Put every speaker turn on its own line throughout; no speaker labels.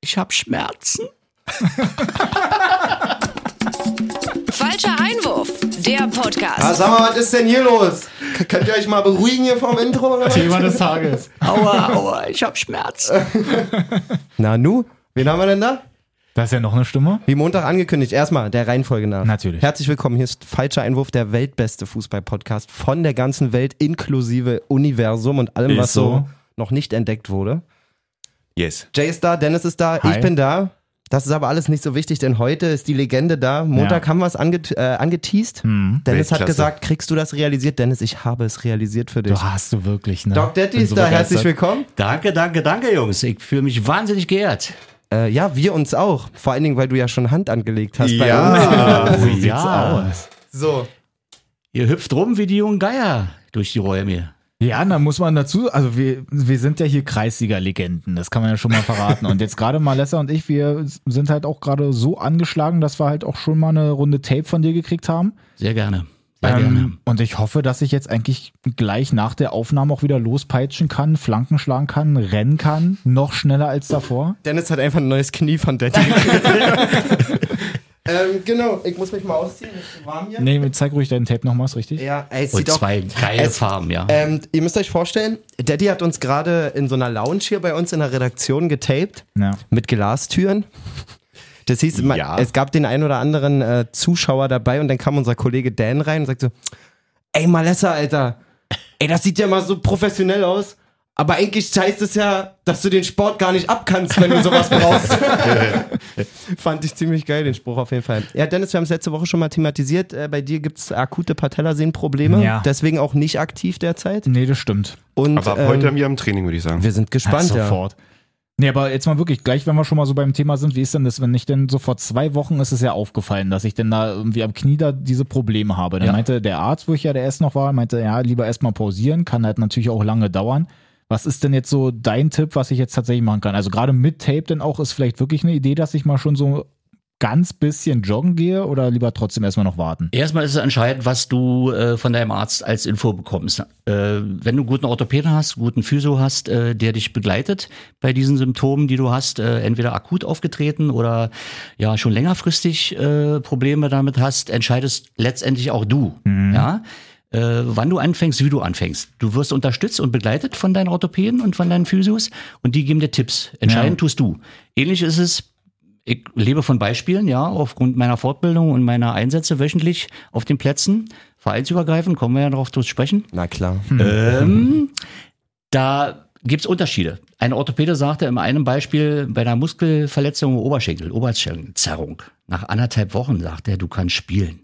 Ich habe Schmerzen.
Falscher Einwurf, der
Ah,
Podcast.
sag mal, was ist denn hier los? K könnt ihr euch mal beruhigen hier vorm Intro oder was?
Thema des Tages.
Aua, aua, ich habe Schmerzen.
Na nu, wen haben wir denn da?
Da ist ja noch eine Stimme.
Wie Montag angekündigt, erstmal der Reihenfolge nach.
Natürlich.
Herzlich willkommen, hier ist Falscher Einwurf, der weltbeste Fußball-Podcast von der ganzen Welt, inklusive Universum und allem,
Ist
was so
so.
noch nicht entdeckt wurde.
Yes.
Jay ist da, Dennis ist da,
Hi.
ich bin da. Das ist aber alles nicht so wichtig, denn heute ist die Legende da. Montag
Ja. Hm,
haben wir es ange äh, angeteased. Dennis hat
Weltklasse.
gesagt, kriegst du das realisiert? Dennis, ich habe es realisiert für dich.
Du hast du wirklich, ne?
Doc Daddy
Bin
ist
so
da,
begeistert.
herzlich willkommen.
Danke, danke, danke, Jungs. Ich fühle mich wahnsinnig geehrt.
Äh, ja, wir uns auch. Vor allen Dingen, weil du ja schon Hand angelegt hast bei uns.
Ja.
Ah, So sieht's
Ähm, Ja.
aus.
So.
Ihr hüpft rum wie die jungen Geier durch die Räume.
Ja, da muss man dazu, also wir, wir sind ja hier Kreissieger-Legenden, das kann man ja schon mal verraten. Und jetzt gerade Malessa und ich, wir sind halt auch gerade so angeschlagen, dass wir halt auch schon mal eine Runde Tape von dir gekriegt haben.
Sehr gerne. Sehr gerne.
Ähm, und ich hoffe, dass ich jetzt eigentlich gleich nach der Aufnahme auch wieder lospeitschen kann, Flanken schlagen kann, rennen kann, noch schneller als davor.
Dennis hat einfach ein neues Knie von Daddy. ähm, genau, ich muss mich mal ausziehen. Ist warm hier?
Nee, zeig ruhig deinen Tape nochmal, ist richtig?
Ja, ey, es
Und
sieht auch
Oh, zwei geile
es-
Farben,
äh,
ja.
Ähm, ihr müsst euch vorstellen, Daddy hat uns gerade in so einer Lounge hier bei uns in der Redaktion getaped.
Ja.
Mit Glastüren. Das hieß, man,
Ja.
es gab den einen oder anderen äh, Zuschauer dabei und dann kam unser Kollege Dan rein und sagte: Ey, Malessa, Alter, ey, das sieht ja mal so professionell aus. Aber eigentlich heißt es ja, dass du den Sport gar nicht abkannst, wenn du sowas brauchst. Fand ich ziemlich geil, den Spruch auf jeden Fall. Ja, Dennis, wir haben es letzte Woche schon mal thematisiert. Äh, bei dir gibt es akute Patellasehnenprobleme.
Ja.
Deswegen auch nicht aktiv derzeit.
Nee, das stimmt.
Und
Aber ab
ähm,
heute haben wir am Training, würde ich sagen.
wir sind gespannt.
Ja,
Ja,
sofort. Nee, aber jetzt mal wirklich, gleich, wenn wir schon mal so beim Thema sind, wie ist denn das, wenn ich denn so vor zwei Wochen ist es ja aufgefallen, dass ich denn da irgendwie am Knie da diese Probleme habe. Dann meinte der Arzt, wo ich ja der erst noch war, meinte, ja, lieber erstmal pausieren, kann halt natürlich auch lange dauern. Was ist denn jetzt so dein Tipp, was ich jetzt tatsächlich machen kann? Also gerade mit Tape denn auch ist vielleicht wirklich eine Idee, dass ich mal schon so ganz bisschen joggen gehe oder lieber trotzdem erstmal noch warten?
Erstmal ist es entscheidend, was du äh, von deinem Arzt als Info bekommst. Äh, wenn du einen guten Orthopäden hast, einen guten Physio hast, äh, der dich begleitet bei diesen Symptomen, die du hast, äh, entweder akut aufgetreten oder ja schon längerfristig äh, Probleme damit hast, entscheidest letztendlich auch du. Ja? Äh, wann du anfängst, wie du anfängst. Du wirst unterstützt und begleitet von deinen Orthopäden und von deinen Physios und die geben dir Tipps. Entscheidend tust du. Ähnlich ist es ich lebe von Beispielen, ja, aufgrund meiner Fortbildung und meiner Einsätze wöchentlich auf den Plätzen, vereinsübergreifend, kommen wir ja darauf zu sprechen.
Na klar.
Äh,
Ähm, da gibt's Unterschiede. Ein Orthopäde sagte in einem Beispiel bei einer Muskelverletzung im Oberschenkel, Oberschenkellzerrung, nach anderthalb Wochen sagt er, du kannst spielen.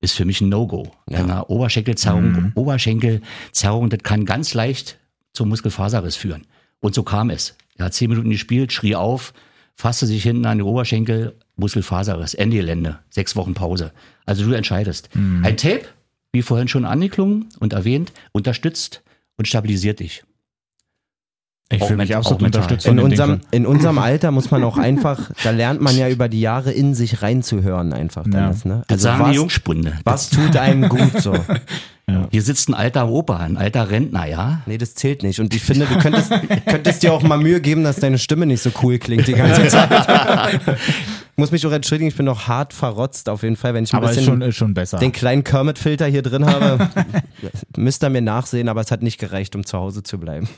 Ist für mich ein No-Go. Bei Einer Oberschenkelzerrung,
Mhm.
Oberschenkelzerrung, das kann ganz leicht zum Muskelfaserriss führen. Und so kam es. Er hat zehn Minuten gespielt, schrie auf, fasste sich hinten an den Oberschenkel, Muskelfaserriss, Ende Gelände, sechs Wochen Pause. Also du entscheidest.
Mhm.
Ein Tape, wie vorhin schon angeklungen und erwähnt, unterstützt und stabilisiert dich.
Ich
Auch
fühle mich
mit-
absolut
auch mental.
unterstützt von
In
dem Ding
unserem,
schon.
in unserem Alter muss man auch einfach, da lernt man ja über die Jahre in sich reinzuhören einfach.
Ja.
Dennis, ne?
Das sagen die
was,
Jungspunde.
was tut einem gut so?
Hier sitzt ein alter Opa, ein alter Rentner, ja?
Nee, das zählt nicht. Und ich finde, du könntest, könntest dir auch mal Mühe geben, dass deine Stimme nicht so cool klingt die ganze Zeit. Ich muss mich auch entschuldigen, ich bin noch hart verrotzt auf jeden Fall, wenn ich ein
Aber ist
bisschen
schon, ist schon besser.
den kleinen Kermit-Filter hier drin habe. Müsst ihr mir nachsehen, aber es hat nicht gereicht, um zu Hause zu bleiben.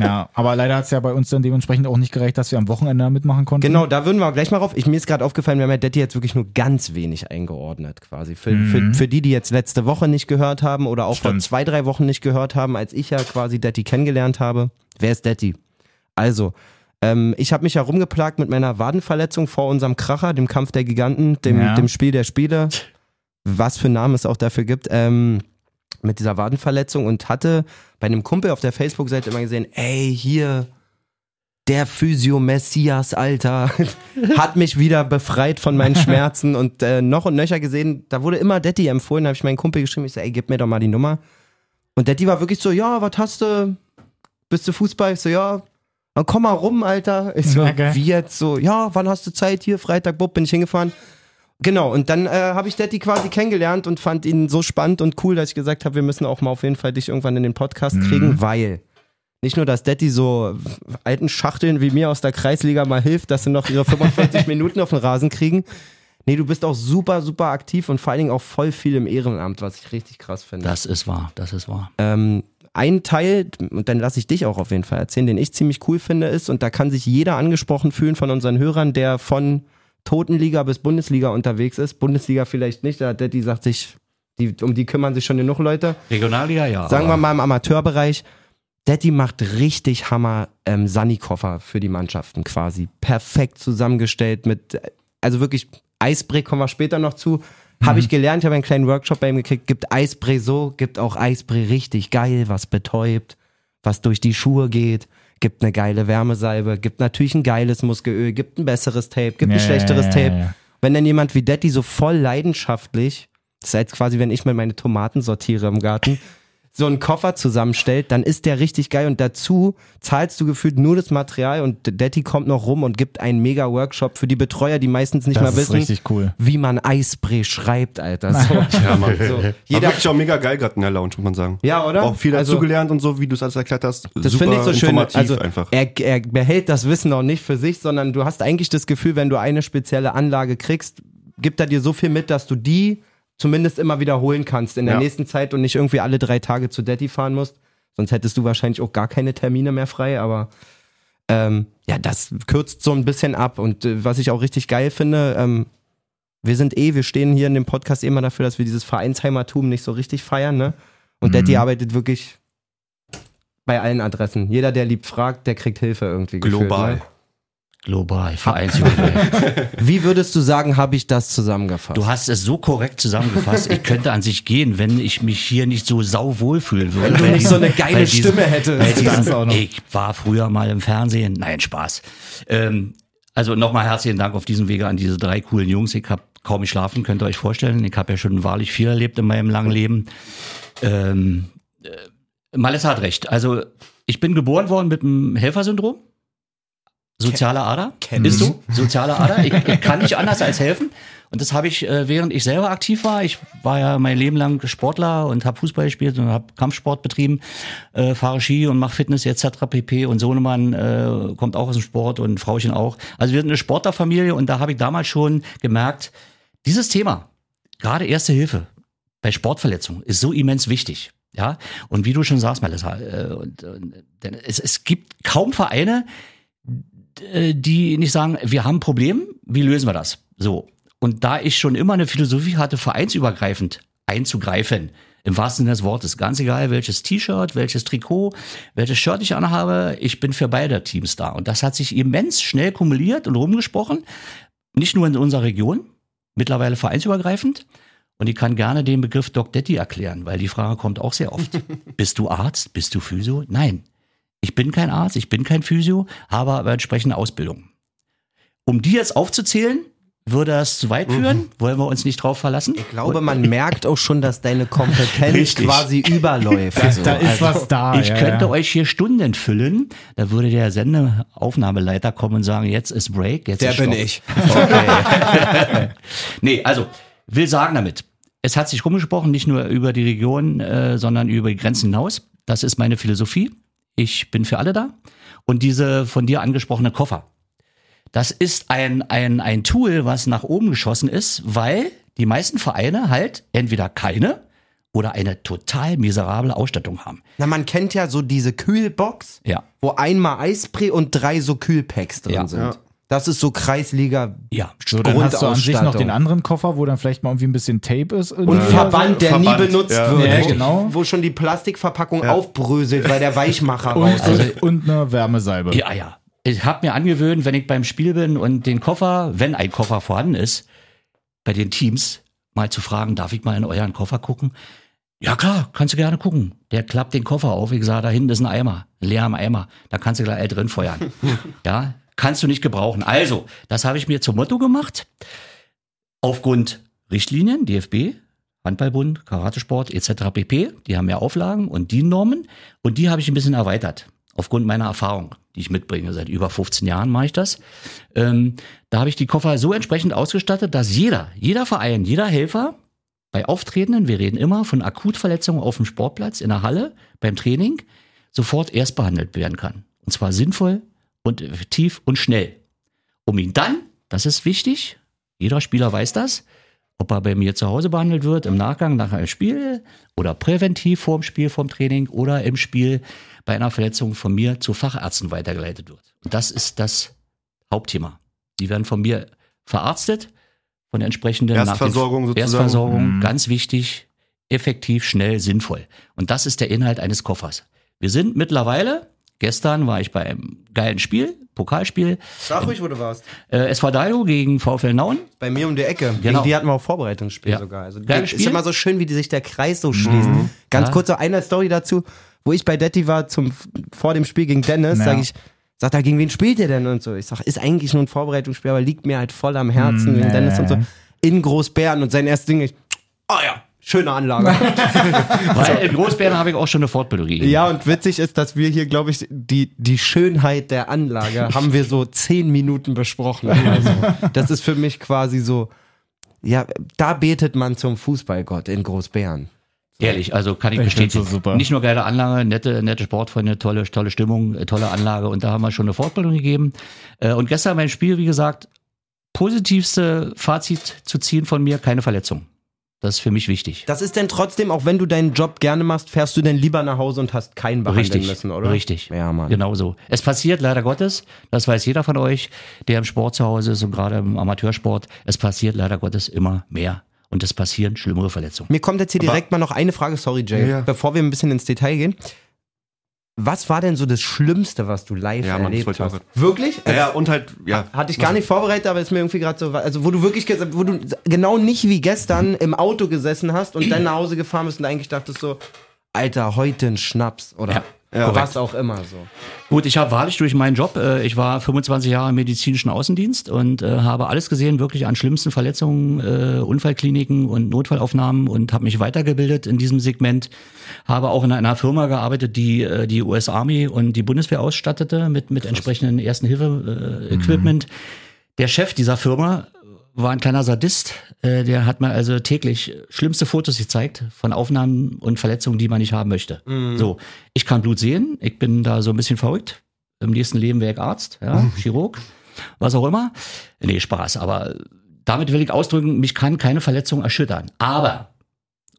Ja, aber leider hat es ja bei uns dann dementsprechend auch nicht gereicht, dass wir am Wochenende da mitmachen konnten.
Genau, da würden wir gleich mal rauf. Ich, mir ist gerade aufgefallen, wir haben ja Detti jetzt wirklich nur ganz wenig eingeordnet quasi. Für, für, für die, die jetzt letzte Woche nicht gehört haben oder auch vor
Stimmt.
zwei, drei Wochen nicht gehört haben, als ich ja quasi Detti kennengelernt habe. Wer ist Detti? Also, ähm, ich habe mich ja rumgeplagt mit meiner Wadenverletzung vor unserem Kracher, dem Kampf der Giganten, dem,
Ja.
dem Spiel der Spiele, was für Namen es auch dafür gibt, ähm, mit dieser Wadenverletzung und hatte bei einem Kumpel auf der Facebook-Seite immer gesehen, ey, hier, der Physio-Messias, Alter, hat mich wieder befreit von meinen Schmerzen und äh, noch und nöcher gesehen, da wurde immer Detti empfohlen, habe ich meinen Kumpel geschrieben, ich so, ey, gib mir doch mal die Nummer. Und Detti war wirklich so, ja, was hast du? Bist du Fußball? Ich so, ja, dann komm mal rum, Alter. Ich so,
Ja, geil.
wie jetzt so, ja, wann hast du Zeit hier? Freitag, bupp, bin ich hingefahren. Genau, und dann äh, habe ich Detti quasi kennengelernt und fand ihn so spannend und cool, dass ich gesagt habe, wir müssen auch mal auf jeden Fall dich irgendwann in den Podcast kriegen, weil nicht nur, dass Detti so alten Schachteln wie mir aus der Kreisliga mal hilft, dass sie noch ihre 45 Minuten auf den Rasen kriegen. Nee, du bist auch super, super aktiv und vor allen Dingen auch voll viel im Ehrenamt, was ich richtig krass finde.
Das ist wahr, das ist wahr.
Ähm, ein Teil, und dann lasse ich dich auch auf jeden Fall erzählen, den ich ziemlich cool finde, ist, und da kann sich jeder angesprochen fühlen von unseren Hörern, der von Totenliga bis Bundesliga unterwegs ist. Bundesliga vielleicht nicht, da hat Daddy sagt sich, die, um die kümmern sich schon genug Leute.
Regionalliga, ja.
Sagen wir
aber-
mal im Amateurbereich. Daddy macht richtig Hammer ähm, Sunny-Koffer für die Mannschaften quasi. Perfekt zusammengestellt mit, äh, also wirklich, Eisbrei kommen wir später noch zu.
Mhm.
Habe ich gelernt, habe einen kleinen Workshop bei ihm gekriegt. Gibt Eisbrei so, gibt auch Eisbrei richtig geil, was betäubt, was durch die Schuhe geht. Gibt eine geile Wärmesalbe, gibt natürlich ein geiles Muskelöl, gibt ein besseres Tape, gibt ein
Ja, ja,
schlechteres
ja,
Tape.
ja, ja.
Wenn dann jemand wie Daddy so voll leidenschaftlich, das ist jetzt quasi, wenn ich mal meine Tomaten sortiere im Garten, so einen Koffer zusammenstellt, dann ist der richtig geil und dazu zahlst du gefühlt nur das Material und Detti kommt noch rum und gibt einen mega Workshop für die Betreuer, die meistens nicht
Das
mal
ist
wissen,
richtig cool.
wie man Eisbrei schreibt, Alter. So,
Ja, Mann.
so,
Jeder
jeder,
wirklich auch mega geil gerade in der Lounge, muss man sagen.
ja, oder?
Auch viel
Also,
dazugelernt und so, wie du es alles erklärt hast.
Das
Super
finde ich so schön.
informativ
Also
einfach.
Er, er behält das Wissen auch nicht für sich, sondern du hast eigentlich das Gefühl, wenn du eine spezielle Anlage kriegst, gibt er dir so viel mit, dass du die zumindest immer wiederholen kannst in der
Ja.
nächsten Zeit und nicht irgendwie alle drei Tage zu Daddy fahren musst. Sonst hättest du wahrscheinlich auch gar keine Termine mehr frei, aber ähm, ja, das kürzt so ein bisschen ab. Und äh, was ich auch richtig geil finde, ähm, wir sind eh, wir stehen hier in dem Podcast eh immer dafür, dass wir dieses Vereinsheimertum nicht so richtig feiern, ne? Und Daddy
Mhm.
arbeitet wirklich bei allen Adressen. Jeder, der lieb fragt, der kriegt Hilfe irgendwie.
Global.
Gefühlt,
Global, Vereinsjubiläum.
ne? Wie würdest du sagen, habe ich das zusammengefasst?
Du hast es so korrekt zusammengefasst. Ich könnte an sich gehen, wenn ich mich hier nicht so sauwohl fühlen würde.
Wenn du
Bei
nicht so eine geile
bei
Stimme hättest.
bei
Das
Diesen,
auch noch.
ich war früher mal im Fernsehen. Nein, Spaß. Ähm, also nochmal herzlichen Dank auf diesem Wege an diese drei coolen Jungs. Ich habe kaum geschlafen, könnt ihr euch vorstellen. Ich habe ja schon wahrlich viel erlebt in meinem langen Leben. Ähm, äh, Malessa hat recht. Also ich bin geboren worden mit einem Helfersyndrom. Soziale Ader. Ist so. Soziale Ader. Ich, ich kann nicht anders als helfen. Und das habe ich, äh, während ich selber aktiv war. Ich war ja mein Leben lang Sportler und habe Fußball gespielt und habe Kampfsport betrieben, äh, fahre Ski und mache Fitness etc. pp. Und Sohnemann äh, kommt auch aus dem Sport und Frauchen auch. Also wir sind eine Sportlerfamilie und da habe ich damals schon gemerkt, dieses Thema, gerade Erste Hilfe bei Sportverletzungen, ist so immens wichtig. Ja, und wie du schon sagst, Melissa, äh, und, und, denn es, es gibt kaum Vereine, äh, die nicht sagen, wir haben ein Problem, wie lösen wir das? So. Und da ich schon immer eine Philosophie hatte, vereinsübergreifend einzugreifen, im wahrsten Sinne des Wortes, ganz egal welches T-Shirt, welches Trikot, welches Shirt ich anhabe, ich bin für beide Teams da. Und das hat sich immens schnell kumuliert und rumgesprochen, nicht nur in unserer Region, mittlerweile vereinsübergreifend. Und ich kann gerne den Begriff Doc Detti erklären, weil die Frage kommt auch sehr oft. Bist du Arzt? Bist du Physio? Nein, ich bin kein Arzt, ich bin kein Physio, habe aber entsprechende Ausbildung. Um die jetzt aufzuzählen, würde das zu weit führen, wollen wir uns nicht drauf verlassen.
Mhm. ich glaube, man merkt auch schon, dass deine Kompetenz
Richtig.
quasi überläuft. So.
Da ist
Also,
was da.
ich
Ah, ja,
könnte
ja.
euch hier Stunden füllen, da würde der Sendeaufnahmeleiter kommen und sagen, jetzt ist Break, jetzt
Der
ist
bin
Stopp.
ich.
Nee, also, will sagen damit, es hat sich rumgesprochen, nicht nur über die Region, äh, sondern über die Grenzen hinaus. Das ist meine Philosophie. Ich bin für alle da. Und diese von dir angesprochene Koffer, das ist ein, ein, ein Tool, was nach oben geschossen ist, weil die meisten Vereine halt entweder keine oder eine total miserable Ausstattung haben.
Na, man kennt ja so diese Kühlbox,
Ja.
wo einmal Eisbrei und drei so Kühlpacks drin
Ja.
sind. Das ist so Kreisliga
Ja,
So, dann hast du an sich noch
Grundausstattung.
den anderen Koffer, wo dann vielleicht mal irgendwie ein bisschen Tape ist.
Und Verband, der
Verband,
nie benutzt
ja.
wird.
Ja,
wo-
genau.
Wo schon die Plastikverpackung aufbröselt, weil der Weichmacher raus
Und,
ist.
und, und eine Wärmesalbe.
Ja, ja. Ich habe mir angewöhnt, wenn ich beim Spiel bin und den Koffer, wenn ein Koffer vorhanden ist, bei den Teams mal zu fragen, darf ich mal in euren Koffer gucken? Ja klar, kannst du gerne gucken. Der klappt den Koffer auf. Ich sage, da hinten ist ein Eimer, leer am Eimer. Da kannst du gleich drin feuern. ja, kannst du nicht gebrauchen. Also, das habe ich mir zum Motto gemacht. Aufgrund Richtlinien, DFB, Handballbund, Karatesport etc. pp. Die haben ja Auflagen und die Normen und die habe ich ein bisschen erweitert. Aufgrund meiner Erfahrung, die ich mitbringe. Seit über 15 Jahren mache ich das. Ähm, da habe ich die Koffer so entsprechend ausgestattet, dass jeder, jeder Verein, jeder Helfer bei Auftretenden, wir reden immer von Akutverletzungen auf dem Sportplatz, in der Halle, beim Training sofort erst behandelt werden kann. Und zwar sinnvoll und effektiv und schnell. Um ihn dann, das ist wichtig, jeder Spieler weiß das, ob er bei mir zu Hause behandelt wird, im Nachgang nach einem Spiel oder präventiv vorm Spiel, vorm Training oder im Spiel bei einer Verletzung von mir zu Fachärzten weitergeleitet wird. Und das ist das Hauptthema. Die werden von mir verarztet, von der entsprechenden nach den-
Erstversorgung sozusagen.
Hm.
Erstversorgung,
Mhm.
ganz wichtig, effektiv, schnell, sinnvoll. Und das ist der Inhalt eines Koffers. Wir sind mittlerweile, gestern war ich bei einem geilen Spiel, Pokalspiel,
Sag ruhig, wo du warst.
äh, SV Dalio gegen VfL Nauen.
Bei mir um die Ecke.
Genau.
Gegen die hatten wir auch Vorbereitungsspiel
Ja. Mhm.
sogar. Also
Geiles
das ist
Spiel.
immer so schön, wie die sich der Kreis so schließt. Ganz
Ja.
kurz noch eine Story dazu, wo ich bei Detti war zum, vor dem Spiel gegen Dennis,
Ja.
sage ich, sagt er, gegen wen spielt ihr denn und so. Ich sag, ist eigentlich nur ein Vorbereitungsspiel, aber liegt mir halt voll am Herzen wegen Dennis und so. In Großbären und sein erstes Ding, ich, oh ja, schöne Anlage.
Weil in Großbären habe ich auch schon eine Fortbildung gegeben.
Ja, und witzig ist, dass wir hier, glaube ich, die, die Schönheit der Anlage haben wir so zehn Minuten besprochen. Also, das ist für mich quasi so, ja, da betet man zum Fußballgott in Großbären.
Ehrlich, also kann ich,
Ich find's
bestätigen.
so super.
Nicht nur geile Anlage, nette, nette Sportfreunde, tolle, tolle Stimmung, äh, tolle Anlage. Und da haben wir schon eine Fortbildung gegeben. Äh, Und gestern beim Spiel, wie gesagt, positivste Fazit zu ziehen von mir, keine Verletzung. Das ist für mich wichtig.
Das ist denn trotzdem, auch wenn du deinen Job gerne machst, fährst du denn lieber nach Hause und hast keinen behandeln
Richtig,
müssen, oder?
richtig.
Ja, Mann.
Genau so. Es passiert leider Gottes, das weiß jeder von euch, der im Sport zu Hause ist und gerade im Amateursport, es passiert leider Gottes immer mehr. Und es passieren schlimmere Verletzungen.
Mir kommt jetzt hier direkt mal noch eine Frage, sorry Jay,
Ja, ja.
bevor wir ein bisschen ins Detail gehen. Was war denn so das Schlimmste, was du live
Ja, Mann, das
erlebt
wollte ich auch
hast? Wirklich?
Ja, ja, und halt, ja.
Hatte ich gar nicht vorbereitet, aber ist mir irgendwie gerade so, also wo du wirklich, ges- wo du genau nicht wie gestern im Auto gesessen hast und dann nach Hause gefahren bist und eigentlich dachtest so, Alter, heute ein Schnaps oder
Ja, ja,
was auch immer so.
Gut, ich habe wahrlich durch meinen Job, äh, ich war 25 Jahre im medizinischen Außendienst und äh, habe alles gesehen, wirklich an schlimmsten Verletzungen, äh, Unfallkliniken und Notfallaufnahmen und habe mich weitergebildet in diesem Segment. Habe auch in einer Firma gearbeitet, die äh, die US Army und die Bundeswehr ausstattete mit, mit entsprechenden Ersten-Hilfe-Equipment. Der Chef dieser Firma war ein kleiner Sadist, äh, der hat mir also täglich schlimmste Fotos gezeigt von Aufnahmen und Verletzungen, die man nicht haben möchte. So, ich kann Blut sehen, ich bin da so ein bisschen verrückt. Im nächsten Leben wäre ich Arzt, ja, Chirurg, was auch immer. Nee, Spaß, aber damit will ich ausdrücken, mich kann keine Verletzung erschüttern. Aber,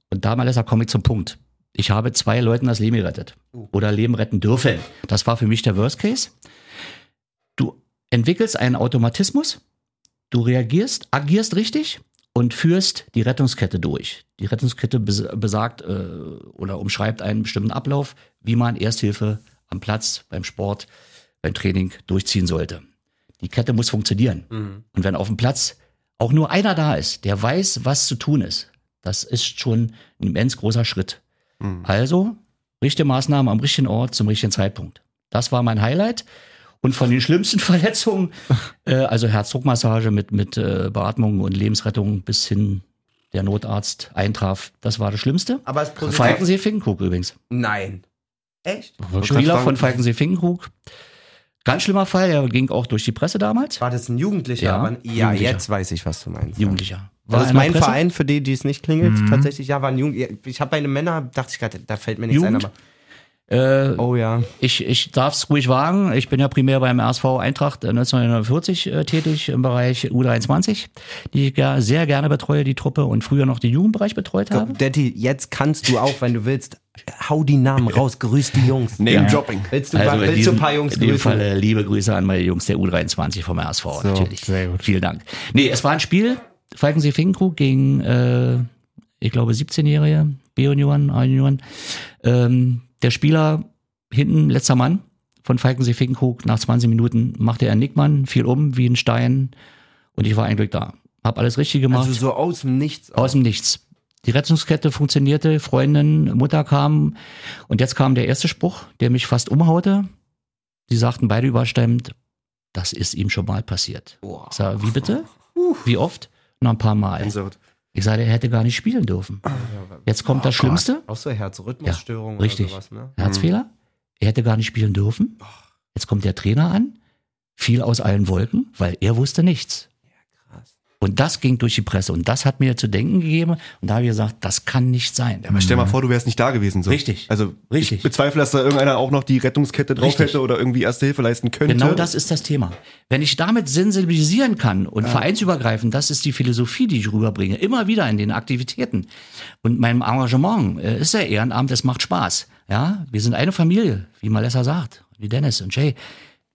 und damals komme ich zum Punkt, ich habe zwei Leuten das Leben gerettet oder Leben retten dürfen. Das war für mich der Worst Case. Du entwickelst einen Automatismus, du reagierst, agierst richtig und führst die Rettungskette durch. Die Rettungskette bes- besagt äh, oder umschreibt einen bestimmten Ablauf, wie man Ersthilfe am Platz, beim Sport, beim Training durchziehen sollte. Die Kette muss funktionieren. Und wenn auf dem Platz auch nur einer da ist, der weiß, was zu tun ist, das ist schon ein immens großer Schritt. Also richtige Maßnahmen am richtigen Ort zum richtigen Zeitpunkt. Das war mein Highlight. Und von den schlimmsten Verletzungen, äh, also Herzdruckmassage mit, mit äh, Beatmung und Lebensrettung bis hin der Notarzt eintraf, das war das Schlimmste.
Aber es positiv.
Falkensee-Finkenkrug übrigens.
Nein. Echt?
Spieler
sagen.
von Falkensee-Finkenkrug. Ganz schlimmer Fall, der ging auch durch die Presse damals.
War das ein Jugendlicher?
Ja,
aber, ja
Jugendlicher.
jetzt weiß ich, was du meinst.
Jugendlicher.
War das
in
ist
der
mein
Presse. Mhm.
Verein, für die, die es nicht klingelt, tatsächlich. Ja, waren Jugend. Ich habe bei einem Männer, dachte ich gerade, da fällt mir nichts
Jugend?
ein,
Äh,
aber. Oh ja.
ich ich darf es ruhig wagen. Ich bin ja primär beim RSV Eintracht äh, 1949 äh, tätig im Bereich U23, die ich ja sehr gerne betreue, die Truppe, und früher noch den Jugendbereich betreut habe.
Detti, jetzt kannst du auch, wenn du willst, hau die Namen raus, grüß die Jungs.
Name-Dropping.
Willst du,
Also in
willst
diesem-
du ein paar Jungs
In dem
grüßen?
Falle liebe Grüße an meine Jungs der U23 vom RSV natürlich.
sehr gut.
Vielen Dank. Nee, es war ein Spiel, Falkensee Finkenkrug gegen, äh, ich glaube, 17-Jährige, B-Junioren, A-Junioren. Ähm, der Spieler hinten, letzter Mann von Falkensee Finkenkrug, nach 20 Minuten machte er einen Nickmann, fiel um wie ein Stein und ich war ein Glück da. Hab alles richtig gemacht.
Also so aus dem Nichts.
Aus dem Nichts. Die Rettungskette funktionierte, Freundin, Mutter kam und jetzt kam der erste Spruch, der mich fast umhaute. Sie sagten beide überstimmt, das ist ihm schon mal passiert. Ich sag, wie bitte? Wie oft? Noch ein paar Mal.
Gänsehaut.
Ich sage, er hätte gar nicht spielen dürfen. Jetzt kommt das Schlimmste,
Auch so Herzrhythmusstörungen
Ja, richtig.
oder sowas, ne?
Herzfehler. Er hätte gar nicht spielen dürfen. Jetzt kommt der Trainer an, fiel aus allen Wolken, weil er wusste nichts.
Krass.
Und das ging durch die Presse und das hat mir zu denken gegeben und da habe ich gesagt, das kann nicht sein.
Aber stell mal vor, du wärst nicht da gewesen. So.
Richtig.
Also
Richtig.
ich bezweifle, dass da irgendeiner auch noch die Rettungskette drauf
Richtig.
hätte oder irgendwie Erste Hilfe leisten könnte.
Genau das ist das Thema. Wenn ich damit sensibilisieren kann und vereinsübergreifend, das ist die Philosophie, die ich rüberbringe, immer wieder in den Aktivitäten und meinem Engagement, äh, ist ja Ehrenamt, es macht Spaß. Ja, wir sind eine Familie, wie Malessa sagt, wie Dennis und Jay.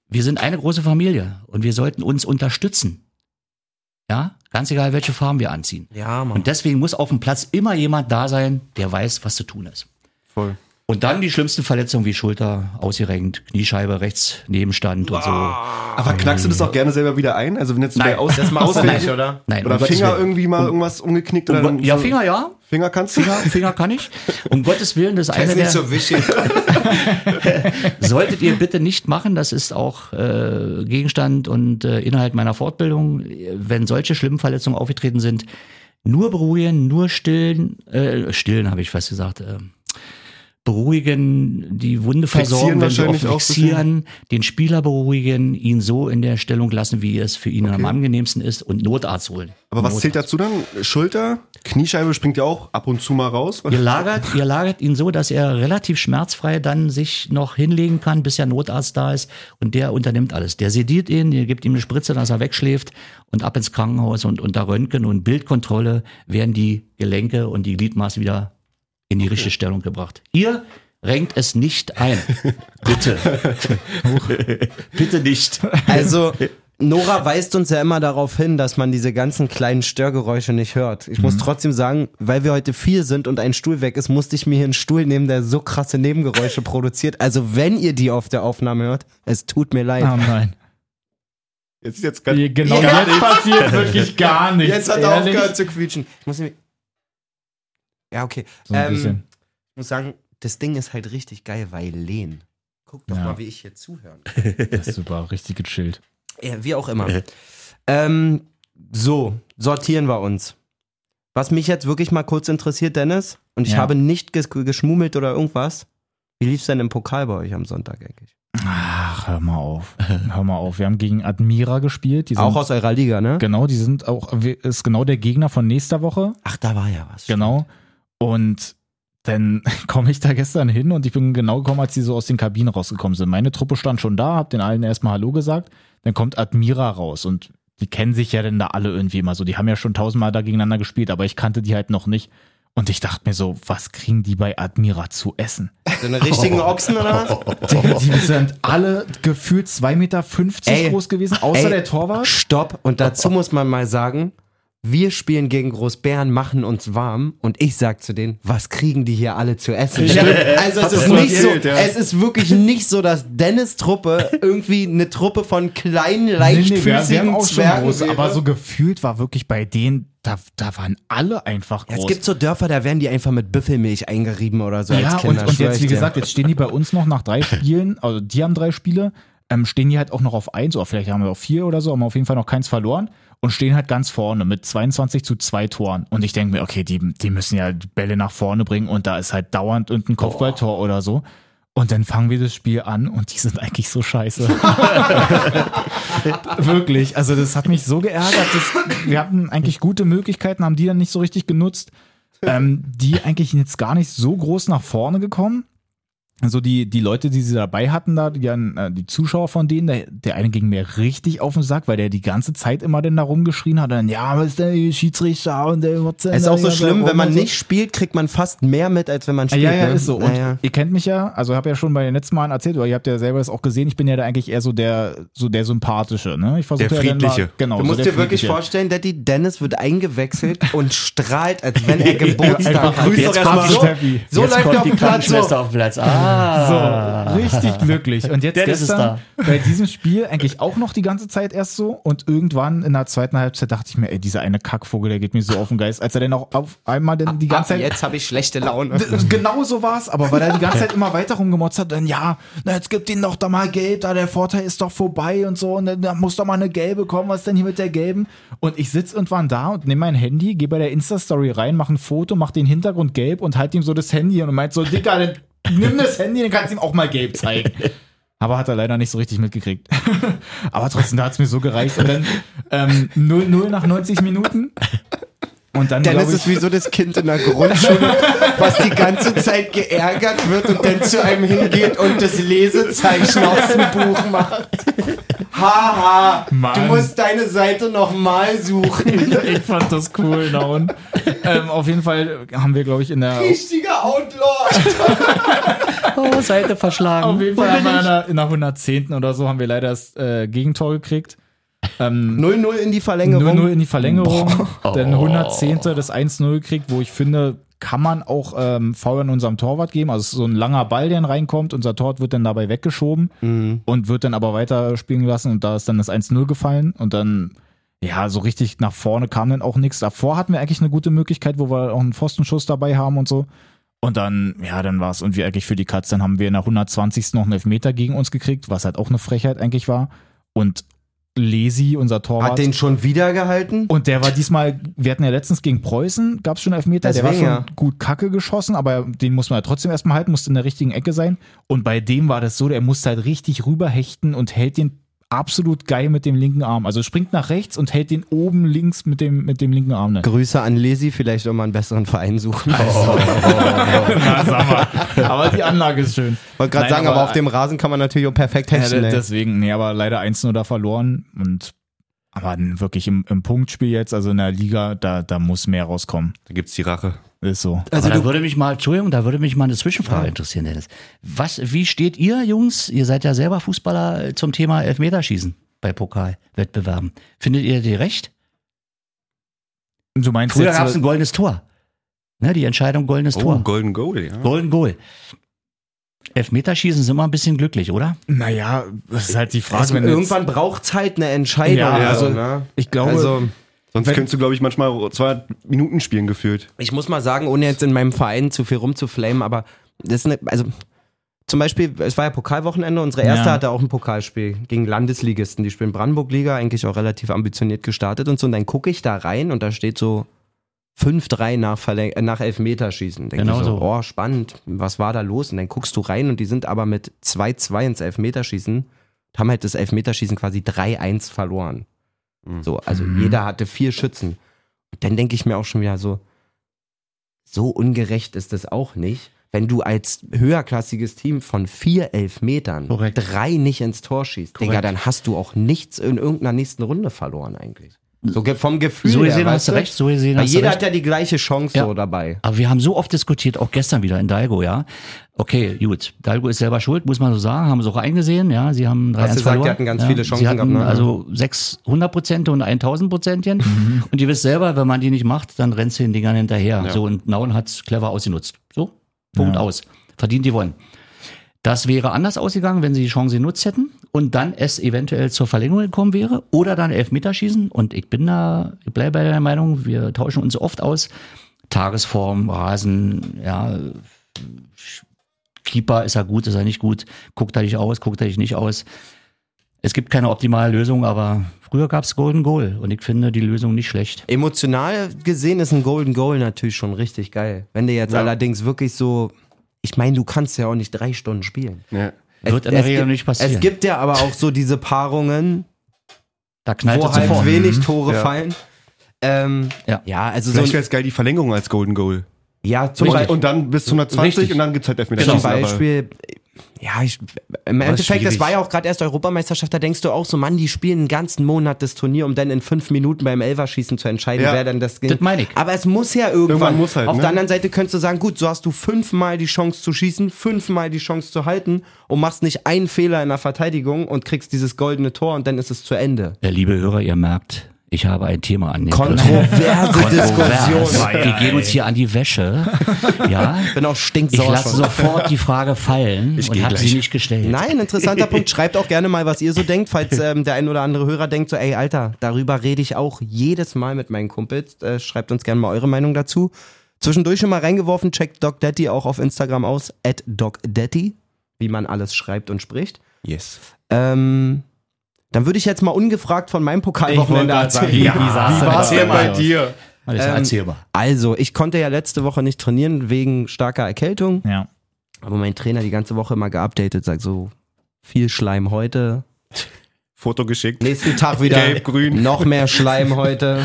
Wir sind eine große Familie und wir sollten uns unterstützen. Ja, ganz egal, welche Farben wir anziehen.
Ja, Mann.
Und deswegen muss auf dem Platz immer jemand da sein, der weiß, was zu tun ist.
Voll.
Und dann die schlimmsten Verletzungen wie Schulter, ausgerenkt, Kniescheibe, rechts, Nebenstand und so.
Aber knackst du das auch gerne selber wieder ein? Also wenn jetzt
Nein.
bei Aus
Das machst du
Ausfällt-
nicht, oder?
Nein,
oder
um Gottes
Finger
Willen.
irgendwie mal irgendwas umgeknickt oder
Um, Go- ja,
so-
Finger, ja.
Finger kannst du?
Finger, Finger kann ich. Um Gottes Willen, das ist
Das
eine
ist
der.
nicht so wichtig.
Solltet ihr bitte nicht machen, das ist auch äh, Gegenstand und äh, Inhalt meiner Fortbildung. Wenn solche schlimmen Verletzungen aufgetreten sind, nur beruhigen, nur stillen, äh, stillen habe ich fast gesagt. Äh, beruhigen, die Wunde
Fixieren
versorgen, wenn sie
wahrscheinlich
offen
auch so
fixieren, den Spieler beruhigen, ihn so in der Stellung lassen, wie es für ihn am angenehmsten ist und Notarzt holen.
Aber was
Notarzt.
zählt dazu dann? Schulter, Kniescheibe springt ja auch ab und zu mal raus.
Ihr lagert, ihr lagert ihn so, dass er relativ schmerzfrei dann sich noch hinlegen kann, bis der Notarzt da ist und der unternimmt alles. Der sediert ihn, ihr gebt ihm eine Spritze, dass er wegschläft und ab ins Krankenhaus und unter Röntgen und Bildkontrolle werden die Gelenke und die Gliedmaßen wieder in die richtige Stellung gebracht. Ihr renkt es nicht ein. Bitte. Bitte nicht.
Also, Nora weist uns ja immer darauf hin, dass man diese ganzen kleinen Störgeräusche nicht hört. Ich muss trotzdem sagen, weil wir heute vier sind und ein Stuhl weg ist, musste ich mir hier einen Stuhl nehmen, der so krasse Nebengeräusche produziert. Also, wenn ihr die auf der Aufnahme hört, es tut mir leid.
Ah, nein.
Jetzt ist jetzt ganz,
Genau, jetzt passiert wirklich gar nichts.
Jetzt hat er
ehrlich.
aufgehört zu quietschen. Ich muss nämlich- ja, okay.
So ein
Ähm,
bisschen.
Ich muss sagen, das Ding ist halt richtig geil, weil Lehn. Guck doch
Ja.
mal, wie ich hier zuhören kann.
Das ist super, richtig gechillt.
Ja, wie auch immer. ähm, so, sortieren wir uns. Was mich jetzt wirklich mal kurz interessiert, Dennis, und ich
Ja.
habe nicht ges geschmummelt oder irgendwas. Wie lief es denn im Pokal bei euch am Sonntag eigentlich?
Ach, hör mal auf. Hör mal auf. Wir haben gegen Admira gespielt. Die sind,
Auch aus eurer Liga, ne?
Genau, die sind auch, ist genau der Gegner von nächster Woche.
Ach, da war ja was.
Genau. Und dann komme ich da gestern hin und ich bin genau gekommen, als die so aus den Kabinen rausgekommen sind. Meine Truppe stand schon da, hab den allen erstmal Hallo gesagt. Dann kommt Admira raus und die kennen sich ja denn da alle irgendwie immer so. Die haben ja schon tausendmal da gegeneinander gespielt, aber ich kannte die halt noch nicht. Und ich dachte mir so, was kriegen die bei Admira zu essen?
So eine richtigen
Oh.
Ochsen oder was?
Die, die sind alle gefühlt 2,50 Meter
Oh. Ey,
groß gewesen, außer
ey,
der Torwart. Oh.
Stopp. Und dazu muss man mal sagen, wir spielen gegen Großbären, machen uns warm und ich sag zu denen, was kriegen die hier alle zu essen? Also es ist
das
nicht so,
erzählt, ja.
es ist wirklich nicht so, dass Dennis Truppe irgendwie eine Truppe von kleinen,
Nee, nee, wir- wir
leichtfüßigen
haben auch schon
Zwergen
groß,
wäre.
aber so gefühlt war wirklich bei denen, da, da waren alle einfach
Ja,
groß.
es gibt so Dörfer, da werden die einfach mit Büffelmilch eingerieben oder so
ja,
Also als Kinder.
und, und
schwör
jetzt,
ich
wie
dir.
gesagt, jetzt stehen die bei uns noch nach drei Spielen, also die haben drei Spiele, ähm, stehen die halt auch noch auf eins oder vielleicht haben wir auch vier oder so, haben auf jeden Fall noch keins verloren und stehen halt ganz vorne mit 22 zu zwei Toren. Und ich denke mir, okay, die, die müssen ja die Bälle nach vorne bringen und da ist halt dauernd irgendein Kopfballtor oder so. Und dann fangen wir das Spiel an und die sind eigentlich so scheiße. Wirklich. Also das hat mich so geärgert. Das, wir hatten eigentlich gute Möglichkeiten, haben die dann nicht so richtig genutzt. Ähm, die eigentlich jetzt gar nicht so groß nach vorne gekommen. Also die, die Leute, die sie dabei hatten, da, die, äh, die Zuschauer von denen, der, der eine ging mir richtig auf den Sack, weil der die ganze Zeit immer denn da rumgeschrien hat, dann, ja, was ist denn hier Schiedsrichter und der was denn
es ist
da
auch so
hier
schlimm,
rum
wenn man
und so.
nicht spielt, kriegt man fast mehr mit, als wenn man spielt.
Ah, Ja, ja,
ne?
ist so. Und
Naja.
ihr kennt mich ja, also habe ja schon bei den letzten Malen erzählt, oder ihr habt ja selber das auch gesehen, ich bin ja da eigentlich eher so der, so der sympathische, ne? Ich versuche
Der
ja dann mal-
Friedliche.
Genau,
Du
so
musst
der
dir wirklich
Friedliche.
vorstellen, Daddy, Dennis wird eingewechselt und strahlt, als wenn er Geburtstag hat.
grüß doch erst mal
so,
Steffi.
so
Jetzt
läuft
kommt
er auf
die
dem Platz.
Krankenschwester
So.
auf den Platz. Ah.
So, richtig glücklich. Und jetzt
Dennis ist
gestern bei diesem Spiel eigentlich auch noch die ganze Zeit erst so. Und irgendwann in der zweiten Halbzeit dachte ich mir, ey, dieser eine Kackvogel, der geht mir so auf den Geist. Als er dann auch auf einmal dann die ganze
Ab
Zeit
jetzt habe ich schlechte Laune.
D- Genau so war es, aber weil er die ganze Zeit immer weiter rumgemotzt hat, dann ja, na, jetzt gibt ihnen doch da mal Geld, da der Vorteil ist doch vorbei und so, und dann da muss doch mal eine gelbe kommen, was denn hier mit der gelben? Und ich sitz irgendwann da und nehme mein Handy, gehe bei der Insta-Story rein, mache ein Foto, mache den Hintergrund gelb und halt ihm so das Handy hin und meint so, Dicker, dann nimm das Handy, dann kannst du ihm auch mal gelb zeigen. Aber hat er leider nicht so richtig mitgekriegt. Aber trotzdem, da hat es mir so gereicht. Und dann ähm, 0-0 nach 90 Minuten. Und dann,
Dennis
glaube ich,
ist wie so das Kind in der Grundschule, was die ganze Zeit geärgert wird und dann zu einem hingeht und das Lesezeichen aus dem Buch macht. Haha, du
Mann.
musst deine Seite nochmal suchen.
ich fand das cool. Na und, ähm, auf jeden Fall haben wir, glaube ich, in der
Richtiger Outlaw.
Oh, Seite verschlagen.
Auf jeden Fall haben wir in der, in der 110. oder so haben wir leider das äh, Gegentor gekriegt. Ähm,
0-0 in die
0-0
Verlängerung.
in die Verlängerung, dann 110. das 1-0 gekriegt, wo ich finde, kann man auch ähm, Foul an unserem Torwart geben. Also es ist so ein langer Ball, der dann reinkommt. Unser Torwart wird dann dabei weggeschoben
Hm.
und wird dann aber weiter spielen gelassen. Und da ist dann das 1-0 gefallen. Und dann, ja, so richtig nach vorne kam dann auch nichts. Davor hatten wir eigentlich eine gute Möglichkeit, wo wir auch einen Pfostenschuss dabei haben und so. Und dann, ja, dann war es irgendwie eigentlich für die Katz. Dann haben wir in der 120. noch einen Elfmeter gegen uns gekriegt, was halt auch eine Frechheit eigentlich war. Und Lesi, unser Torwart.
Hat den schon wieder gehalten?
Und der war diesmal, wir hatten ja letztens gegen Preußen, gab es schon Elfmeter,
Deswegen,
der war
ja.
schon gut Kacke geschossen, aber den muss man ja trotzdem erstmal halten, musste in der richtigen Ecke sein. Und bei dem war das so, der musste halt richtig rüberhechten und hält den absolut geil mit dem linken Arm. Also springt nach rechts und hält den oben links mit dem, mit dem linken Arm. Ne?
Grüße an Lesi, vielleicht auch mal einen besseren Verein suchen.
Also. Na, sag mal. Aber die Anlage ist schön.
Wollte gerade
Nein,
sagen, aber,
aber-
auf dem Rasen kann man natürlich auch perfekt
Ja,
hechten.
de-
ey.
deswegen, nee, aber leider 1-0 da verloren und aber wirklich im, im Punktspiel jetzt, also in der Liga, da, da muss mehr rauskommen.
Da gibt's die Rache.
Ist so.
Äh,
Also da würde mich mal, Entschuldigung, da würde mich mal eine Zwischenfrage interessieren, Dennis. Was, wie steht ihr, Jungs, ihr seid ja selber Fußballer, äh, zum Thema Elfmeterschießen bei Pokalwettbewerben? Findet ihr die recht?
Du meinst
Früher
jetzt,
gab es ein goldenes Tor. Ne, die Entscheidung goldenes
Oh,
Tor.
Golden Goal, ja.
Golden Goal. Elfmeterschießen sind immer ein bisschen glücklich, oder?
Naja, das ist halt die Frage.
Also
wenn jetzt-
irgendwann braucht es halt eine Entscheidung.
Ja, also,
ne?
ich glaube,
also,
Sonst könntest du, glaube ich, manchmal zwei Minuten spielen gefühlt.
ich muss mal sagen, ohne jetzt in meinem Verein zu viel rumzuflamen, aber das ist eine, also zum Beispiel, es war ja Pokalwochenende, unsere erste
Ja.
hatte auch ein Pokalspiel gegen Landesligisten. Die spielen Brandenburg-Liga, eigentlich auch relativ ambitioniert gestartet und so. Und dann gucke ich da rein und da steht so 5-3 nach, Verläng- äh, nach Elfmeterschießen. Denke
Genau
ich so,
so.
oh, spannend, was war da los? Und dann guckst du rein und die sind aber mit 2-2 ins Elfmeterschießen und haben halt das Elfmeterschießen quasi 3-1 verloren. So, also jeder hatte vier Schützen. Und dann denke ich mir auch schon wieder so, so ungerecht ist das auch nicht, wenn du als höherklassiges Team von vier Elfmetern
Korrekt.
drei nicht ins Tor schießt. Digga,
Korrekt.
dann hast du auch nichts in irgendeiner nächsten Runde verloren eigentlich. So ge- vom Gefühl
So
her,
gesehen hast
weißt
du recht, so gesehen
Weil
hast du
jeder
recht.
hat ja die gleiche Chance
Ja.
so dabei.
Aber wir haben so oft diskutiert, auch gestern wieder in Dalgo, ja. Okay, gut. Dalgo ist selber schuld, muss man so sagen. Haben sie auch eingesehen, ja. Sie haben drei
Hast du gesagt, die hatten ganz viele Chancen
Sie hatten
gehabt, ne?
Also 600 Prozent und 1000 Prozentchen. Und ihr wisst selber, wenn man die nicht macht, dann rennt sie den Dingern hinterher. So, und Nauen hat's clever ausgenutzt. So, Punkt aus. Verdient die wollen. Das wäre anders ausgegangen, wenn sie die Chance genutzt hätten und dann es eventuell zur Verlängerung gekommen wäre oder dann Elfmeterschießen. Und ich bin da, ich bleibe bei der Meinung, wir tauschen uns oft aus. Tagesform, Rasen, ja, Keeper, ist er gut, ist er nicht gut, guckt er dich aus, guckt er dich nicht aus. Es gibt keine optimale Lösung, aber früher gab es Golden Goal und ich finde die Lösung nicht schlecht.
Emotional gesehen ist ein Golden Goal natürlich schon richtig geil. Wenn du jetzt allerdings wirklich so, ich meine, du kannst ja auch nicht drei Stunden spielen.
Ja.
Wird in der Regel
gibt,
nicht passieren.
Es gibt ja aber auch so diese Paarungen,
da knallt
wo
es
halt
sofort. Mhm.
wenig Tore
Ja.
fallen. Ähm,
Ja.
ja. also so
Vielleicht
ein,
wäre es geil, die Verlängerung als Golden Goal.
ja, zum,
Richtig.
Beispiel,
Und, und dann bis zu 120
Richtig.
und dann gibt's halt Elfmeter.
zum
Genau.
Beispiel, ja, ich, im Endeffekt, das
schwierig.
war ja auch gerade erst Europameisterschaft, da denkst du auch so, Mann, die spielen einen ganzen Monat das Turnier, um dann in fünf Minuten beim Elferschießen zu entscheiden,
Ja.
wer dann das
Das meine ich.
Aber es muss ja irgendwann.
Irgendwann muss halt,
Auf
ne?
der anderen Seite könntest du sagen, gut, so hast du fünfmal die Chance zu schießen, fünfmal die Chance zu halten und machst nicht einen Fehler in der Verteidigung und kriegst dieses goldene Tor und dann ist es zu Ende.
Ja, Äh, Liebe Hörer, ihr merkt, ich habe ein Thema an den
Kontroverse Diskussion.
Wir gehen uns hier an die Wäsche. Ja,
Bin auch
ich
stinksauer
lasse sofort die Frage fallen und habe sie nicht gestellt.
Nein, interessanter Punkt. Schreibt auch gerne mal, was ihr so denkt, falls ähm, der ein oder andere Hörer denkt, so, ey, Alter, darüber rede ich auch jedes Mal mit meinen Kumpels. Äh, schreibt uns gerne mal eure Meinung dazu. Zwischendurch schon mal reingeworfen, checkt Doc Daddy auch auf Instagram aus, at Doc Daddy, wie man alles schreibt und spricht.
Yes.
Ähm, dann würde ich jetzt mal ungefragt von meinem Pokalwochenende erzählen.
war's
Wie war's denn bei dir?
Alles
Ähm,
erzählbar.
Also, ich konnte ja letzte Woche nicht trainieren wegen starker Erkältung.
ja.
Aber mein Trainer die ganze Woche immer geupdatet, sagt so, viel Schleim heute.
Foto geschickt.
Nächsten Tag wieder
Gelb-grün.
noch mehr Schleim heute.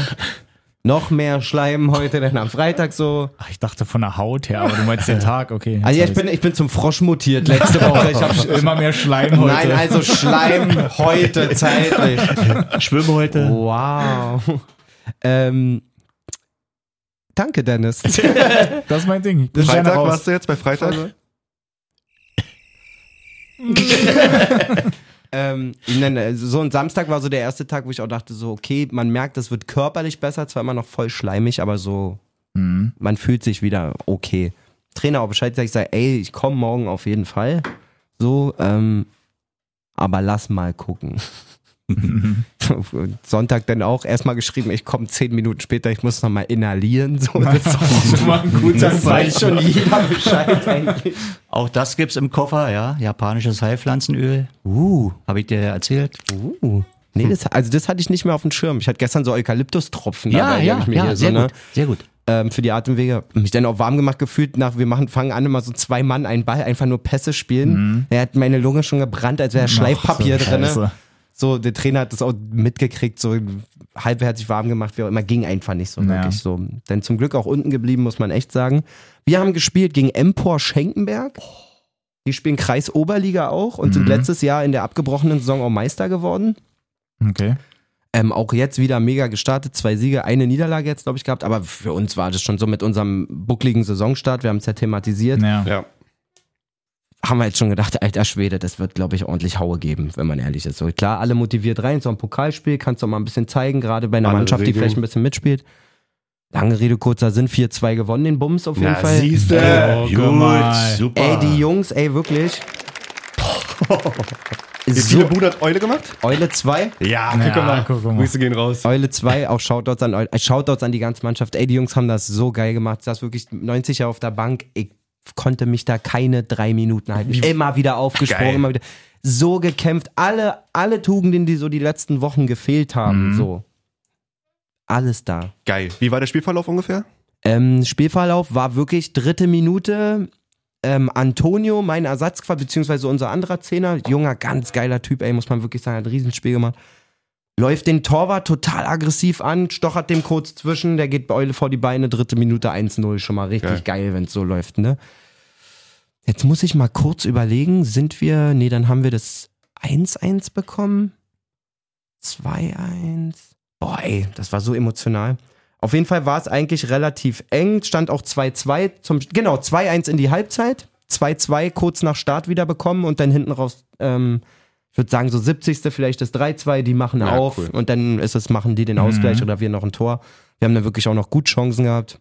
Noch mehr Schleim heute, denn am Freitag so.
Ach, ich dachte von der Haut her, aber du meinst den Tag, okay.
Also ja, ich
jetzt
bin, ich bin zum Frosch mutiert letzte Woche. Ich hab,
hab ich immer mehr Schleim heute.
nein, also Schleim heute zeitlich.
Schwimme heute.
Wow. Ähm, danke, Dennis.
das ist mein Ding. Ich bin
Freitag
gerne raus.
warst du jetzt bei Freitag?
Ähm, nein, nein, so ein Samstag war so der erste Tag, wo ich auch dachte, so, okay, man merkt, es wird körperlich besser, zwar immer noch voll schleimig, aber so,
Mhm.
man fühlt sich wieder okay. Trainer auch Bescheid gesagt, ich halt sage, ey, ich komme morgen auf jeden Fall. So, ähm, aber lass mal gucken. Und Sonntag dann auch erstmal geschrieben, ich komme zehn Minuten später, ich muss nochmal inhalieren. So, das
schon mal ein guter
das weiß schon jeder Bescheid eigentlich.
Auch das gibt's im Koffer, ja. Japanisches Heilpflanzenöl.
Uh,
Habe ich dir ja erzählt.
uh. Nee, das, also das hatte ich nicht mehr auf dem Schirm. Ich hatte gestern so Eukalyptustropfen dabei, die hab ich mir hier so,
sehr
ne?
gut. Sehr gut.
ähm, für die Atemwege. Mich dann auch warm gemacht gefühlt nach, wir machen, fangen an, immer so zwei Mann einen Ball, einfach nur Pässe spielen. Er hat meine Lunge schon gebrannt, als wäre Schleifpapier
Mhm. Ach, so
drin. ne?
Scheiße.
So, der Trainer hat das auch mitgekriegt, so halbherzig warm gemacht, wie auch immer, ging einfach nicht so
Ja.
wirklich so. Dann zum Glück auch unten geblieben, muss man echt sagen. Wir haben gespielt gegen Empor Schenkenberg. Die spielen Kreis Oberliga auch und sind
Mhm.
letztes Jahr in der abgebrochenen Saison auch Meister geworden.
Okay.
Ähm, auch jetzt wieder mega gestartet, zwei Siege, eine Niederlage jetzt, glaube ich, gehabt. Aber für uns war das schon so mit unserem buckligen Saisonstart. Wir haben es ja thematisiert.
Ja.
Ja.
Haben wir jetzt schon gedacht, alter Schwede, das wird, glaube ich, ordentlich Haue geben, wenn man ehrlich ist. So, klar, alle motiviert rein, so ein Pokalspiel, kannst du auch mal ein bisschen zeigen, gerade bei einer
Alle
Mannschaft, die
Regeln.
vielleicht ein bisschen mitspielt. Lange Rede, kurzer Sinn, 4-2 gewonnen, den Bums auf jeden Fall.
siehst
Oh, guck mal.
super.
Ey, die Jungs, ey, wirklich.
Wie viele
so,
Bude hat Eule gemacht?
Eule 2.
Ja,
guck mal.
Grüße gehen raus.
Eule 2, auch Shoutouts an, Eu- äh, Shoutouts an die ganze Mannschaft. Ey, die Jungs haben das so geil gemacht. Ich saß wirklich 90 Jahre auf der Bank. Ich konnte mich da keine drei Minuten halten. Immer wieder aufgesprungen,
Geil.
immer wieder. So gekämpft. Alle, alle Tugenden, die so die letzten Wochen gefehlt haben. So. Alles da.
Geil. Wie war der Spielverlauf ungefähr?
Ähm, Spielverlauf war wirklich dritte Minute. Ähm, Antonio, mein Ersatzquad, beziehungsweise unser anderer Zehner, junger, ganz geiler Typ, ey, muss man wirklich sagen, hat ein Riesenspiel gemacht. Läuft den Torwart total aggressiv an, stochert dem kurz zwischen, der geht bei Eule vor die Beine, dritte Minute 1-0, schon mal richtig geil, wenn es so läuft, ne? Jetzt muss ich mal kurz überlegen, sind wir, nee, dann haben wir das 1-1 bekommen. 2-1. Boah, ey, das war so emotional. Auf jeden Fall war es eigentlich relativ eng. Stand auch 2-2 zum, genau, 2-1 in die Halbzeit. 2-2 kurz nach Start wieder bekommen und dann hinten raus, ähm, ich würde sagen, so 70. vielleicht das 3-2, die machen
Ja,
auf
cool.
und dann ist es, machen die den Ausgleich oder wir noch ein Tor. Wir haben dann wirklich auch noch gut Chancen gehabt.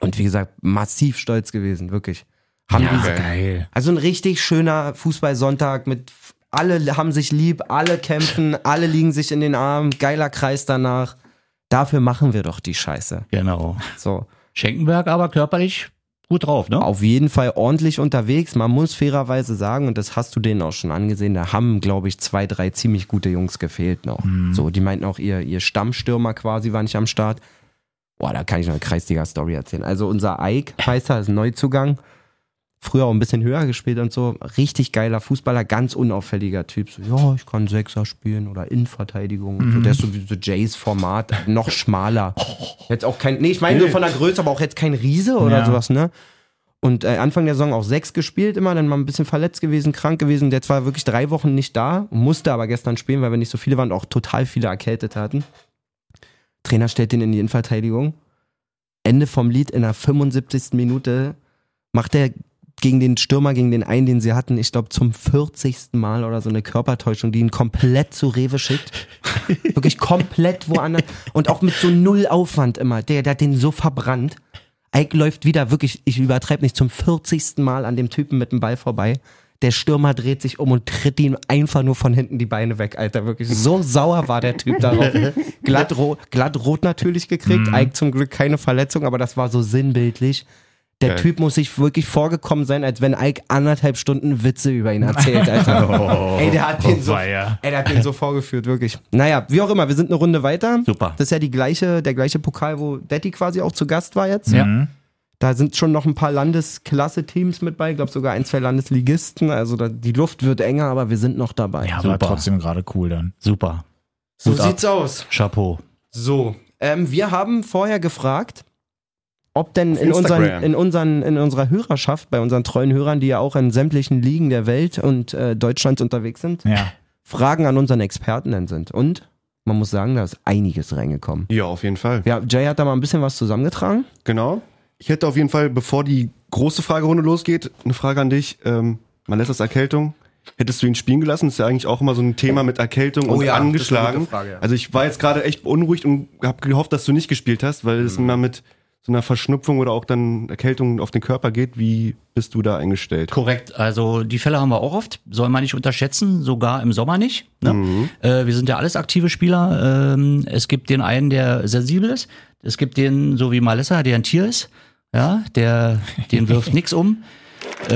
Und wie gesagt, massiv stolz gewesen, wirklich. Haben die,
Geil.
also ein richtig schöner Fußballsonntag mit f- alle haben sich lieb, alle kämpfen, alle liegen sich in den Armen, geiler Kreis danach. Dafür machen wir doch die Scheiße.
Genau.
So,
Schenkenberg aber körperlich gut drauf, ne?
auf jeden Fall ordentlich unterwegs. Man muss fairerweise sagen, und das hast du denen auch schon angesehen, da haben, glaube ich, zwei, drei ziemlich gute Jungs gefehlt noch. So, die meinten auch, ihr, ihr Stammstürmer quasi war nicht am Start. Boah, da kann ich noch eine Kreisliga-Story erzählen. Also unser Eik heißt er, ist ein Neuzugang. Früher auch ein bisschen höher gespielt und so. Richtig geiler Fußballer, ganz unauffälliger Typ. So, ja, ich kann Sechser spielen oder Innenverteidigung. und So, der ist so wie so Jays Format, noch schmaler. Jetzt auch kein, nee, ich meine so von der Größe, aber auch jetzt kein Riese oder
Ja.
sowas, ne? Und äh, Anfang der Saison auch sechs gespielt immer, dann mal ein bisschen verletzt gewesen, krank gewesen. Der war wirklich drei Wochen nicht da, musste aber gestern spielen, weil wir nicht so viele waren und auch total viele erkältet hatten. Trainer stellt ihn in die Innenverteidigung. Ende vom Lied in der 75. Minute macht er gegen den Stürmer, gegen den einen, den sie hatten, ich glaube zum 40. Mal oder so eine Körpertäuschung, die ihn komplett zu Rewe schickt. Wirklich komplett woanders. Und auch mit so null Aufwand immer. Der, der hat den so verbrannt. Ike läuft wieder wirklich, ich übertreibe nicht, zum 40. Mal an dem Typen mit dem Ball vorbei. Der Stürmer dreht sich um und tritt ihm einfach nur von hinten die Beine weg, Alter. Wirklich so sauer war der Typ darauf. glatt, ro glatt rot natürlich gekriegt. Ike zum Glück keine Verletzung, aber das war so sinnbildlich. Der
Geil.
Typ muss sich wirklich vorgekommen sein, als wenn Ike anderthalb Stunden Witze über ihn erzählt, Alter. ey, der hat den so,
weia.
ey, der hat den so vorgeführt, wirklich. Naja, wie auch immer, wir sind eine Runde weiter.
Super.
Das ist ja die gleiche, der gleiche Pokal, wo Detti quasi auch zu Gast war jetzt.
Ja.
Mhm.
Da sind schon noch ein paar Landesklasse-Teams mit bei, ich glaube sogar ein, zwei Landesligisten. Also da, die Luft wird enger, aber wir sind noch dabei.
Ja,
Super.
aber trotzdem gerade cool dann.
Super.
so
gut ab.
sieht's aus.
Chapeau.
So, ähm, wir haben vorher gefragt, ob denn in, unseren,
Instagram.
in, unseren, in unserer Hörerschaft, bei unseren treuen Hörern, die ja auch in sämtlichen Ligen der Welt und äh, Deutschlands unterwegs sind,
Ja.
Fragen an unseren Experten denn sind. Und man muss sagen, da ist einiges reingekommen.
Ja, auf jeden Fall.
Ja, Jay hat da mal ein bisschen was zusammengetragen.
Genau. Ich hätte auf jeden Fall, bevor die große Fragerunde losgeht, eine Frage an dich. Ähm, man lässt das Erkältung. Hättest du ihn spielen gelassen? Das ist ja eigentlich auch immer so ein Thema mit Erkältung
Oh
und
ja, das ist eine
angeschlagen.
gute Frage, ja.
Also ich war jetzt gerade echt beunruhigt und habe gehofft, dass du nicht gespielt hast, weil
Mhm.
es immer mit so einer Verschnupfung oder auch dann Erkältung auf den Körper geht. Wie bist du da eingestellt?
Korrekt. Also die Fälle haben wir auch oft. Soll man nicht unterschätzen, sogar im Sommer nicht. Ne? Äh, wir sind ja alles aktive Spieler. Ähm, es gibt den einen, der sensibel ist. Es gibt den, so wie Malessa, der ein Tier ist. Ja, der, den wirft nichts um.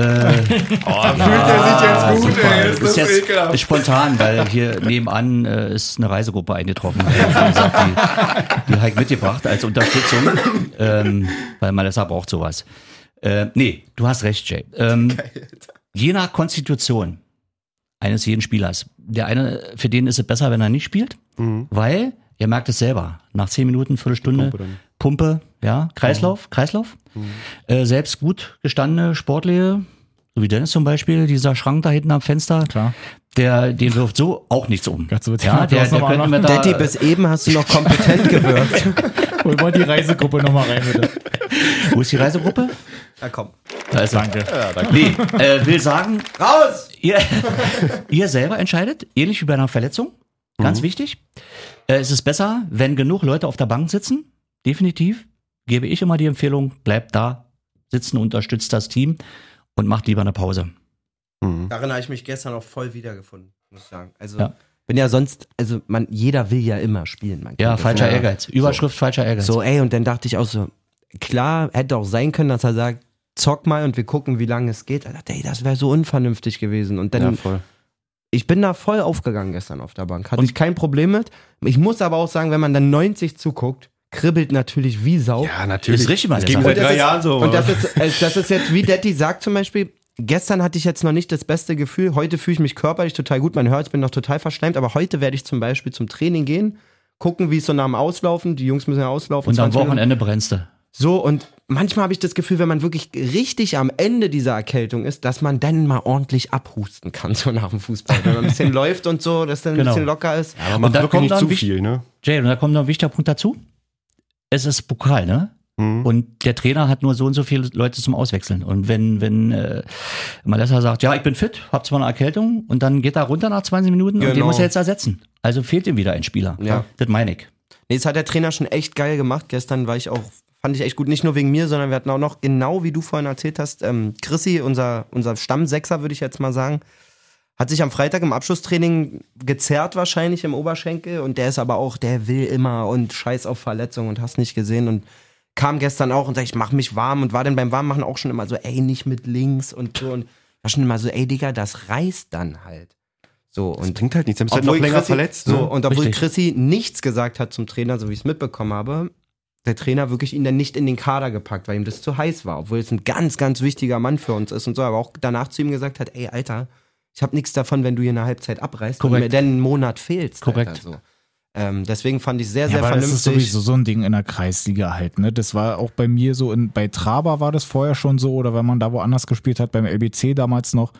Oh,
er
Ah, super. ist jetzt ist spontan, weil hier nebenan äh, ist eine Reisegruppe eingetroffen. die die habe ich mitgebracht als Unterstützung, ähm, weil Malessa braucht sowas. Äh, nee, du hast recht, Jay. Ähm, je nach Konstitution eines jeden Spielers. Der eine, für den ist es besser, wenn er nicht spielt, weil, ihr merkt es selber, nach zehn Minuten, Viertelstunde, Mhm. Pumpe, Mhm. ja, Kreislauf, Kreislauf. Äh, selbst gut gestandene Sportliche, so wie Dennis zum Beispiel, dieser Schrank da hinten am Fenster,
Klar.
der, den wirft so auch nichts um.
Dazu wird
ja,
ja
der,
bloß
der
noch mal
könnte mir
machen.
da,
Detti, bis eben hast du noch kompetent gewirkt.
Hol mal die Reisegruppe nochmal rein, bitte.
wo ist die Reisegruppe?
Na komm.
Da ist er.
Danke.
Nee, äh, will sagen,
Raus!
ihr, ihr selber entscheidet, ähnlich wie bei einer Verletzung. Ganz wichtig. Äh, es ist besser, wenn genug Leute auf der Bank sitzen. Definitiv gebe ich immer die Empfehlung, bleibt da sitzen, unterstützt das Team und macht lieber eine Pause.
Mhm.
Darin habe ich mich gestern auch voll wiedergefunden, muss ich sagen. Also,
Ja.
bin ja sonst, also man, jeder will ja immer spielen. Man
Ja,
kennt das,
falscher
ne?
Ehrgeiz. Überschrift falscher Ehrgeiz.
So, ey, und dann dachte ich auch so, klar, hätte auch sein können, dass er sagt, zock mal und wir gucken, wie lange es geht. Er dachte, ey, das wäre so unvernünftig gewesen. Und dann, ich bin da voll aufgegangen gestern auf der Bank. Hatte
Und-
ich kein Problem mit. Ich muss aber auch sagen, wenn man dann 90 zuguckt, kribbelt natürlich wie Sau.
Ja, natürlich.
Ist richtig, Mann.
Das ging mir
Und
seit
das
drei
ist-
Jahren so.
Und das ist, äh, das ist jetzt, wie Detti sagt zum Beispiel, gestern hatte ich jetzt noch nicht das beste Gefühl, heute fühle ich mich körperlich total gut, man hört, ich bin noch total verschleimt, aber heute werde ich zum Beispiel zum Training gehen, gucken, wie es so nach dem Auslaufen, die Jungs müssen ja auslaufen.
und am
20 Minuten.
Wochenende brennst du.
So, und manchmal habe ich das Gefühl, wenn man wirklich richtig am Ende dieser Erkältung ist, dass man dann mal ordentlich abhusten kann, so nach dem Fußball. Wenn man ein bisschen läuft und so, dass dann ein
Genau.
bisschen locker ist.
aber man
und da
wirklich
kommt
nicht
dann
zu
wich-
viel, ne?
Jay, und da kommt noch ein wichtiger Punkt dazu. Es ist Pokal, ne?
Mhm.
Und der Trainer hat nur so und so viele Leute zum Auswechseln. Und wenn, wenn äh, Malessa sagt, ja, ich bin fit, hab zwar eine Erkältung, und dann geht er runter nach 20 Minuten und den
Genau.
muss er jetzt ersetzen. Also fehlt ihm wieder ein Spieler.
Ja.
Das meine ich.
Nee, das hat der Trainer schon echt geil gemacht. Gestern war ich auch, fand ich echt gut. Nicht nur wegen mir, sondern wir hatten auch noch, genau wie du vorhin erzählt hast, ähm, Chrissy, unser, unser Stammsechser, würde ich jetzt mal sagen, hat sich am Freitag im Abschlusstraining gezerrt wahrscheinlich im Oberschenkel und der ist aber auch, der will immer und scheiß auf Verletzung und hast nicht gesehen und kam gestern auch und sagt, ich mach mich warm und war dann beim Warmmachen auch schon immer so, ey, nicht mit links und so und war schon immer so, ey, Digga, das reißt dann halt. So,
Das
und
bringt halt nichts. Dann bist du halt noch länger
Chrissy-
verletzt.
So,
So.
und obwohl
Richtig.
Chrissy nichts gesagt hat zum Trainer, so wie ich es mitbekommen habe, der Trainer wirklich ihn dann nicht in den Kader gepackt, weil ihm das zu heiß war, obwohl es ein ganz, ganz wichtiger Mann für uns ist und so, aber auch danach zu ihm gesagt hat, ey, Alter, ich habe nichts davon, wenn du hier eine Halbzeit abreißt und
Korrekt.
mir dann einen Monat fehlst.
Korrekt.
Alter, so. ähm, deswegen fand ich sehr,
Ja,
sehr
aber das
vernünftig.
ist sowieso so ein Ding in der Kreisliga halt, ne? Das war auch bei mir so, in, bei Traber war das vorher schon so, oder wenn man da woanders gespielt hat, beim LBC damals noch,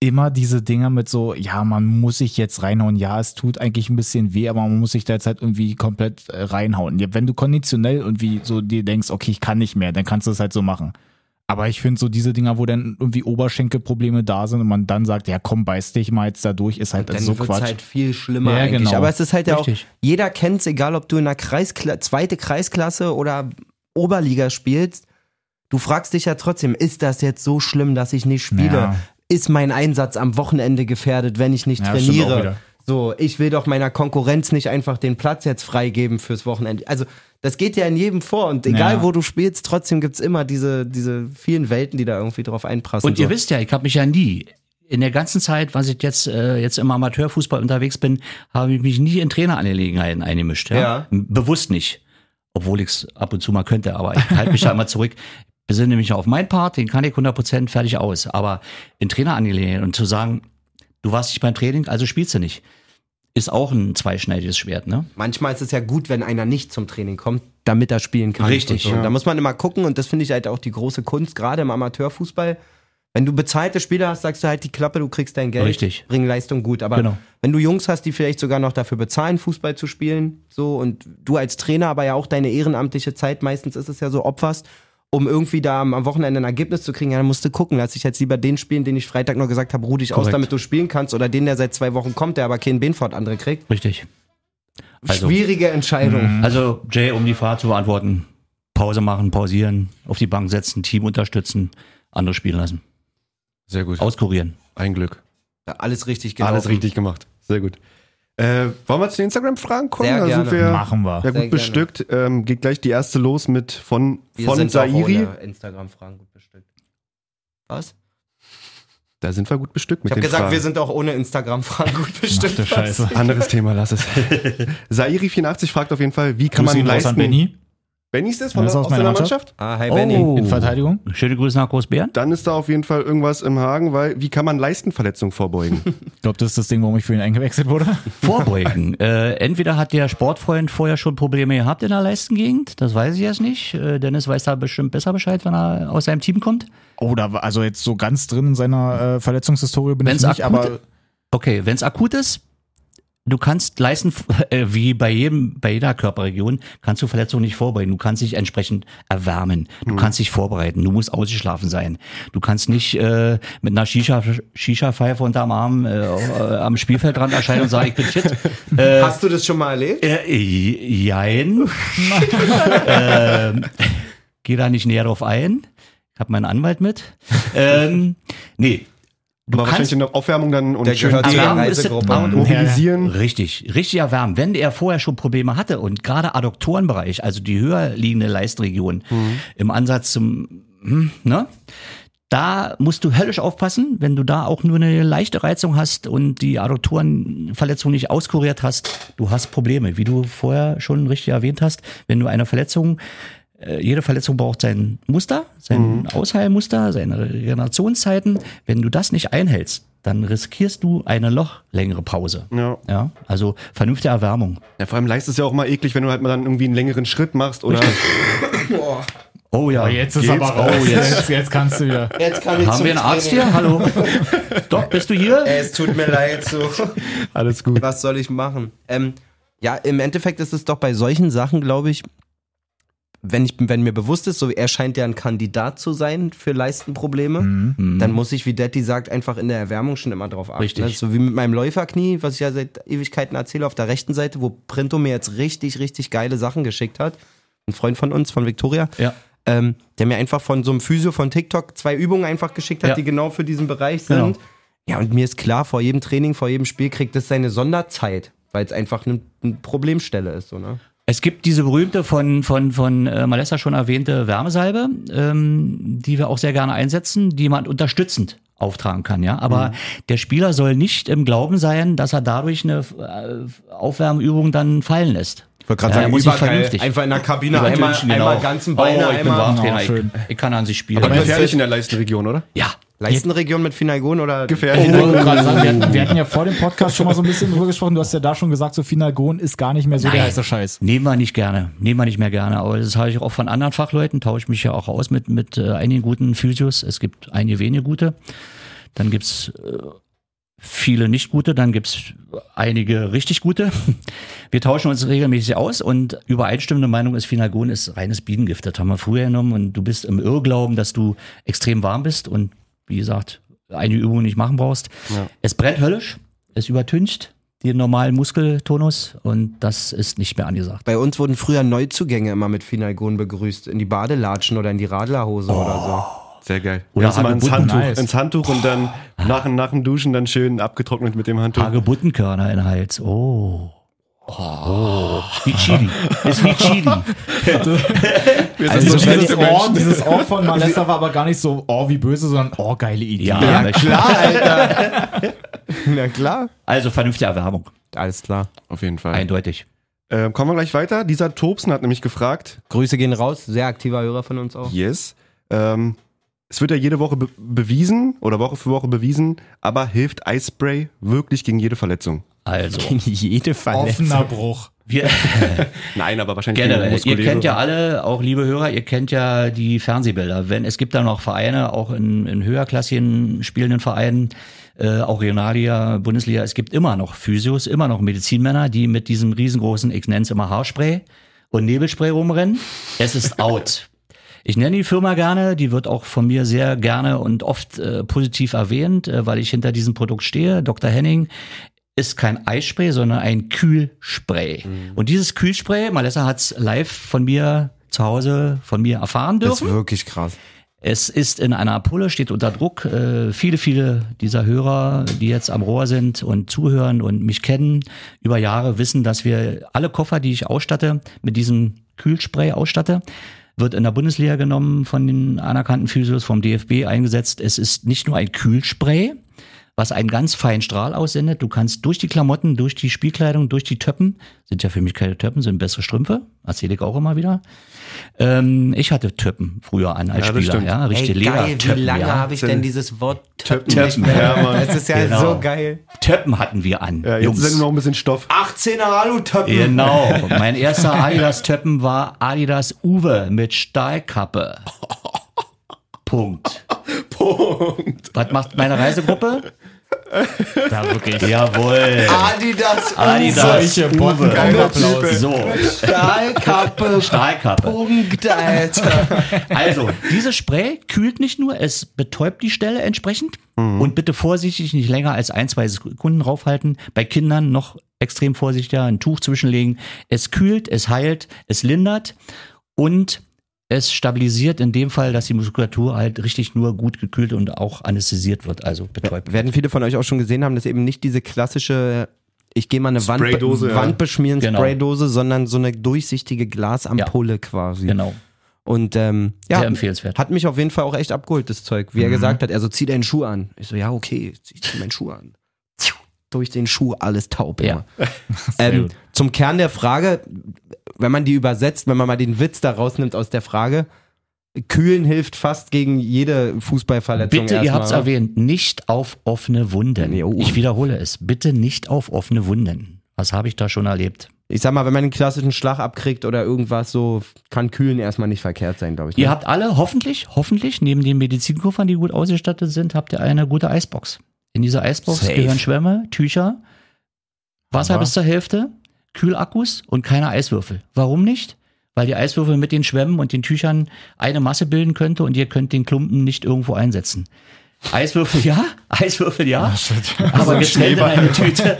immer diese Dinger mit so, ja, man muss sich jetzt reinhauen, ja, es tut eigentlich ein bisschen weh, aber man muss sich da jetzt halt irgendwie komplett äh, reinhauen. Ja, wenn du konditionell irgendwie so dir denkst, okay, ich kann nicht mehr, dann kannst du es halt so machen. Aber ich finde so diese Dinger, wo dann irgendwie Oberschenkelprobleme da sind und man dann sagt, ja komm, beiß dich mal jetzt da durch, ist halt
dann
so
wird's
Quatsch.
halt viel schlimmer
Ja,
eigentlich.
genau.
Aber es ist halt ja auch,
Richtig.
jeder kennt's, egal ob du in der Kreiskla zweite Kreisklasse oder Oberliga spielst, du fragst dich ja trotzdem, ist das jetzt so schlimm, dass ich nicht spiele?
Ja.
Ist mein Einsatz am Wochenende gefährdet, wenn ich nicht
Ja, stimmt auch
trainiere?
wieder.
So, ich will doch meiner Konkurrenz nicht einfach den Platz jetzt freigeben fürs Wochenende. Also, das geht ja in jedem vor und egal
Ja.
wo du spielst, trotzdem gibt's immer diese, diese vielen Welten, die da irgendwie drauf einprassen.
Und ihr
so.
wisst ja, ich habe mich ja nie in der ganzen Zeit, was ich jetzt äh, jetzt im Amateurfußball unterwegs bin, habe ich mich nie in Trainerangelegenheiten eingemischt. Ja?
Ja.
M- Bewusst nicht, obwohl ich es ab und zu mal könnte, aber ich halte mich da immer zurück. Wir sind nämlich auf meinen Part, den kann ich 100% fertig aus. Aber in Trainerangelegenheiten und zu sagen, du warst nicht beim Training, also spielst du nicht, ist auch ein zweischneidiges Schwert, ne?
Manchmal ist es ja gut, wenn einer nicht zum Training kommt, damit er spielen kann.
Richtig,
Und so. Und Da muss man immer gucken und das finde ich halt auch die große Kunst, gerade im Amateurfußball. Wenn du bezahlte Spieler hast, sagst du halt die Klappe, du kriegst dein Geld,
Richtig.
bring Leistung gut. Aber
Genau.
wenn du Jungs hast, die vielleicht sogar noch dafür bezahlen, Fußball zu spielen, so und du als Trainer aber ja auch deine ehrenamtliche Zeit, meistens ist es ja so, opferst, um irgendwie da am am Wochenende ein Ergebnis zu kriegen, ja, dann musst du gucken, lass ich jetzt lieber den spielen, den ich Freitag noch gesagt habe, ruh dich aus,
Korrekt.
damit du spielen kannst, oder den, der seit zwei Wochen kommt, der aber keinen Benfort andere kriegt.
Richtig. Also-
Schwierige Entscheidung.
Also, Jay, um die Frage zu beantworten, Pause machen, pausieren, auf die Bank setzen, Team unterstützen, andere spielen lassen,
Sehr gut.
auskurieren.
Ein Glück.
Ja, alles richtig
Alles richtig gemacht. Sehr gut. Äh, wollen wir zu den Instagram-Fragen kommen?
Sehr
da
gerne.
sind wir
Machen wir.
ja
Sehr
gut
gerne.
bestückt. Ähm, geht gleich die erste los mit von,
Wir
von
sind auch
Sairi.
ohne Instagram-Fragen gut bestückt. Was?
Da sind wir gut bestückt mit
Ich habe
den
gesagt,
Fragen.
wir sind auch ohne Instagram-Fragen gut
Ach
bestückt.
du Scheiße.
Anderes Thema, lass es. Sairi84 fragt auf jeden Fall, wie kann
Grüße
man
gehen raus
leisten...
an Benny
Benny ist das
Ja,
von
ist
der,
aus
aus
meiner
deiner Mannschaft?
Ah,
Mannschaft.
hi
Oh.
in Verteidigung.
Schöne Grüße nach Großbären.
Dann ist da auf jeden Fall irgendwas im Hagen, weil wie kann man Leistenverletzungen vorbeugen?
Ich glaube, das ist das Ding, warum ich für ihn eingewechselt wurde.
Vorbeugen. äh, entweder hat der Sportfreund vorher schon Probleme gehabt in der Leistengegend, das weiß ich jetzt nicht. Äh, Dennis weiß da bestimmt besser Bescheid, wenn er aus seinem Team kommt.
Oh, da war also jetzt so ganz drin in seiner äh, Verletzungshistorie bin
Wenn's
ich nicht,
akut-
aber
Okay, wenn es akut ist, du kannst leisten, äh, wie bei jedem, bei jeder Körperregion, kannst du Verletzungen nicht vorbeugen. Du kannst dich entsprechend erwärmen.
Mhm.
Du kannst dich vorbereiten. Du musst ausgeschlafen sein. Du kannst nicht äh, mit einer Shisha, Shisha-Pfeife unterm Arm äh, äh, am Spielfeldrand erscheinen und sagen, ich bin fit. Äh,
Hast du das schon mal erlebt?
Äh, j- jein. ähm, geh da nicht näher drauf ein. Ich habe meinen Anwalt mit. Ähm, nee. Du
Aber wahrscheinlich in der Aufwärmung dann und
Der
schön
gehört-
an-
der
erwärmen ist
Reisegruppe.
das A und O.
mobilisieren.
Richtig, richtig erwärmen. Wenn er vorher schon Probleme hatte und gerade Adduktorenbereich, also die höher liegende Leistregion im Ansatz zum, hm, ne? Da musst du höllisch aufpassen, wenn du da auch nur eine leichte Reizung hast und die Adduktorenverletzung nicht auskuriert hast, du hast Probleme. Wie du vorher schon richtig erwähnt hast, wenn du eine Verletzung, äh, jede Verletzung braucht sein Muster, sein Ausheilmuster, seine Regenerationszeiten. Wenn du das nicht einhältst, dann riskierst du eine noch längere Pause.
Ja.
Ja, also vernünftige Erwärmung.
ja, vor allem Leist ist ja auch mal eklig, wenn du halt mal dann irgendwie einen längeren Schritt machst oder
Oh ja,
Aber jetzt ist
Geht's?
aber raus. Oh, Jetzt, jetzt kannst du wieder.
Jetzt kann ich
haben wir einen Arzt hier? Hallo. Doc, bist du hier?
Ey, es tut mir leid. So.
alles gut.
Was soll ich machen? Ähm, ja, im Endeffekt ist es doch bei solchen Sachen, glaube ich, wenn, ich, wenn mir bewusst ist, so er scheint ja ein Kandidat zu sein für Leistenprobleme,
Mhm.
dann muss ich, wie Detti sagt, einfach in der Erwärmung schon immer drauf achten.
Richtig.
Das ist so wie mit meinem Läuferknie, was ich ja seit Ewigkeiten erzähle, auf der rechten Seite, wo Printo mir jetzt richtig, richtig geile Sachen geschickt hat. Ein Freund von uns, von Victoria,
Ja.
ähm, der mir einfach von so einem Physio von TikTok zwei Übungen einfach geschickt hat,
Ja.
die genau für diesen Bereich sind.
Genau.
Ja, und mir ist klar, vor jedem Training, vor jedem Spiel kriegt es seine Sonderzeit, weil es einfach eine eine Problemstelle ist. So, ne?
Es gibt diese berühmte von, von, von äh, Malessa schon erwähnte Wärmesalbe, ähm, die wir auch sehr gerne einsetzen, die man unterstützend auftragen kann, ja. Aber der Spieler soll nicht im Glauben sein, dass er dadurch eine äh, Aufwärmübung dann fallen lässt.
Ich wollte gerade
Ja, sagen, muss ich übergeil. vernünftig.
Einfach in der Kabine einmal,
Übertünchen,
einmal
genau.
ganzen Beine,
oh, ich bin
einmal.
Warmtrainer,
Oh, schön.
ich, ich kann an sich spielen.
Aber gefährlich in der Leistenregion, oder? Oh,
ja,
Leistenregion mit Finalgon oder
Gefährlich.
Ich
Oh,
wollte gerade sagen, wir, hatten, wir hatten ja vor dem Podcast schon mal so ein bisschen drüber gesprochen. Du hast ja da schon gesagt, so Finagon ist gar nicht mehr so der
Nein.
heiße Scheiß.
Nehmen wir nicht gerne, nehmen wir nicht mehr gerne, aber das habe ich auch von anderen Fachleuten, tausche ich mich ja auch aus mit, mit äh, einigen guten Physios, es gibt einige wenige gute, dann gibt's äh, viele nicht gute, dann gibt's einige richtig gute. Wir tauschen uns regelmäßig aus und übereinstimmende Meinung ist, Finagon ist reines Bienengift, das haben wir früher genommen und du bist im Irrglauben, dass du extrem warm bist und wie gesagt, eine Übung nicht machen brauchst. Es brennt höllisch, es übertüncht den normalen Muskeltonus und das ist nicht mehr angesagt.
Bei uns wurden früher Neuzugänge immer mit Finalgon begrüßt, in die Badelatschen oder in die Radlerhose oder so.
Sehr geil.
Oder
Oder mal ins
Hagebutten.
Handtuch,
Nice.
ins Handtuch und dann nach, nach dem Duschen dann schön abgetrocknet mit dem Handtuch.
Hagebuttenkörner in den Hals. Oh. Oh. Wie Chili. Ist wie Chili.
Wir sind
Also
so
dieses,
schlechte
oh,
Menschen.
dieses Oh von Malessa war aber gar nicht so, oh, wie böse, sondern oh, geile Idee.
Ja,
Klar, Alter. Na klar.
Also vernünftige Erwärmung.
Alles klar.
Auf jeden Fall.
Eindeutig.
Äh, kommen wir gleich weiter. Dieser Tobsen hat nämlich gefragt,
Grüße gehen raus, sehr aktiver Hörer von uns auch.
Yes. Äh, Ähm, es wird ja jede Woche be bewiesen oder Woche für Woche bewiesen, aber hilft Eispray wirklich gegen jede Verletzung?
Also,
Gegen jede Verletzung.
Offener Bruch.
wir,
Nein, aber wahrscheinlich
generell, ihr
muskuläre.
kennt ja alle, auch liebe Hörer, ihr kennt ja die Fernsehbilder. Wenn es gibt da noch Vereine, auch in, in höherklassigen spielenden Vereinen, äh, auch Regionalliga, Bundesliga, es gibt immer noch Physios, immer noch Medizinmänner, die mit diesem riesengroßen, ich nenne es immer Haarspray und Nebelspray rumrennen. Es ist out. Ich nenne die Firma gerne, die wird auch von mir sehr gerne und oft äh, positiv erwähnt, äh, weil ich hinter diesem Produkt stehe. Dr. Henning ist kein Eispray, sondern ein Kühlspray. Und dieses Kühlspray, Malessa hat es live von mir zu Hause von mir erfahren
Das ist
dürfen.
wirklich krass.
Es ist in einer Ampulle, steht unter Druck. Äh, viele, viele dieser Hörer, die jetzt am Rohr sind und zuhören und mich kennen, über Jahre wissen, dass wir alle Koffer, die ich ausstatte, mit diesem Kühlspray ausstatte, wird in der Bundesliga genommen von den anerkannten Physios vom DFB eingesetzt. Es ist nicht nur ein Kühlspray, was einen ganz feinen Strahl aussendet. Du kannst durch die Klamotten, durch die Spielkleidung, durch die Töppen, sind ja für mich keine Töppen, sind bessere Strümpfe, erzähle ich auch immer wieder. Ähm, ich hatte Töppen früher an als
Ja, das
Spieler,
stimmt.
ja, richtige
Ey, geil,
Ledertöppen.
wie lange
ja.
habe ich denn dieses Wort Töppen, nicht
Töppen,
mehr?
ja, Mann.
Das ist ja
Genau.
so geil.
Töppen hatten wir an,
Ja, jetzt
Jungs.
sind wir noch ein bisschen Stoff.
18er Alu-Töppen.
Genau. Mein erster Adidas-Töppen war Adidas Uwe mit Stahlkappe. Punkt. Punkt. Was macht meine Reisegruppe?
Da wirklich.
Jawohl.
Adidas
Adidas
Solche Botten.
Geiler
Uwe. So.
Stahlkappe.
Stahlkappe.
Punkt, Alter.
Also, dieses Spray kühlt nicht nur, es betäubt die Stelle entsprechend.
Mhm.
Und bitte vorsichtig, nicht länger als ein, zwei Sekunden raufhalten. Bei Kindern noch extrem vorsichtiger, ein Tuch zwischenlegen. Es kühlt, es heilt, es lindert und es stabilisiert in dem Fall, dass die Muskulatur halt richtig nur gut gekühlt und auch anästhesiert wird, also betäubt.
Werden viele von euch auch schon gesehen haben, dass eben nicht diese klassische, ich gehe mal eine Wand,
Spraydose, ja.
Wand beschmieren,
Genau.
Spraydose, sondern so eine durchsichtige Glasampulle quasi.
Genau.
Und ähm, ja,
Sehr empfehlenswert.
hat mich auf jeden Fall auch echt abgeholt, das Zeug. Wie
Mhm.
er gesagt hat, also zieh deinen Schuh an. Ich so, ja, okay, zieh, zieh meinen Schuh an. Tschu, Durch den Schuh alles taub
Ja.
immer. Ähm,
gut.
zum Kern der Frage, wenn man die übersetzt, wenn man mal den Witz da rausnimmt aus der Frage, kühlen hilft fast gegen jede Fußballverletzung.
Bitte, ihr
erstmal, oh.
habt es
oder?
erwähnt, nicht auf offene Wunden.
Jo.
Ich wiederhole es, bitte nicht auf offene Wunden. Was habe ich da schon erlebt?
Ich sag mal, wenn man einen klassischen Schlag abkriegt oder irgendwas so, kann kühlen erstmal nicht verkehrt sein, glaube ich. ne?
Ihr habt alle hoffentlich, hoffentlich, neben den Medizinkoffern, die gut ausgestattet sind, habt ihr eine gute Eisbox. In dieser Eisbox
Safe.
gehören Schwämme, Tücher, Wasser
Aber-
bis zur Hälfte, Kühlakkus und keine Eiswürfel. Warum nicht? Weil die Eiswürfel mit den Schwämmen und den Tüchern eine Masse bilden könnte und ihr könnt den Klumpen nicht irgendwo einsetzen. Eiswürfel ja, Eiswürfel ja, aber getrennt in eine Tüte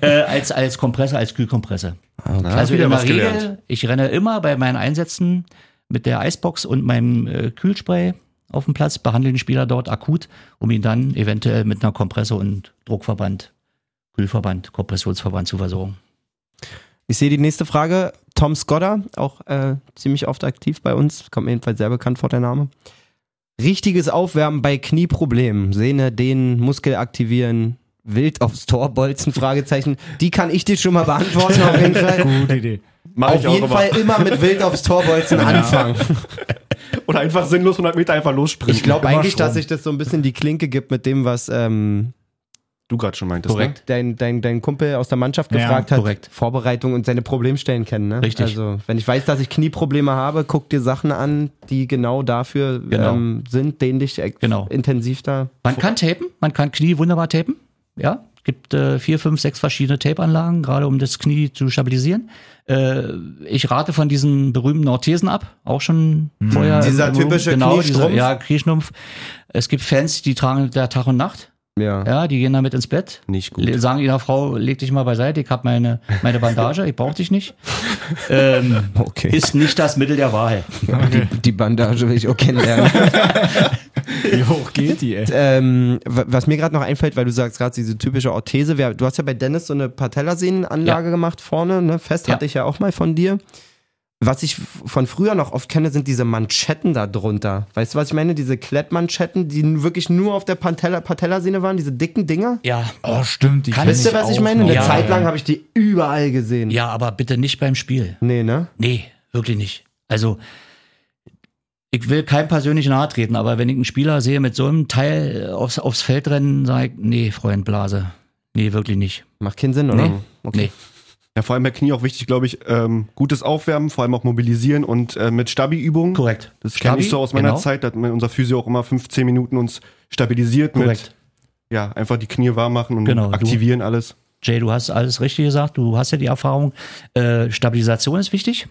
äh, als, als Kompressor, als Kühlkompressor.
Ah,
Also
wieder
in der
was
Regel,
gelernt.
ich renne immer bei meinen Einsätzen mit der Eisbox und meinem äh, Kühlspray auf dem Platz, behandle den Spieler dort akut, um ihn dann eventuell mit einer Kompressor und Druckverband, Kühlverband, Kompressionsverband zu versorgen.
Ich sehe die nächste Frage. Tom Scotta, auch äh, ziemlich oft aktiv bei uns, kommt mir jedenfalls sehr bekannt vor der Name. Richtiges Aufwärmen bei Knieproblemen, Sehne, Dehnen, Muskel aktivieren, wild aufs Tor bolzen, Fragezeichen. Die kann ich dir schon mal beantworten auf jeden Fall.
Gute Idee.
Mach
Auf
ich auch
jeden
immer.
Fall immer mit wild aufs Tor bolzen anfangen.
Oder einfach sinnlos 100 Meter einfach losspringen.
Ich glaube
Immer
eigentlich,
Strom.
dass sich das so ein bisschen die Klinke gibt mit dem, was ähm,
du gerade schon meintest. ne?
Korrekt.
dein, dein, dein Kumpel aus der Mannschaft
Ja,
gefragt hat,
ne? korrekt.
Vorbereitung und seine Problemstellen kennen. Ne?
Richtig.
Also, wenn ich weiß, dass ich Knieprobleme habe, guck dir Sachen an, die genau dafür
Genau.
Ähm, sind, denen dich ex-
Genau.
intensiv da.
Man kann tapen, man kann Knie wunderbar tapen. Ja, gibt äh, vier, fünf, sechs verschiedene Tape-Anlagen, gerade um das Knie zu stabilisieren. Äh, ich rate von diesen berühmten Orthesen ab, auch schon vorher.
Dieser
im-
typische
genau,
Kniestrumpf.
Dieser, ja, Knieschnumpf. Es gibt Fans, die tragen da Tag und Nacht.
Ja.
Ja, die gehen damit ins Bett.
Nicht gut.
Le- Sagen ihrer Frau, leg dich mal beiseite, ich habe meine, meine Bandage, ich brauche dich nicht. Ähm,
Okay.
Ist nicht das Mittel der Wahl.
Die, die Bandage will ich auch kennenlernen.
Wie hoch geht die, ey?
ähm, wa- was mir gerade noch einfällt, weil du sagst gerade diese typische Orthese, wer- du hast ja bei Dennis so eine Patellasehnenanlage gemacht vorne, ne? fest
Ja.
hatte ich ja auch mal von dir. Was ich f- von früher noch oft kenne, sind diese Manschetten da drunter. Weißt du, was ich meine? Diese Klettmanschetten, die n- wirklich nur auf der Patella Patellasehne waren, diese dicken Dinger.
Ja.
Oh, stimmt. Die
Kann-
kenn
Wisst ihr, was ich
auch
meine? Eine
noch.
Ja,
Zeit lang
ja.
habe ich die überall gesehen.
ja, aber bitte nicht beim Spiel.
Nee, ne?
Nee, wirklich nicht. Also ich will keinem persönlich nahe treten, aber wenn ich einen Spieler sehe mit so einem Teil äh, aufs, aufs Feld rennen, sage ich, nee, Freund, Blase. Nee, wirklich nicht.
Macht keinen Sinn, oder?
Nee.
Okay.
Ja, vor allem bei Knie auch wichtig, glaube ich, ähm, gutes Aufwärmen, vor allem auch mobilisieren und äh, mit Stabi-Übungen.
Korrekt.
Das kenne ich so aus meiner
genau.
Zeit, da hat mein- unser Physio auch immer 15 Minuten uns stabilisiert
Korrekt.
mit, ja, einfach die Knie warm machen und
Genau, du-
aktivieren alles.
Jay, du hast alles richtig gesagt, du hast ja die Erfahrung. Äh, Stabilisation ist wichtig.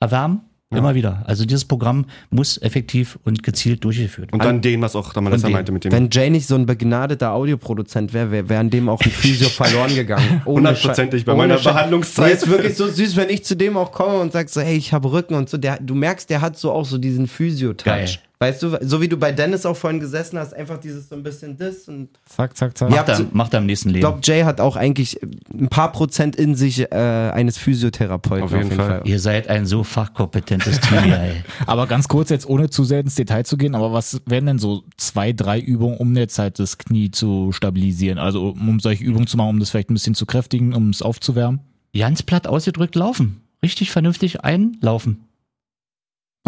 Erwärmen,
Ja.
immer wieder. Also dieses Programm muss effektiv und gezielt durchgeführt
Und dann den, was auch der Malessa
den.
meinte mit dem.
Wenn Jay nicht so ein begnadeter Audioproduzent wäre, wäre wär an dem auch ein Physio verloren gegangen. Ohne Schei-
Hundertprozentig bei
ohne
meiner
Schei-
Behandlungszeit.
Nee, ist wirklich so süß, wenn ich zu dem auch komme und sag so, hey, ich habe Rücken und so. Der, du merkst, der hat so auch so diesen
Geil.
Physio-Touch. Weißt du, so wie du bei Dennis auch vorhin gesessen hast, einfach dieses so ein bisschen das und
Zack, zack, zack.
Ja.
macht, er,
zu-
macht er im nächsten Leben.
Ich glaube, Jay hat auch eigentlich ein paar Prozent in sich äh, eines Physiotherapeuten.
Auf jeden Fall.
Ihr seid ein so fachkompetentes Team, hier, ey.
Aber ganz kurz jetzt, ohne zu sehr ins Detail zu gehen, aber was wären denn so zwei, drei Übungen, um jetzt halt das Knie zu stabilisieren? Also um, um solche Übungen zu machen, um das vielleicht ein bisschen zu kräftigen, um es aufzuwärmen?
Ganz platt ausgedrückt laufen. Richtig vernünftig einlaufen.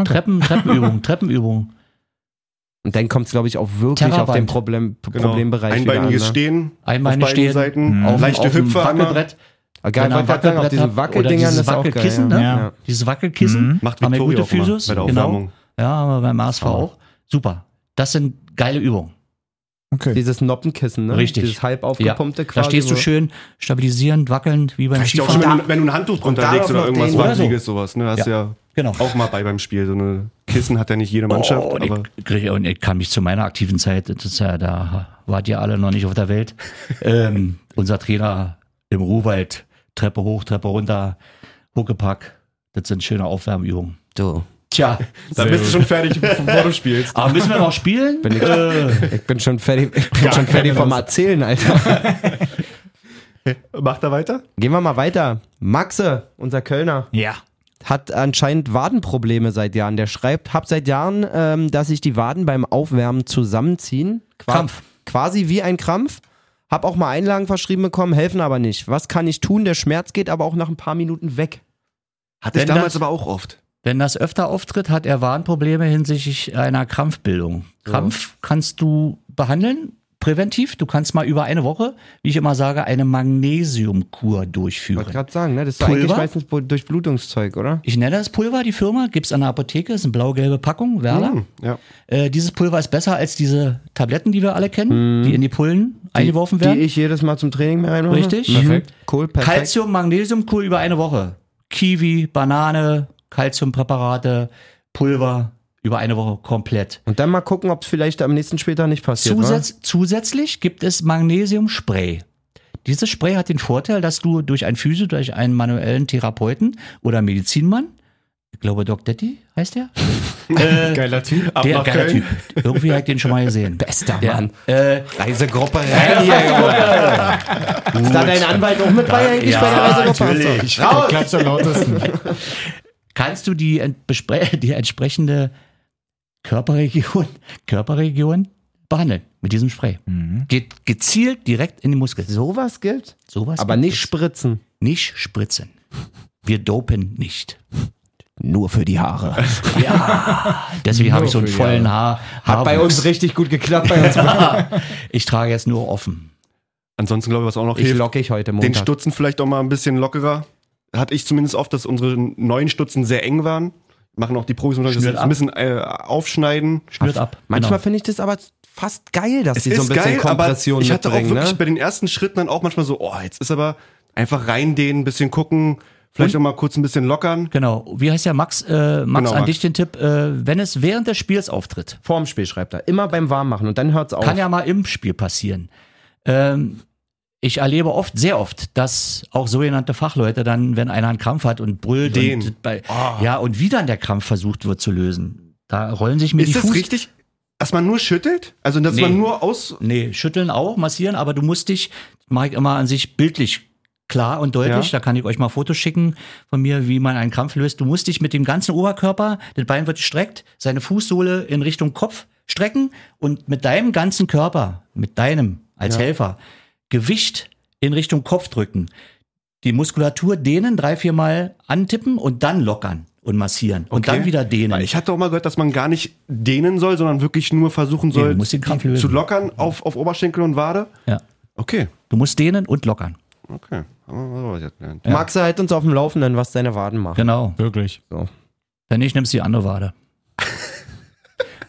Treppen, Treppenübung, Treppenübung.
Und dann kommt es, glaube ich, auch wirklich auf
Terraband.
den Problem,
Genau.
Problembereich
Einbeiniges
wieder an, ne?
Stehen,
Einbeine
auf beiden
stehen, Mhm.
Seiten,
auf-
leichte Hüpfer einmal.
Wackelbrett.
Egal,
Wenn
was
ihr ein
ich sagen, auf
Wackelbrett habt
diesen
Genau, oder
Wackeldingern
dieses
ist auch geil.
Wackelkissen,
ja.
ne?
Ja.
Dieses Wackelkissen.
Mhm.
Macht
Haben wir
Victoria
gute
auch immer
Physios,
bei der
genau.
Aufwärmung.
Ja, aber beim ASV auch. Super. Das sind geile Übungen.
Okay.
Dieses Noppenkissen, ne?
Richtig.
Dieses halb
Ja.
aufgepumpte
Da stehst du
wo-
schön stabilisierend, wackelnd, wie beim
Vielleicht auch
Skifahren.
schon, wenn, du- wenn du ein Handtuch drunter
da
legst
noch
oder irgendwas
den-
Oder so.
Wackeliges, sowas. Ne? Hast ja.
Genau.
auch mal bei beim Spiel. So eine Kissen hat ja nicht jede Mannschaft,
Oh, und,
aber
ich, krieg- und ich kann mich zu meiner aktiven Zeit, das ist ja, da wart ihr alle noch nicht auf der Welt. ähm, unser Trainer im Ruhwald, Treppe hoch, Treppe runter, Huckepack, das sind schöne Aufwärmübungen.
Du.
Tja,
da bist du schon fertig, bevor du spielst.
aber müssen wir noch spielen?
Bin ich-
Äh,
Ich bin schon fertig, ich bin schon fertig vom Erzählen, Alter.
Macht er weiter?
Gehen wir mal weiter. Maxe, unser Kölner.
Ja.
hat anscheinend Wadenprobleme seit Jahren. Der schreibt, hab seit Jahren, ähm, dass sich die Waden beim Aufwärmen zusammenziehen. Qua
Krampf.
Quasi wie ein Krampf. Hab auch mal Einlagen verschrieben bekommen, helfen aber nicht. Was kann ich tun? Der Schmerz geht aber auch nach ein paar Minuten weg.
Hatte ich
Wenn
damals
das-
aber auch oft.
Wenn das öfter auftritt, hat er Warnprobleme hinsichtlich einer Krampfbildung. Krampf kannst du behandeln, präventiv. Du kannst mal über eine Woche, wie ich immer sage, eine Magnesiumkur
Wollte
durchführen.
gerade sagen, ne? Das ist
Pulver?
eigentlich meistens Bo- Durchblutungszeug, oder?
Ich nenne das Pulver, die Firma, gibt's an der Apotheke, ist eine blau-gelbe Packung, Werler.
Hm, ja.
Äh, dieses Pulver ist besser als diese Tabletten, die wir alle kennen, die in die Pullen eingeworfen werden.
Hm. Die ich jedes Mal zum Training mehr reinmache.
Richtig.
Perfekt. Cool, perfekt.
Calcium, Magnesiumkur über eine Woche. Kiwi, Banane, Calciumpräparate, Pulver über eine Woche komplett.
Und dann mal gucken, ob es vielleicht am nächsten Spieltag nicht passiert.
Zusätz zusätzlich gibt es Magnesiumspray. Dieses Spray hat den Vorteil, dass du durch einen Physio, durch einen manuellen Therapeuten oder Medizinmann, ich glaube Doc Detti heißt der,
Äh, Geiler Typ. Ab
der
nach
geiler
Köln.
Typ. Irgendwie habe ich den schon mal gesehen.
Bester
Der,
Mann.
Äh,
Reisegruppe rein hier, Junge. Ist da dein Anwalt auch mit bei eigentlich
Ja,
bei der Reisegruppe? Natürlich. Raus!
Klatscht am lautesten.
kannst du die, ent- bespre- die entsprechende Körperregion, Körperregion behandeln mit diesem Spray.
Mhm.
Geht gezielt direkt in den Muskel. So,
Sowas gilt?
sowas.
Aber
gibt
nicht
es.
spritzen.
nicht spritzen. Wir dopen nicht.
Nur für die Haare.
Deswegen habe ich so einen
für
vollen Haar. Haar
Hat bei uns richtig gut geklappt. Bei uns.
ich trage jetzt nur offen.
Ansonsten glaube ich, was auch noch
Ich
hilft,
locke ich heute
den
Montag.
Stutzen vielleicht auch mal ein bisschen lockerer. Hatte ich zumindest oft, dass unsere neuen Stutzen sehr eng waren. Machen auch die Profis dass sie
Schnürt
das ein
ab.
bisschen äh, aufschneiden.
Schnürt ab.
Manchmal
genau.
finde ich das aber fast geil, dass die so ein bisschen Kompression
ich hatte auch
mitbringen.
wirklich
ne?
bei den ersten Schritten dann auch manchmal so, oh, jetzt ist aber einfach reindehnen, ein bisschen gucken, vielleicht auch mal kurz ein bisschen lockern.
Genau. Wie heißt ja Max? Äh, Max,
Genau,
an
Max.
dich den Tipp. Äh, wenn es während des Spiels auftritt,
Vorm Spiel schreibt er. Immer beim Warmmachen und dann hört's auf.
kann ja mal im Spiel passieren. Ähm, ich erlebe oft, sehr oft, dass auch sogenannte Fachleute dann, wenn einer einen Krampf hat und brüllt
Den.
und bei, ja und wie dann der Krampf versucht wird zu lösen, da rollen sich mir die
Ist das
Fuß
richtig, dass man nur schüttelt? Also, dass
Nee.
man nur aus...
Nee, schütteln auch, massieren, aber du musst dich, mach ich immer an sich bildlich klar und deutlich,
Ja.
da kann ich euch mal Fotos schicken von mir, wie man einen Krampf löst. Du musst dich mit dem ganzen Oberkörper, das Bein wird gestreckt, seine Fußsohle in Richtung Kopf strecken und mit deinem ganzen Körper, mit deinem als Helfer, Gewicht in Richtung Kopf drücken. Die Muskulatur dehnen, drei, viermal antippen und dann lockern. und massieren. Und
Okay.
dann wieder dehnen.
Weil ich hatte auch mal gehört, dass man gar nicht dehnen soll, sondern wirklich nur versuchen
Nee,
soll,
du musst den Krampf
die
lösen.
zu lockern auf, auf Oberschenkel und Wade.
ja.
Okay,
Du musst dehnen und lockern.
okay. Haben wir was jetzt gelernt.
Max, halt uns auf dem Laufenden, was deine Waden machen.
Genau.
Wirklich.
Wenn nicht, nimmst du die andere Wade.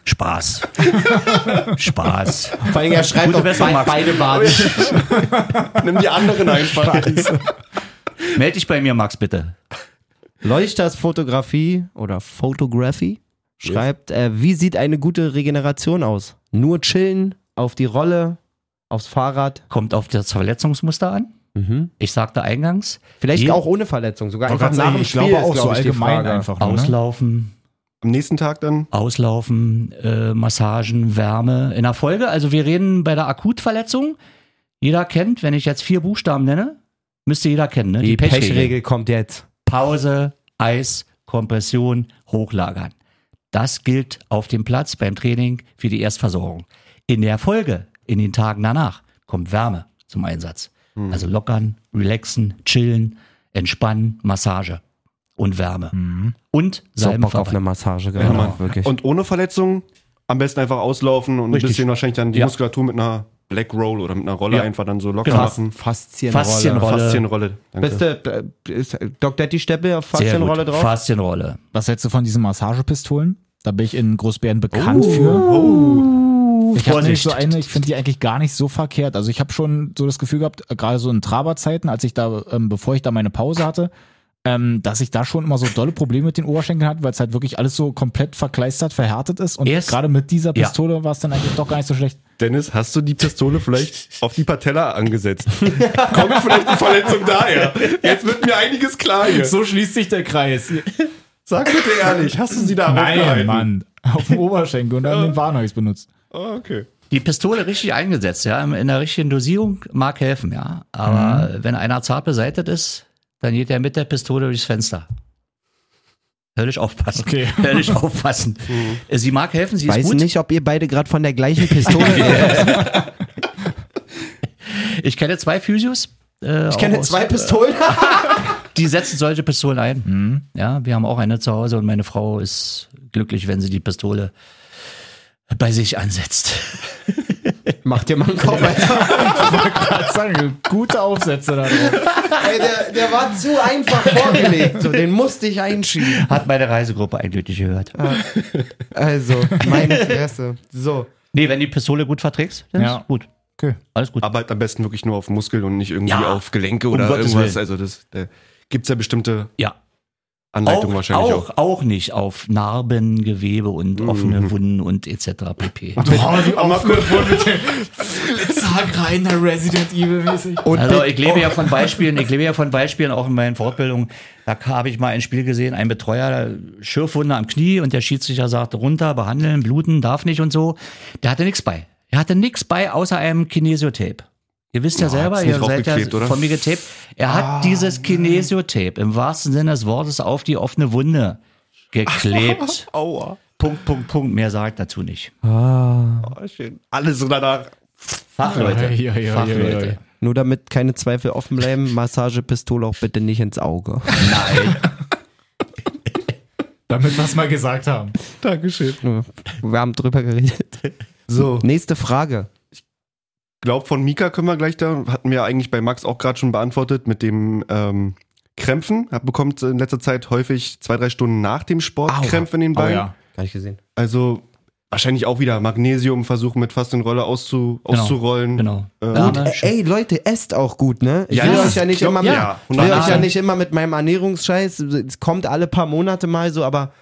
Spaß. Spaß.
Vor allem, er schreibt
Gute
auch
Besserung,
be
Max.
beide Waden.
Nimm die anderen einfach.
Meld dich bei mir, Max, bitte.
Leuchters Fotografie oder Photography schreibt, äh, wie sieht eine gute Regeneration aus? Nur chillen, auf die Rolle, aufs Fahrrad.
Kommt auf das Verletzungsmuster an. Ich sagte eingangs,
Vielleicht
Je-
auch ohne Verletzung, sogar
Wollte
einfach
gerade
nach
sagen,
dem
ich
Spiel.
glaube auch
ist,
so
glaub ich, die
allgemein
Frage.
einfach. nur, Ne?
auslaufen,
Am nächsten Tag dann.
Auslaufen, äh, Massagen, Wärme in der Folge. Also wir reden bei der Akutverletzung. Jeder kennt, wenn ich jetzt vier Buchstaben nenne, müsste jeder kennen. Ne?
Die Pechregel kommt jetzt.
Pause, Eis, Kompression, Hochlagern. Das gilt auf dem Platz beim Training für die Erstversorgung. In der Folge, in den Tagen danach, kommt Wärme zum Einsatz.
Hm.
Also lockern, relaxen, chillen, entspannen, Massage und Wärme. Und
Hm. So Bock auf
Salbenverband.
eine Massage
Genau,
genau. gerade, wirklich.
Und ohne Verletzung am besten einfach auslaufen und
Richtig.
ein bisschen wahrscheinlich dann die
Ja.
Muskulatur mit einer Black Roll oder mit einer Rolle
Ja.
einfach dann so locker
Genau.
machen.
Faszienrolle.
Faszienrolle.
Faszienrolle. Danke.
Bist du, äh, ist Doc Daddy Steppe auf
Sehr
Faszienrolle
gut.
drauf?
Faszienrolle.
Was hältst du von diesen Massagepistolen? Da bin ich in Großbären bekannt für.
Oh.
Ich habe nämlich
Vorsicht.
so eine, ich finde die eigentlich gar nicht so verkehrt. Also ich habe schon so das Gefühl gehabt, äh, gerade so in Traberzeiten, als ich da, ähm, bevor ich da meine Pause hatte, ähm, dass ich da schon immer so dolle Probleme mit den Oberschenkeln hatte, weil es halt wirklich alles so komplett verkleistert, verhärtet ist. Und
Erst-
gerade mit dieser
Ja.
Pistole war es dann eigentlich doch gar nicht so schlecht.
Dennis, hast du die Pistole vielleicht auf die Patella angesetzt? Kommt vielleicht die Verletzung daher? Jetzt wird mir einiges klar hier.
So schließt sich der Kreis.
Sag bitte ehrlich, hast du sie da
Nein,
aufgehalten?
Mann. Auf dem Oberschenkel und dann den Waden habe ich es benutzt.
Oh, okay.
Die Pistole richtig eingesetzt, ja, in der richtigen Dosierung mag helfen, ja. Aber
Mhm.
wenn einer zart beseitet ist, dann geht er mit der Pistole durchs Fenster. Höllisch aufpassen.
Okay.
Höllisch aufpassen. Sie mag helfen, sie
Ich
ist
Mhm. weiß
gut.
nicht, ob ihr beide gerade von der gleichen Pistole redet.
Ich kenne zwei Physios. äh,
Ich kenne
auch aus-
zwei Pistolen.
Die setzen solche Pistolen ein. Mhm. Ja, wir haben auch eine zu Hause und meine Frau ist glücklich, wenn sie die Pistole bei sich ansetzt.
Macht dir mal einen Kopf, Alter.
Sagen, gute Aufsätze da drauf.
Ey, der, der war zu einfach vorgelegt. So, den musste ich einschieben.
Hat meine Reisegruppe eindeutig gehört.
Ah. Also, meine Fresse. So.
Nee, wenn die Pistole gut verträgst, dann
Ja.
ist gut.
Okay.
Alles gut.
Aber halt am besten wirklich nur auf Muskeln und nicht irgendwie
Ja,
auf Gelenke
um
oder
Gottes
irgendwas.
Willen.
Also das da gibt's ja bestimmte
ja.
Anleitungen wahrscheinlich auch.
auch. nicht auf Narben, Gewebe und offene Wunden und etc. pp.
Boah, die aufgeführt wurde mit dem Zack rein, der Resident Evil-mäßig.
Und
Also
bitte-
ich lebe
Oh.
ja von Beispielen, ich lebe ja von Beispielen auch in meinen Fortbildungen. Da habe ich mal ein Spiel gesehen, ein Betreuer, Schürfwunde am Knie und der Schiedsrichter sagte runter, behandeln, bluten, darf nicht und so. Der hatte nichts bei. Er hatte nichts bei außer einem Kinesiotape. Ihr wisst ja selber,
hat's nicht
ihr seid ja
draufgeklebt, oder? Ah.
von mir getaped. Er hat dieses Kinesiotape im wahrsten Sinne des Wortes auf die offene Wunde geklebt.
Aua.
Punkt, Punkt, Punkt. Mehr sagt dazu nicht.
Oh, schön. Alles so danach.
Fachleute.
Ja, ja, ja,
Fachleute.
ja, ja.
Nur damit keine Zweifel offen bleiben, Massagepistole auch bitte nicht ins Auge.
Damit wir es mal gesagt haben.
Dankeschön.
Wir haben drüber geredet.
So.
Nächste Frage.
Glaub von Mika können wir gleich da. Hatten wir eigentlich bei Max auch gerade schon beantwortet mit dem ähm, Krämpfen. Hab bekommt in letzter Zeit häufig zwei, drei Stunden nach dem Sport
Aua.
Krämpfe in den
Oh
Beinen.
ja.
Gar nicht gesehen.
Also wahrscheinlich auch wieder Magnesium versuchen mit fast den Roller auszu, auszurollen.
Genau.
Ähm,
Dame,
Ey, Leute, esst auch gut, ne? Ich
Ja,
will
ja.
euch ja nicht
Ja,
immer mit,
ja,
ich will euch ja
100%.
nicht immer mit meinem Ernährungsscheiß. Es kommt alle paar Monate mal so, aber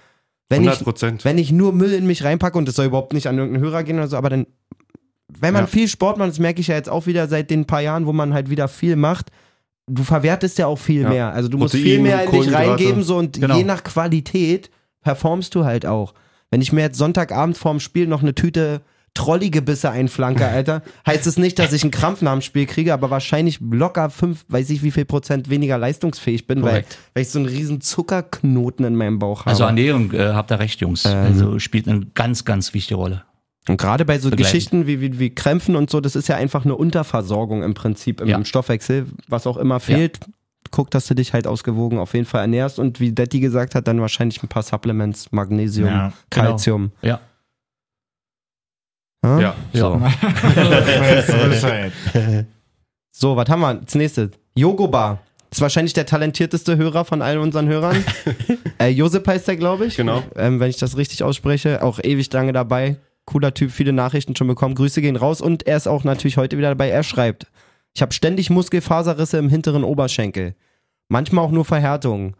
wenn ich
100 Prozent.
wenn ich nur Müll in mich reinpacke und das soll überhaupt nicht an irgendeinen Hörer gehen oder so, aber dann, wenn man
Ja.
viel Sport macht, das merke ich ja jetzt auch wieder seit den paar Jahren, wo man halt wieder viel macht, du verwertest ja auch viel
Ja.
mehr. Also du musst
Protein,
viel mehr in dich
Kohlenhydrate.
reingeben so und
Genau.
je nach Qualität performst du halt auch. Wenn ich mir jetzt Sonntagabend vorm Spiel noch eine Tüte Trolligebisse einflanke, Alter, heißt es nicht, dass ich einen Krampf nach dem Spiel kriege, aber wahrscheinlich locker fünf, weiß ich wie viel Prozent weniger leistungsfähig bin, weil,
Korrekt.
weil ich so einen riesen Zuckerknoten in meinem Bauch habe.
Also Ernährung, äh, habt ihr recht, Jungs. also spielt eine ganz, ganz wichtige Rolle.
Und gerade bei so
Begleitend.
Geschichten wie, wie, wie Krämpfen und so, das ist ja einfach eine Unterversorgung im Prinzip im
Ja.
Stoffwechsel, was auch immer fehlt. guck, dass du dich halt ausgewogen auf jeden Fall ernährst und wie Detti gesagt hat, dann wahrscheinlich ein paar Supplements, Magnesium,
Ja,
genau.
Calcium.
Ja.
Ja.
Ja.
So. so, was haben wir? Das nächste. Yogobar. Ist wahrscheinlich der talentierteste Hörer von allen unseren Hörern. äh, Josep heißt der, glaube ich.
Genau.
Ähm, wenn ich das richtig ausspreche. Auch ewig lange dabei. Cooler Typ, viele Nachrichten schon bekommen. Grüße gehen raus. Und er ist auch natürlich heute wieder dabei. Er schreibt: Ich habe ständig Muskelfaserrisse im hinteren Oberschenkel. Manchmal auch nur Verhärtungen.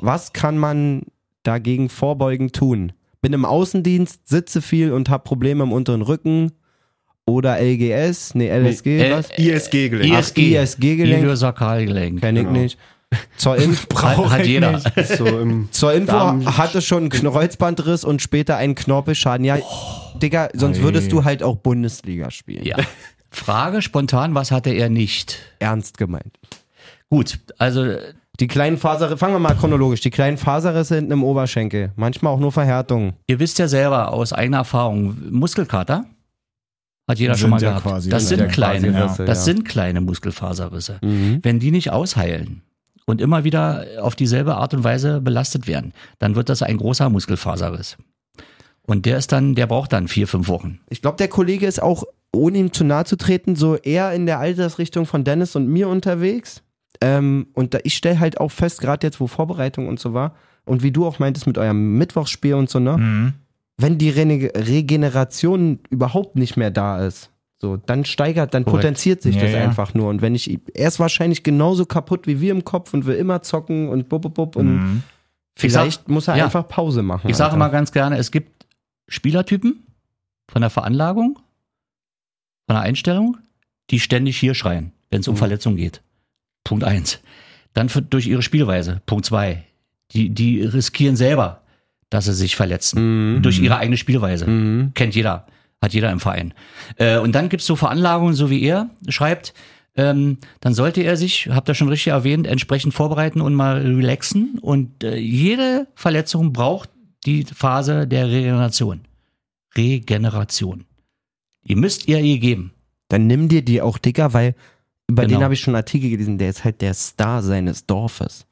Was kann man dagegen vorbeugend tun? Bin im Außendienst, sitze viel und habe Probleme im unteren Rücken. Oder LGS, nee, LSG,
Äh,
L-
was?
ISG-Gelenk.
Ach, ISG-Gelenk.
Iliosakralgelenk.
Kenn ich
Genau.
nicht. Zur, Inf
Hat, hat
genau.
jeder.
So im
Zur Info
Darm-
hatte schon einen Kreuzbandriss und später einen Knorpelschaden. Ja, Digga, sonst würdest du halt auch Bundesliga spielen.
Ja. Frage spontan, was hatte er nicht?
Ernst gemeint.
Gut, also
Die kleinen Faserrisse, fangen wir mal chronologisch. Die kleinen Faserrisse hinten im Oberschenkel. Manchmal auch nur Verhärtungen.
ihr wisst ja selber aus eigener Erfahrung, Muskelkater hat jeder
Sind
schon mal
ja
gehabt.
quasi-
das
sind
sind
ja
kleine,
quasi
Risse,
das
ja.
sind kleine Muskelfaserrisse. Wenn die nicht ausheilen und immer wieder auf dieselbe Art und Weise belastet werden, dann wird das ein großer Muskelfaserriss. Und der ist dann, der braucht dann vier, fünf Wochen.
Ich glaube, der Kollege ist auch, ohne ihm zu nahe zu treten, so eher in der Altersrichtung von Dennis und mir unterwegs. Ähm, und da, ich stelle halt auch fest, gerade jetzt, wo Vorbereitung und so war, und wie du auch meintest mit eurem Mittwochsspiel und so, ne?
Mhm.
wenn die Rene- Regeneration überhaupt nicht mehr da ist, so, dann steigert, dann
Korrekt.
potenziert sich
Ja,
das
ja.
einfach nur. Und wenn ich, er ist wahrscheinlich genauso kaputt wie wir im Kopf und will immer zocken und bub, bub, bub und
Mhm.
vielleicht muss er
ja.
einfach Pause machen.
Ich sage
Alter.
mal ganz gerne, es gibt Spielertypen von der Veranlagung, von der Einstellung, die ständig hier schreien, wenn es
Mhm.
um Verletzungen geht. Punkt eins. Dann für, durch ihre Spielweise. Punkt zwei. Die, die riskieren selber, dass sie sich verletzen.
Mhm.
Durch ihre eigene Spielweise. Kennt jeder. Hat jeder im Verein. Äh, und dann gibt es so Veranlagungen, so wie er schreibt, ähm, dann sollte er sich, habt ihr schon richtig erwähnt, entsprechend vorbereiten und mal relaxen. Und äh, jede Verletzung braucht die Phase der Regeneration. Regeneration. Ihr müsst ihr ihr geben.
Dann nimm dir die auch, Digga, weil über
Genau.
den habe ich schon Artikel gelesen, der ist halt der Star seines Dorfes.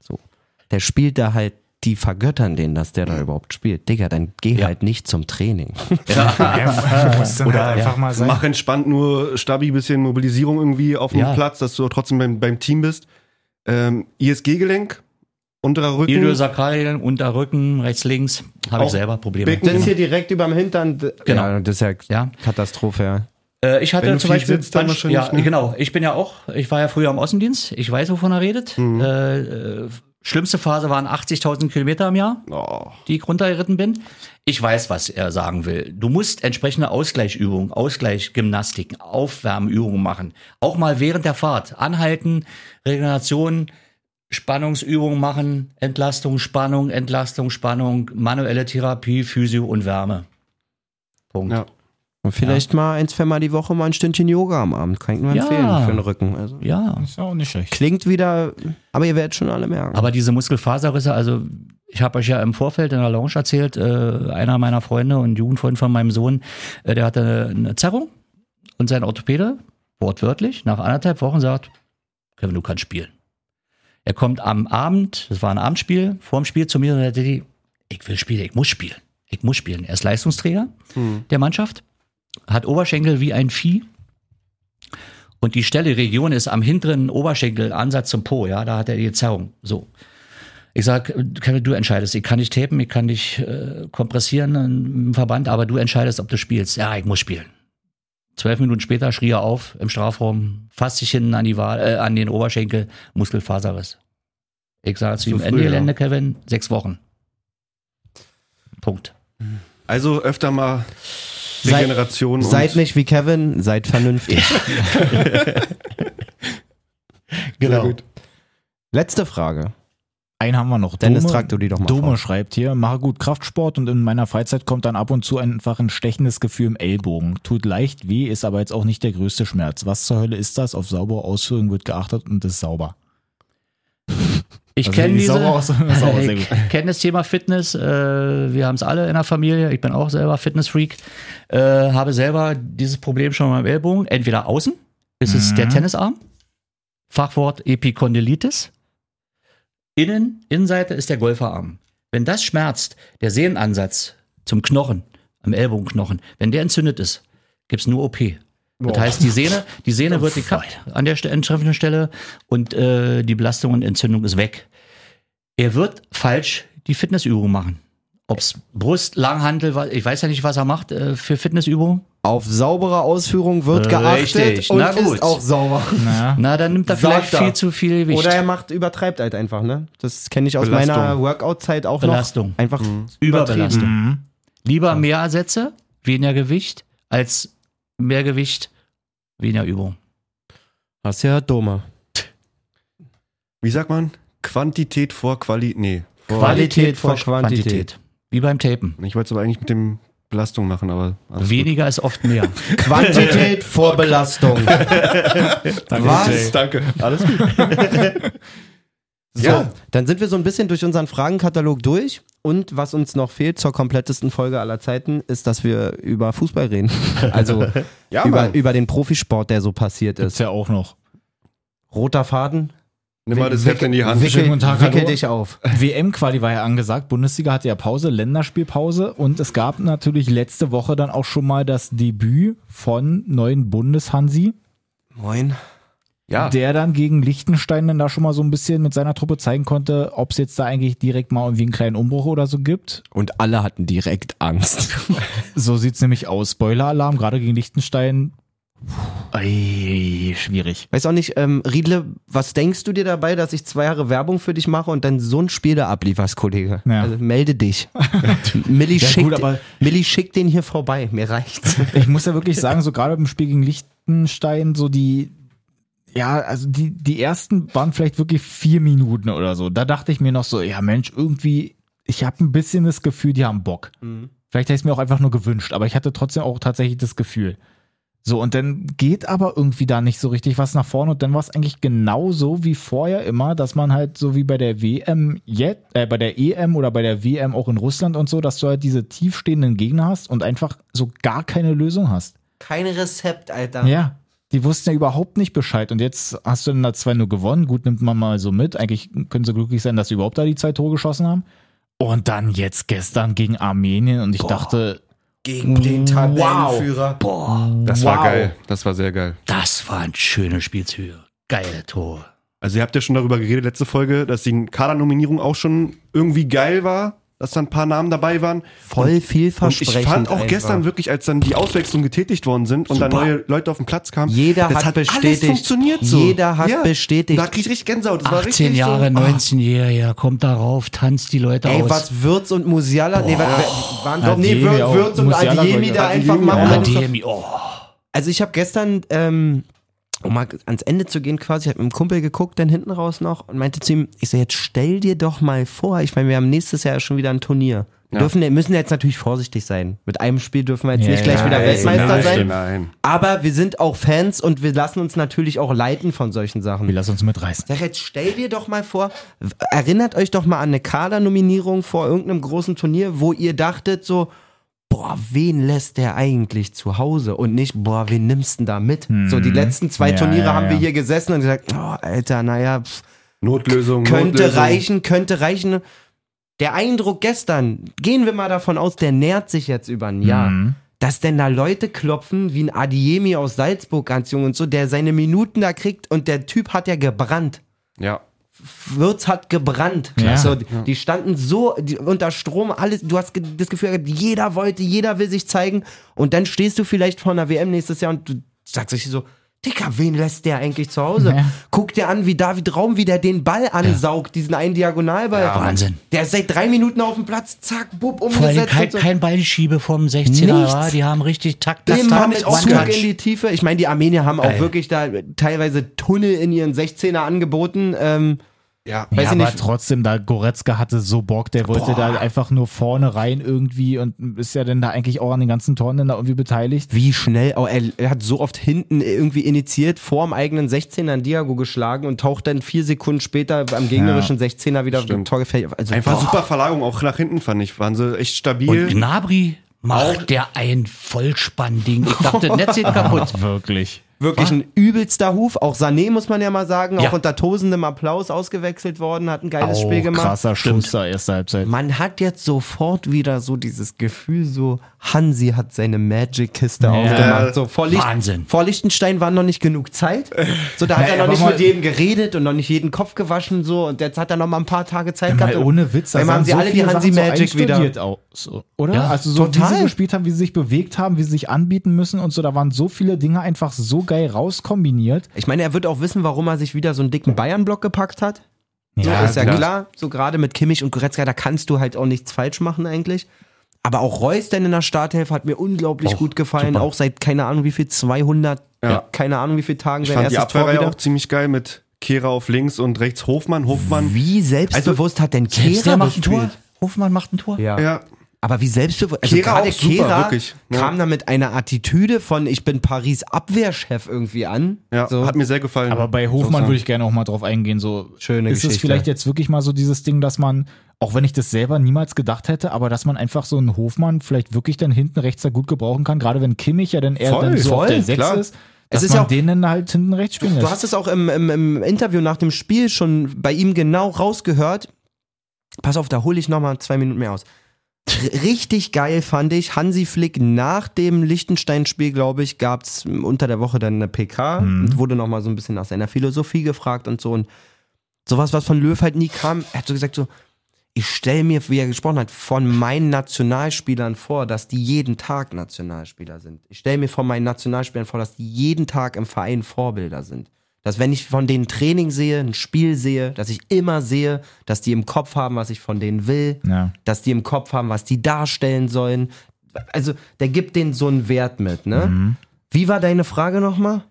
So. Der spielt da halt, die vergöttern den, dass der da überhaupt spielt. Digga, dann geh
Ja.
halt nicht zum Training.
Ja, muss dann halt einfach mal sein.
Mach entspannt nur Stabi, bisschen Mobilisierung irgendwie auf dem
Ja.
Platz, dass du trotzdem beim, beim Team bist. Ähm, ISG-Gelenk, unterer Rücken.
Iliosakralien, Unterrücken, rechts, links. Habe
Auch
ich selber Probleme.
Becken.
hier direkt überm Hintern. Genau. Ja, das ist ja,
Ja.
Katastrophe, ja.
Äh, ich hatte
Wenn du
zum
viel
Beispiel
sitzt, dann wahrscheinlich,
ja,
ne?
genau. Ich bin ja auch, ich war ja früher im Außendienst. Ich weiß, wovon er redet.
Mhm.
Äh, äh, schlimmste Phase waren 80.000 Kilometer im Jahr.
Oh.
die ich runtergeritten bin. Ich weiß, was er sagen will. Du musst entsprechende Ausgleichsübungen, Ausgleichsgymnastiken, Aufwärmübungen machen. Auch mal während der Fahrt. Anhalten, Regeneration, Spannungsübungen machen, Entlastung, Spannung, Entlastung, Spannung, manuelle Therapie, Physio und Wärme. Punkt.
Ja.
Ja,
Und vielleicht mal ein, zweimal die Woche mal ein Stündchen Yoga am Abend. Kann ich nur
Ja.
empfehlen für den Rücken. Also,
Ist ja auch nicht schlecht.
klingt wieder, aber ihr werdet schon alle merken.
aber diese Muskelfaserrisse, also ich habe euch ja im Vorfeld in der Lounge erzählt, äh, einer meiner Freunde und Jugendfreund von meinem Sohn, äh, der hatte eine, eine Zerrung und sein Orthopäde, wortwörtlich, nach anderthalb Wochen sagt, Kevin, du kannst spielen. Er kommt am Abend, das war ein Abendspiel, vorm Spiel zu mir und sagt, Didi, ich will spielen, ich muss spielen, ich muss spielen. Er ist Leistungsträger der Mannschaft, hat Oberschenkel wie ein Vieh, und die Stelle, Region ist am hinteren Oberschenkel, Ansatz zum Po, ja, da hat er die Zerrung. So. Ich sag, Kevin, du entscheidest. Ich kann dich tapen, ich kann dich äh, kompressieren im Verband, aber du entscheidest, ob du spielst. Ja, ich muss spielen. Zwölf Minuten später schrie er auf im Strafraum, fasst sich hinten an, die Wa äh, an den Oberschenkel, Muskelfaserriss. Ich sage zu
Zu
ihm,
früh,
Ende
ja.
Gelände, Kevin, sechs Wochen. Punkt.
Also öfter mal
Seid-
Regeneration. und-
seid nicht wie Kevin, seid vernünftig.
Genau.
Sehr gut.
Letzte Frage.
Einen haben wir noch.
Dennis, trag du die doch mal
Dome
vor.
schreibt hier, mache gut Kraftsport und in meiner Freizeit kommt dann ab und zu einfach ein stechendes Gefühl im Ellbogen. Tut leicht weh, ist aber jetzt auch nicht der größte Schmerz. Was zur Hölle ist das? Auf saubere Ausführung wird geachtet und ist sauber.
Ich
Also
kenne
die
diese.
Sau aus- Sau aus, sehr gut.
ich kenne das Thema Fitness. Äh, wir haben es alle in der Familie. Ich bin auch selber Fitnessfreak. Äh,
Mhm.
habe selber dieses Problem schon mal im Ellbogen. Entweder außen, das ist der Tennisarm, Fachwort Epikondylitis. Innen, Innenseite ist der Golferarm. Wenn das schmerzt, der Sehnenansatz zum Knochen, am Ellbogenknochen, wenn der entzündet ist, gibt's nur OP. Das heißt, die Sehne, die Sehne wird gekappt an der Ste- entsprechenden Stelle und äh, die Belastung und Entzündung ist weg. Er wird falsch die Fitnessübung machen. Ob's Brust, Langhantel, wa- ich weiß ja nicht, was er macht äh, für Fitnessübungen.
Auf saubere Ausführung wird geachtet
Äh, Richtig,
und
na gut.
ist auch sauber.
Naja.
Na, dann nimmt er
Sagt
vielleicht
er.
viel zu viel Gewicht.
Oder er macht, übertreibt halt einfach, ne? Das kenne ich aus
Belastung.
meiner Workout-Zeit auch
Belastung. Mhm.
noch. Einfach
Überbelastung.
Mhm.
Lieber mehr Sätze, weniger Gewicht, als mehr Gewicht, weniger Übung.
Hast ja Doma.
Wie sagt man? Quantität vor Qualität. Nee.
Qualität vor Quantität.
Wie beim Tapen.
Ich wollte es aber eigentlich mit dem Belastung machen, aber. alles gut.
Weniger ist oft mehr.
Quantität vor Belastung. Was?
Danke. Alles gut.
So,
Ja.
dann sind wir so ein bisschen durch unseren Fragenkatalog durch. Und was uns noch fehlt zur komplettesten Folge aller Zeiten, ist, dass wir über Fußball reden. Also
Ja,
über,
Mann.
über den Profisport, der so passiert
Gibt's
ist.
ja auch noch.
Roter Faden,
Nimm mal das Heft in die Hand.
Schönen
wickel,
guten Tag,
wickel
hallo.
dich auf.
WM-Quali war ja angesagt, Bundesliga hatte ja Pause, Länderspielpause und es gab natürlich letzte Woche dann auch schon mal das Debüt von neuen Bundeshansi,
Moin. Ah.
Ja.
der dann gegen Liechtenstein dann da schon mal so ein bisschen mit seiner Truppe zeigen konnte, ob es jetzt da eigentlich direkt mal irgendwie einen kleinen Umbruch oder so gibt.
Und alle hatten direkt Angst.
So sieht's nämlich aus. Spoiler-Alarm, gerade gegen Liechtenstein. Ei, schwierig.
Weiß auch nicht, ähm, Riedle, was denkst du dir dabei, dass ich zwei Jahre Werbung für dich mache und dann so ein Spiel da ablieferst, Kollege?
Ja.
Also melde dich. Milli,
Ja,
schickt,
gut, aber-
Milli schickt den hier vorbei, mir reicht's.
Ich muss ja wirklich sagen, so gerade im Spiel gegen Liechtenstein, so die, ja, also die, die ersten waren vielleicht wirklich vier Minuten oder so. Da dachte ich mir noch so, ja Mensch, irgendwie, ich habe ein bisschen das Gefühl, die haben Bock. Vielleicht hätte ich es mir auch einfach nur gewünscht, aber ich hatte trotzdem auch tatsächlich das Gefühl. So, und dann geht aber irgendwie da nicht so richtig was nach vorne und dann war es eigentlich genauso wie vorher immer, dass man halt so wie bei der WM jetzt, äh, bei der EM oder bei der WM auch in Russland und so, dass du halt diese tiefstehenden Gegner hast und einfach so gar keine Lösung hast.
Kein Rezept, Alter.
Ja. Die wussten ja überhaupt nicht Bescheid und jetzt hast du dann da 2-0 gewonnen. Gut, nimmt man mal so mit. Eigentlich können sie glücklich sein, dass sie überhaupt da die zwei Tore geschossen haben. Und dann jetzt gestern gegen Armenien und ich dachte,
Gegen den Tabellenführer.
Boah,
Das
Wow.
war geil. Das war sehr geil.
das waren schöne Spielzüge. Geile Tore.
Also ihr habt ja schon darüber geredet, letzte Folge, dass die Kadernominierung auch schon irgendwie geil war, dass da ein paar Namen dabei waren.
Voll
Und ich
vielversprechend.
fand auch
einfach.
gestern wirklich, als dann die Auswechslungen getätigt worden sind und dann neue Leute auf den Platz kamen,
Jeder
das
hat
hat
bestätigt.
alles funktioniert so.
Jeder hat bestätigt.
Da krieg ich richtig Gänsehaut. Das war
18
richtig
Jahre,
so,
19-Jähriger, kommt da rauf, tanzt die Leute
Ah. Ey,
aus.
was Würz und Musiala? Nee, wa- wa- waren doch, nee,
Adiemi
Wür-
auch.
Würz und
Musiala
Adiemi
sogar.
da einfach
Adiemi
machen.
oh,
Also-
Demi, oh.
Also ich habe gestern, ähm, um mal ans Ende zu gehen quasi, ich habe mit einem Kumpel geguckt, dann hinten raus noch und meinte zu ihm, ich so, jetzt stell dir doch mal vor, ich meine, wir haben nächstes Jahr schon wieder ein Turnier. Wir dürfen, müssen jetzt natürlich vorsichtig sein. Mit einem Spiel dürfen wir jetzt
Ja,
nicht gleich
ja,
wieder
ey,
Weltmeister
nein,
sein.
Nein.
Aber wir sind auch Fans und wir lassen uns natürlich auch leiten von solchen Sachen.
wir lassen uns mitreißen.
Sag jetzt, stell dir doch mal vor, w- erinnert euch doch mal an eine Kadernominierung vor irgendeinem großen Turnier, wo ihr dachtet so, boah, wen lässt der eigentlich zu Hause und nicht, boah, wen nimmst denn da mit? So, die letzten zwei
Hm. Ja,
Turniere
ja,
haben wir
ja.
hier gesessen und gesagt, oh, Alter, naja, pff,
Notlösung,
könnte
Notlösung.
reichen, könnte reichen. Der Eindruck gestern, gehen wir mal davon aus, der nährt sich jetzt über ein Jahr.
Hm. Mhm.
Dass denn da Leute klopfen, wie ein Adiemi aus Salzburg ganz jung und so, der seine Minuten da kriegt und der Typ hat ja gebrannt.
Ja.
Wirtz hat halt gebrannt.
Ja.
So, die, die standen so die, unter Strom, alles, du hast ge- das Gefühl gehabt, jeder wollte, jeder will sich zeigen. Und dann stehst du vielleicht vor einer WM nächstes Jahr und du sagst dich so, Dicker, wen lässt der eigentlich zu Hause?
Ja.
Guck dir an, wie David Raum wieder den Ball ansaugt, diesen einen Diagonalball.
Wahnsinn.
Der ist seit drei Minuten auf dem Platz, zack, bub,
Vor allem
umgesetzt.
kein,
und so.
kein Ballschiebe vom 16er.
Nichts.
war, Die haben richtig Takt.
Das
Takt,
war mit
Takt,
Zug
One
in
Touch.
die Tiefe. Ich meine, die Armenier haben auch
Geil.
wirklich da teilweise Tunnel in ihren 16er angeboten. Ähm,
Ja.
weiß
ja,
ich
aber
nicht.
trotzdem, da Goretzka hatte so Bock, der wollte da einfach nur vorne rein irgendwie und ist ja dann da eigentlich auch an den ganzen Toren dann da irgendwie beteiligt.
wie schnell, oh, er, er hat so oft hinten irgendwie initiiert, vorm eigenen 16er einen Diago geschlagen und taucht dann vier Sekunden später am gegnerischen 16er wieder
Stimmt.
Tor gefällt. Also,
Einfach
boah.
super Verlagerung, auch nach hinten fand ich. Waren sie echt
Und
stabil.
Gnabry macht der ein Vollspann-Ding. Ich dachte, Netz geht kaputt.
Wirklich.
Wirklich ein übelster Huf. Auch Sané, muss man ja mal sagen,
Ja.
auch unter tosendem Applaus ausgewechselt worden, hat ein geiles
Oh,
Spiel gemacht.
krasser Schuster, erste Halbzeit.
Man hat jetzt sofort wieder so dieses Gefühl, so Hansi hat seine Magic-Kiste aufgemacht. So vor, Licht,
Wahnsinn.
vor Lichtenstein war noch nicht genug Zeit. So, da hat er
aber
noch nicht
mal-
mit jedem geredet und noch nicht jeden Kopf gewaschen. So, und jetzt hat er noch mal ein paar Tage Zeit
Mal
gehabt. und
ohne Witz, da
Einmal haben
sahen
sie
so
alle die
viele
Hansi
Sachen so
Magic wieder.
einstudiert aus, oder?
Ja,
also so wie
total.
sie gespielt haben, wie sie sich bewegt haben, wie sie sich anbieten müssen und so, da waren so viele Dinge einfach so geil rauskombiniert.
Ich meine, er wird auch wissen, warum er sich wieder so einen dicken Bayern-Block gepackt hat. So, ist ja klar. So gerade mit Kimmich und Goretzka, da kannst du halt auch nichts falsch machen eigentlich. Aber auch Reus denn in der Starthilfe hat mir unglaublich gut gefallen. Auch seit keine Ahnung wie viel, 200,
Ja.
keine Ahnung wie viel Tagen
Ich fand die Abwehrreihe auch ziemlich geil mit Kehrer auf links und rechts Hofmann, Hofmann.
Wie selbstbewusst hat denn
Selbst
Kehrer
der macht ein Tor.
gespielt?
Hofmann macht ein Tor.
Ja.
Ja,
Aber wie selbstbewusst. Also
Kehrer
gerade
auch super,
Kehrer
wirklich. ne? Ja.
kam da mit einer Attitüde von ich bin Paris Abwehrchef irgendwie an.
ja
so.
hat mir sehr gefallen.
Aber bei Hofmann würde ich gerne auch mal drauf eingehen. So
Schöne
ist es
Geschichte.
vielleicht jetzt wirklich mal so dieses Ding, dass man, auch wenn ich das selber niemals gedacht hätte, aber dass man einfach so einen Hofmann vielleicht wirklich dann hinten rechts da gut gebrauchen kann, gerade wenn Kimmich ja dann eher
Voll,
dann so auf
voll,
der Sechs
klar.
ist, dass
ist
man
ja auch-
den dann halt hinten rechts spielen
Du
lässt.
hast es auch im, im, im Interview nach dem Spiel schon bei ihm genau rausgehört. Pass auf, da hole ich nochmal zwei Minuten mehr aus. R- Richtig geil fand ich, Hansi Flick nach dem Liechtenstein-Spiel, glaube ich, gab es unter der Woche dann eine PK und wurde nochmal so ein bisschen nach seiner Philosophie gefragt und so. Und sowas, was von Löw halt nie kam. Er hat so gesagt, so, ich stelle mir, wie er gesprochen hat, von meinen Nationalspielern vor, dass die jeden Tag Nationalspieler sind. Ich stelle mir von meinen Nationalspielern vor, dass die jeden Tag im Verein Vorbilder sind. Dass wenn ich von denen Training sehe, ein Spiel sehe, dass ich immer sehe, dass die im Kopf haben, was ich von denen will,
Ja.
dass die im Kopf haben, was die darstellen sollen. Also, der gibt denen so einen Wert mit, ne? Wie war deine Frage nochmal?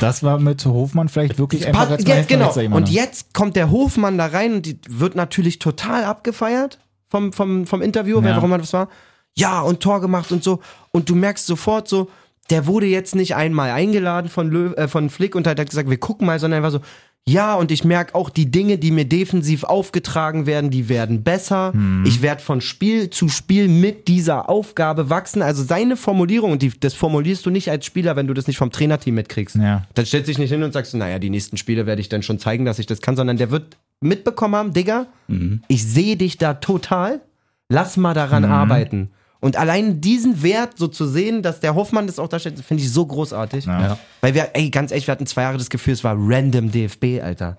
Das war mit Hofmann vielleicht wirklich einfach
Passt-
als
jetzt, genau. Und
jetzt
jetzt kommt der Hofmann da rein und die wird natürlich total abgefeiert vom, vom, vom Interview, wer
Ja.
warum man das war. Ja, und Tor gemacht und so. Und du merkst sofort so, der wurde jetzt nicht einmal eingeladen von, Lö äh, von Flick und hat gesagt, wir gucken mal, sondern er war so, ja, und ich merke auch die Dinge, die mir defensiv aufgetragen werden, die werden besser.
Hm.
Ich werde von Spiel zu Spiel mit dieser Aufgabe wachsen. Also seine Formulierung, und die, das formulierst du nicht als Spieler, wenn du das nicht vom Trainerteam mitkriegst.
Ja.
Dann stellst du dich nicht hin und sagst, naja, die nächsten Spiele werde ich dann schon zeigen, dass ich das kann, sondern der wird mitbekommen haben, Digga, ich sehe dich da total, lass mal daran arbeiten. Und allein diesen Wert so zu sehen, dass der Hoffmann das auch darstellt, finde ich so großartig.
Ja.
Weil wir, ey, ganz ehrlich, wir hatten zwei Jahre das Gefühl, es war random DFB, Alter.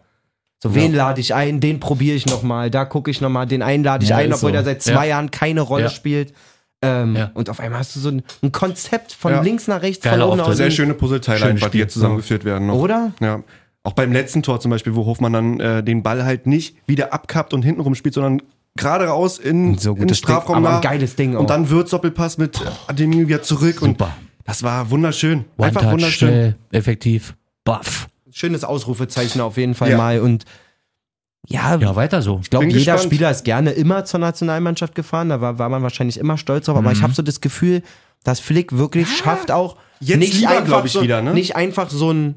So, wen lade ich ein, den probiere ich nochmal, da gucke ich nochmal, den einen lade ich
Ja,
ein,
ist
obwohl
so.
der seit zwei
Ja.
Jahren keine Rolle
Ja.
spielt. Ähm,
Ja.
Und auf einmal hast du so ein, ein Konzept von
Ja.
links nach rechts,
Geiler
von oben nach
Auftritt.
sehr
unten.
schöne Puzzleteile
Schönes
einfach, die
Spiel.
jetzt zusammengeführt werden. Noch.
Oder?
Ja. Auch beim letzten Tor zum Beispiel, wo Hofmann dann äh, den Ball halt nicht wieder abkappt und hinten rumspielt, sondern geradeaus in,
So
in den
gutes Ding,
Strafraum
aber
da.
ein geiles Ding auch.
Und dann wird Doppelpass mit Ademi wieder zurück.
Super.
Und das war wunderschön.
One
einfach
Touch,
wunderschön.
schnell, effektiv. Buff.
schönes Ausrufezeichen auf jeden Fall
Ja.
mal. Und ja,
Ja, weiter so.
ich glaube,
bin
jeder
gespannt.
Spieler ist gerne immer zur Nationalmannschaft gefahren. Da war, war man wahrscheinlich immer stolz drauf. Aber ich habe so das Gefühl, dass Flick wirklich schafft auch
Jetzt
nicht
lieber,
einfach
glaub ich,
so,
wieder, ne?
nicht einfach so ein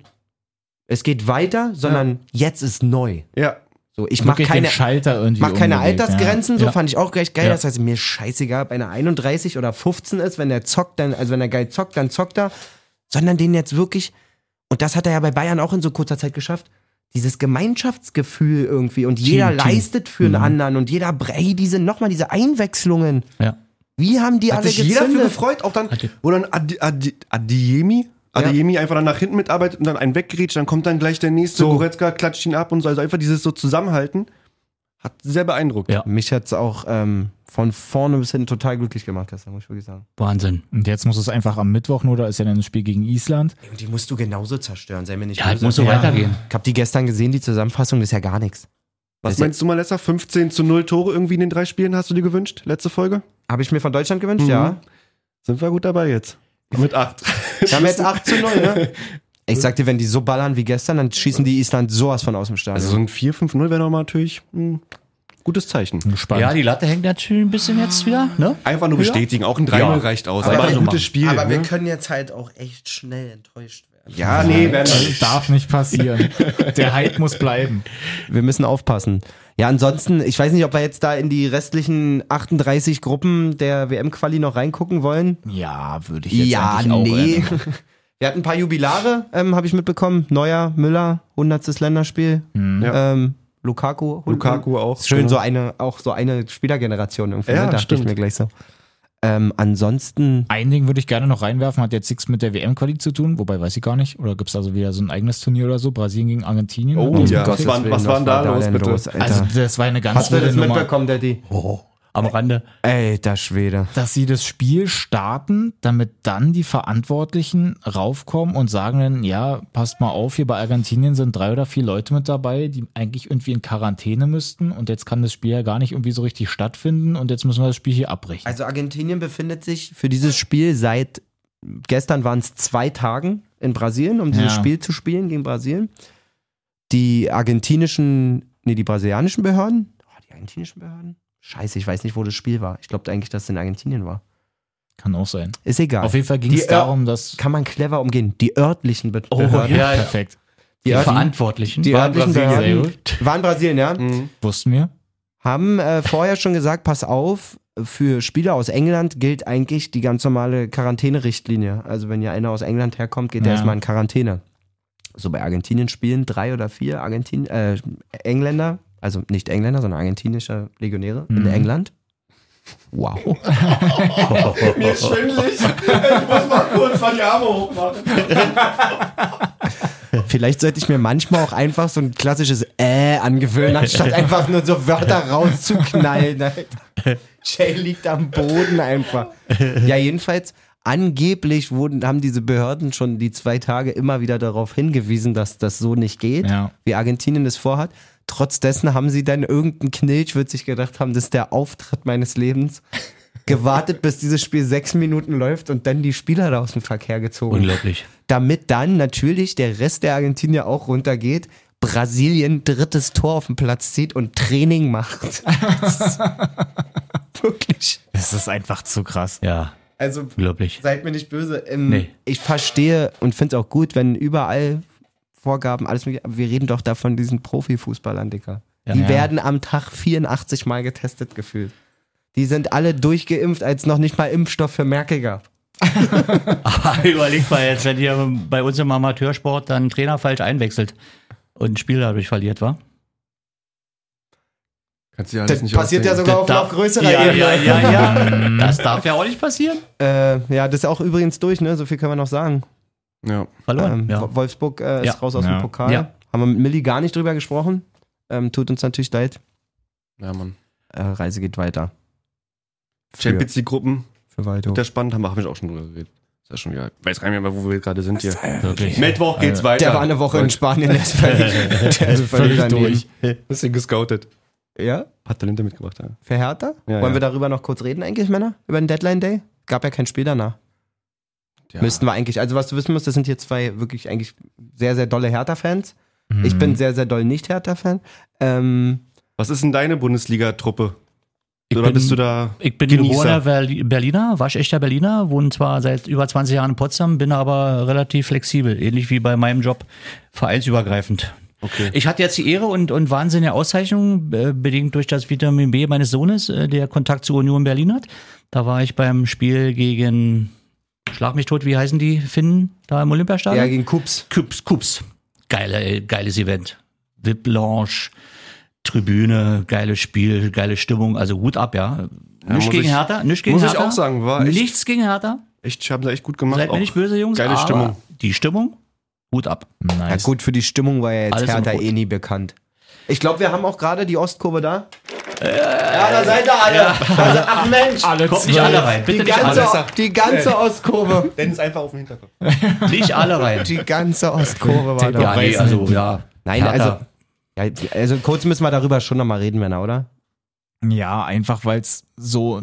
es geht weiter, sondern jetzt ist neu.
Ja.
So, ich mache
wirklich
keine
den Schalter irgendwie
Mach keine
umgelegt,
Altersgrenzen,
ja.
so
ja.
fand ich auch gleich geil.
Ja.
Das heißt, mir scheißegal, ob einer 31 oder 15 ist, wenn er zockt, dann, also wenn er geil zockt, dann zockt er. Sondern den jetzt wirklich, und das hat er ja bei Bayern auch in so kurzer Zeit geschafft, dieses Gemeinschaftsgefühl irgendwie. Und jeder
Team.
leistet für einen anderen und jeder, br- hey, diese, nochmal diese Einwechslungen.
Ja.
Wie haben die
Hat
alle
sich jeder für
gezündet?
gefreut, auch dann,
Hatte-
wo dann Adi, Adi, Adiemi, Adiemi einfach dann nach hinten mitarbeitet und dann einen weggerätscht, dann kommt dann gleich der nächste, Goretzka klatscht ihn ab und so, also einfach dieses so Zusammenhalten hat sehr beeindruckt.
Ja.
Mich hat's auch ähm, von vorne bis hinten total glücklich gemacht, gestern, muss ich wirklich sagen.
Wahnsinn.
Und jetzt muss es einfach am Mittwoch nur, da ist ja dann das Spiel gegen Island.
Und die musst du genauso zerstören, sei mir nicht
Also, Ja, es muss so weitergehen.
Ich hab die gestern gesehen, die Zusammenfassung, das ist ja gar nichts.
Was meinst du mal, Lesser? 15 zu 0 Tore irgendwie in den drei Spielen hast du dir gewünscht? Letzte Folge?
Habe ich mir von Deutschland gewünscht,
Mhm.
ja.
Sind wir gut dabei jetzt? Mit 8.
Wir haben jetzt 8 zu 0, ne? Ich sag dir, wenn die so ballern wie gestern, dann schießen die Island sowas von aus dem Stadion.
Also so ein 4-5-0 wäre nochmal natürlich ein gutes Zeichen.
Gespannt.
Ja, die Latte hängt natürlich ein bisschen jetzt wieder, ne?
Einfach nur bestätigen, auch ein 3-0 reicht aus.
Aber
Aber, ein
so machen.
gutes Spiel. ne?
können jetzt halt auch echt schnell enttäuscht werden.
ja, nee, werden wir
Das darf nicht passieren. Der Hype muss bleiben.
Wir müssen aufpassen. Ja, ansonsten, ich weiß nicht, ob wir jetzt da in die restlichen 38 Gruppen der WM-Quali noch reingucken wollen.
Ja, würde ich
ja,
eigentlich auch,
nee.
äh,
Wir hatten ein paar Jubilare, ähm, habe ich mitbekommen. Neuer, Müller, 100. Länderspiel.
Ja.
Ähm, Lukaku.
Lukaku auch.
Ist Schön,
genau.
so eine, auch so eine Spielergeneration irgendwie,
Ja,
ne? dachte ich
stimmt.
mir gleich so. Ähm, ansonsten,
Ein Ding würde ich gerne noch reinwerfen, hat jetzt nichts mit der WM-Quali zu tun, wobei weiß ich gar nicht. Oder gibt es da so wieder so ein eigenes Turnier oder so? Brasilien gegen Argentinien?
Oh,
Hat das
ja.
mitgekriegt?
Was war- was war denn da los,
denn
bitte?
Alter?
Also, das war eine ganz
Hast du
wilde
das
Nummer.
mitbekommen, Daddy?
Oh, am Rande.
Alter Schwede.
dass sie das Spiel starten, damit dann die Verantwortlichen raufkommen und sagen dann, ja, passt mal auf, hier bei Argentinien sind drei oder vier Leute mit dabei, die eigentlich irgendwie in Quarantäne müssten und jetzt kann das Spiel ja gar nicht irgendwie so richtig stattfinden und jetzt müssen wir das Spiel hier abbrechen.
Also Argentinien befindet sich für dieses Spiel seit gestern waren es zwei Tagen in Brasilien, um dieses
Ja.
Spiel zu spielen gegen Brasilien. Die argentinischen, nee, die brasilianischen Behörden. Oh, die argentinischen Behörden? Scheiße, ich weiß nicht, wo das Spiel war. Ich glaube eigentlich, dass es in Argentinien war.
kann auch sein.
Ist egal.
Auf jeden Fall ging es
Die, äh, Oh,
darum, dass...
kann man clever umgehen. Die örtlichen
Oh,
Be Behörden.
ja, ja.
Perfekt.
Die
örtlichen-
Verantwortlichen.
die
Waren
örtlichen
Brasilien, sehr
Behörden waren Brasilien, ja.
Mhm.
Wussten wir.
Haben äh, vorher schon gesagt, pass auf, für Spieler aus England gilt eigentlich die ganz normale Quarantänerichtlinie. Also wenn ja einer aus England herkommt, geht der
Ja.
erstmal in Quarantäne. So bei Argentinien spielen drei oder vier Argentin äh, Engländer, also nicht Engländer, sondern argentinische Legionäre in
Mhm.
England. Wow.
Mir ist schwindelig. Ich muss mal kurz mal die Arme hochmachen.
Vielleicht sollte ich mir manchmal auch einfach so ein klassisches Äh angewöhnen, anstatt einfach nur so Wörter rauszuknallen. Alter. Jay liegt am Boden einfach. Ja, jedenfalls, angeblich wurden, haben diese Behörden schon die zwei Tage immer wieder darauf hingewiesen, dass das so nicht geht,
Ja.
wie Argentinien es vorhat. Trotz dessen haben sie dann irgendeinen Knilch, wird sich gedacht haben, das ist der Auftritt meines Lebens. Gewartet, bis dieses Spiel sechs Minuten läuft und dann die Spieler da aus dem Verkehr gezogen
Unglaublich.
damit dann natürlich der Rest der Argentinier auch runtergeht, Brasilien drittes Tor auf den Platz zieht und Training macht. Wirklich.
Es ist einfach zu krass.
Ja,
Also
unglaublich.
seid mir nicht böse. Ähm,
Nee.
Ich verstehe und finde es auch gut, wenn überall Vorgaben, alles mögliche, aber wir reden doch da von diesen Profifußballern, Dicker. Die
Ja.
werden am Tag 84 Mal getestet gefühlt. Die sind alle durchgeimpft, als es noch nicht mal Impfstoff für Merkel gab.
Überleg mal jetzt, wenn ihr bei uns im Amateursport dann einen Trainer falsch einwechselt und ein Spiel dadurch verliert, war?
Kannst du ja
Das
alles nicht
passiert ja
ausdenken.
sogar Genau, auf noch größerer
ja,
Ebene.
ja, ja, ja. Das darf ja auch nicht passieren.
Äh, ja, das ist auch übrigens durch, ne? So viel können wir noch sagen.
Ja.
Verloren.
Ähm,
ja.
Wo- Wolfsburg äh, ist
Ja.
raus aus
Ja.
dem Pokal.
Ja.
Haben wir mit Milli gar nicht drüber gesprochen. Ähm, tut uns natürlich leid.
Ja, Mann.
Äh, Reise geht weiter.
Champions League Gruppen,
Für Waldo.
das ist spannend, haben wir hab ich auch schon drüber geredet. Ist ja schon wieder. Weiß gar nicht mehr, wo wir gerade sind hier.
Wirklich.
Mittwoch geht's weiter.
Der war eine Woche in Spanien, der ist völlig, der ist völlig daneben.
durch. Bisschen gescoutet.
Ja?
Hat Talente mitgebracht, ja.
Für Hertha?
Ja,
Wollen
ja.
wir darüber noch kurz reden eigentlich, Männer? Über den Deadline Day? Gab ja kein Spiel danach.
ja.
Müssten wir eigentlich. Also was du wissen musst, das sind hier zwei wirklich eigentlich sehr, sehr dolle Hertha-Fans. Ich bin sehr, sehr doll nicht Hertha-Fan. Ähm,
Was ist denn deine Bundesliga-Truppe?
Ich
Oder
bin-
bist du da.
Ich bin
Genießer?
geborener Berli- Berliner, waschechter Berliner, wohne zwar seit über 20 Jahren in Potsdam, bin aber relativ flexibel, ähnlich wie bei meinem Job, vereinsübergreifend.
Okay.
Ich hatte jetzt die Ehre und, und Wahnsinn der Auszeichnung, äh, bedingt durch das Vitamin B meines Sohnes, äh, der Kontakt zu Union Berlin hat. Da war ich beim Spiel gegen, schlag mich tot, wie heißen die Finnen da im Olympiastadion?
ja, gegen Kups.
Kups, Kups. Geile, geiles Event. VIP Lounge, Tribüne, geiles Spiel, geile Stimmung. Also Hut ab, ja.
muss
Nichts gegen
ich-
Hertha, nichts gegen
muss ich
Hertha.
auch sagen, war echt-
Nichts gegen Hertha.
Echt, haben sie echt gut gemacht.
Seid
auch.
mir nicht böse, Jungs.
Geile
aber
Stimmung.
Die Stimmung, Hut ab.
Ja
Nice.
gut, für die Stimmung war ja jetzt
Alles im
Hertha
Rot.
eh nie bekannt. Ich glaube, wir haben auch gerade die Ostkurve da. ja, da seid ihr alle. Da se- ach Mensch,
Kommt nicht alle rein.
die,
Bitte nicht alle
ganze, die ganze Ostkurve.
Dennis einfach auf den Hinterkopf.
rein. Nicht alle rein.
Die ganze Ostkurve war da.
Ja, nee, also, ja.
Nein, also,
Hertha.
ja, also kurz müssen wir darüber schon nochmal reden, Männer, oder?
Ja, einfach weil es so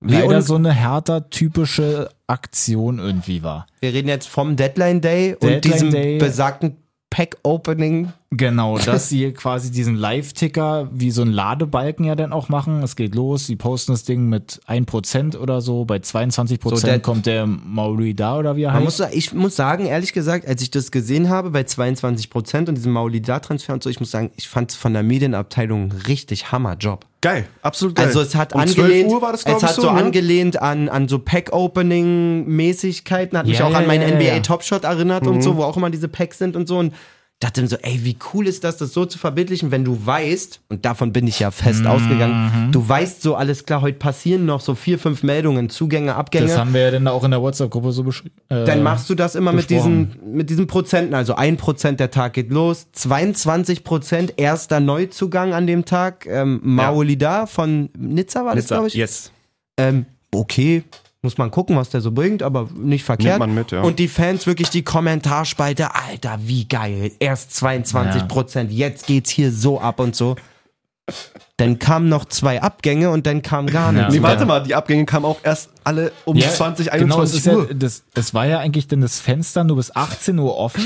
leider
und-
so eine härter typische Aktion irgendwie war.
Wir reden jetzt vom Deadline Day und
Deadline
diesem
Day.
besagten Pack-Opening
Genau, dass sie quasi diesen Live-Ticker wie so einen Ladebalken ja dann auch machen. Es geht los, sie posten das Ding mit 1% oder so. Bei 22%
So, der-
kommt der Mauri da oder wie er
Man
heißt.
muss, sa- ich muss sagen, ehrlich gesagt, als ich das gesehen habe bei 22 Prozent und diesem Maulida-Transfer und so, ich muss sagen, ich fand es von der Medienabteilung einen richtig Hammerjob.
Geil, absolut geil.
Also es hat
um 12
angelehnt,
Uhr war das,
es
glaub ich,
hat so,
ne?
angelehnt an, an so Pack-Opening-Mäßigkeiten, hat mich
Ja,
auch
ja,
an meinen
ja, ja,
NBA
ja.
Top Shot erinnert
Mhm.
und so, wo auch immer diese Packs sind und so und dachte mir so, ey, wie cool ist das, das so zu verbildlichen, wenn du weißt, und davon bin ich ja fest
Mhm.
ausgegangen, du weißt so, alles klar, heute passieren noch so vier, fünf Meldungen, Zugänge, Abgänge
das haben wir ja dann da auch in der WhatsApp-Gruppe so äh, beschrieben.
äh,
dann machst du das immer mit diesen, mit diesen Prozenten. Also 1% der Tag geht los, 22% erster Neuzugang an dem Tag. Ähm, Maolida von Nizza war das,
Nizza,
glaube ich.
Yes.
Ähm, okay, muss man gucken, was der so bringt, aber nicht verkehrt.
man mit, ja.
Und die Fans wirklich die Kommentarspalte, Alter, wie geil. Erst 22%, jetzt geht's hier so ab und so. Dann kamen noch zwei Abgänge und dann kam gar nichts.
Nee,
mehr.
warte mal, die Abgänge kamen auch erst alle um 20,
genau, es
21
ist ja,
Uhr.
das, das war ja eigentlich dann das Fenster nur bis 18 Uhr offen,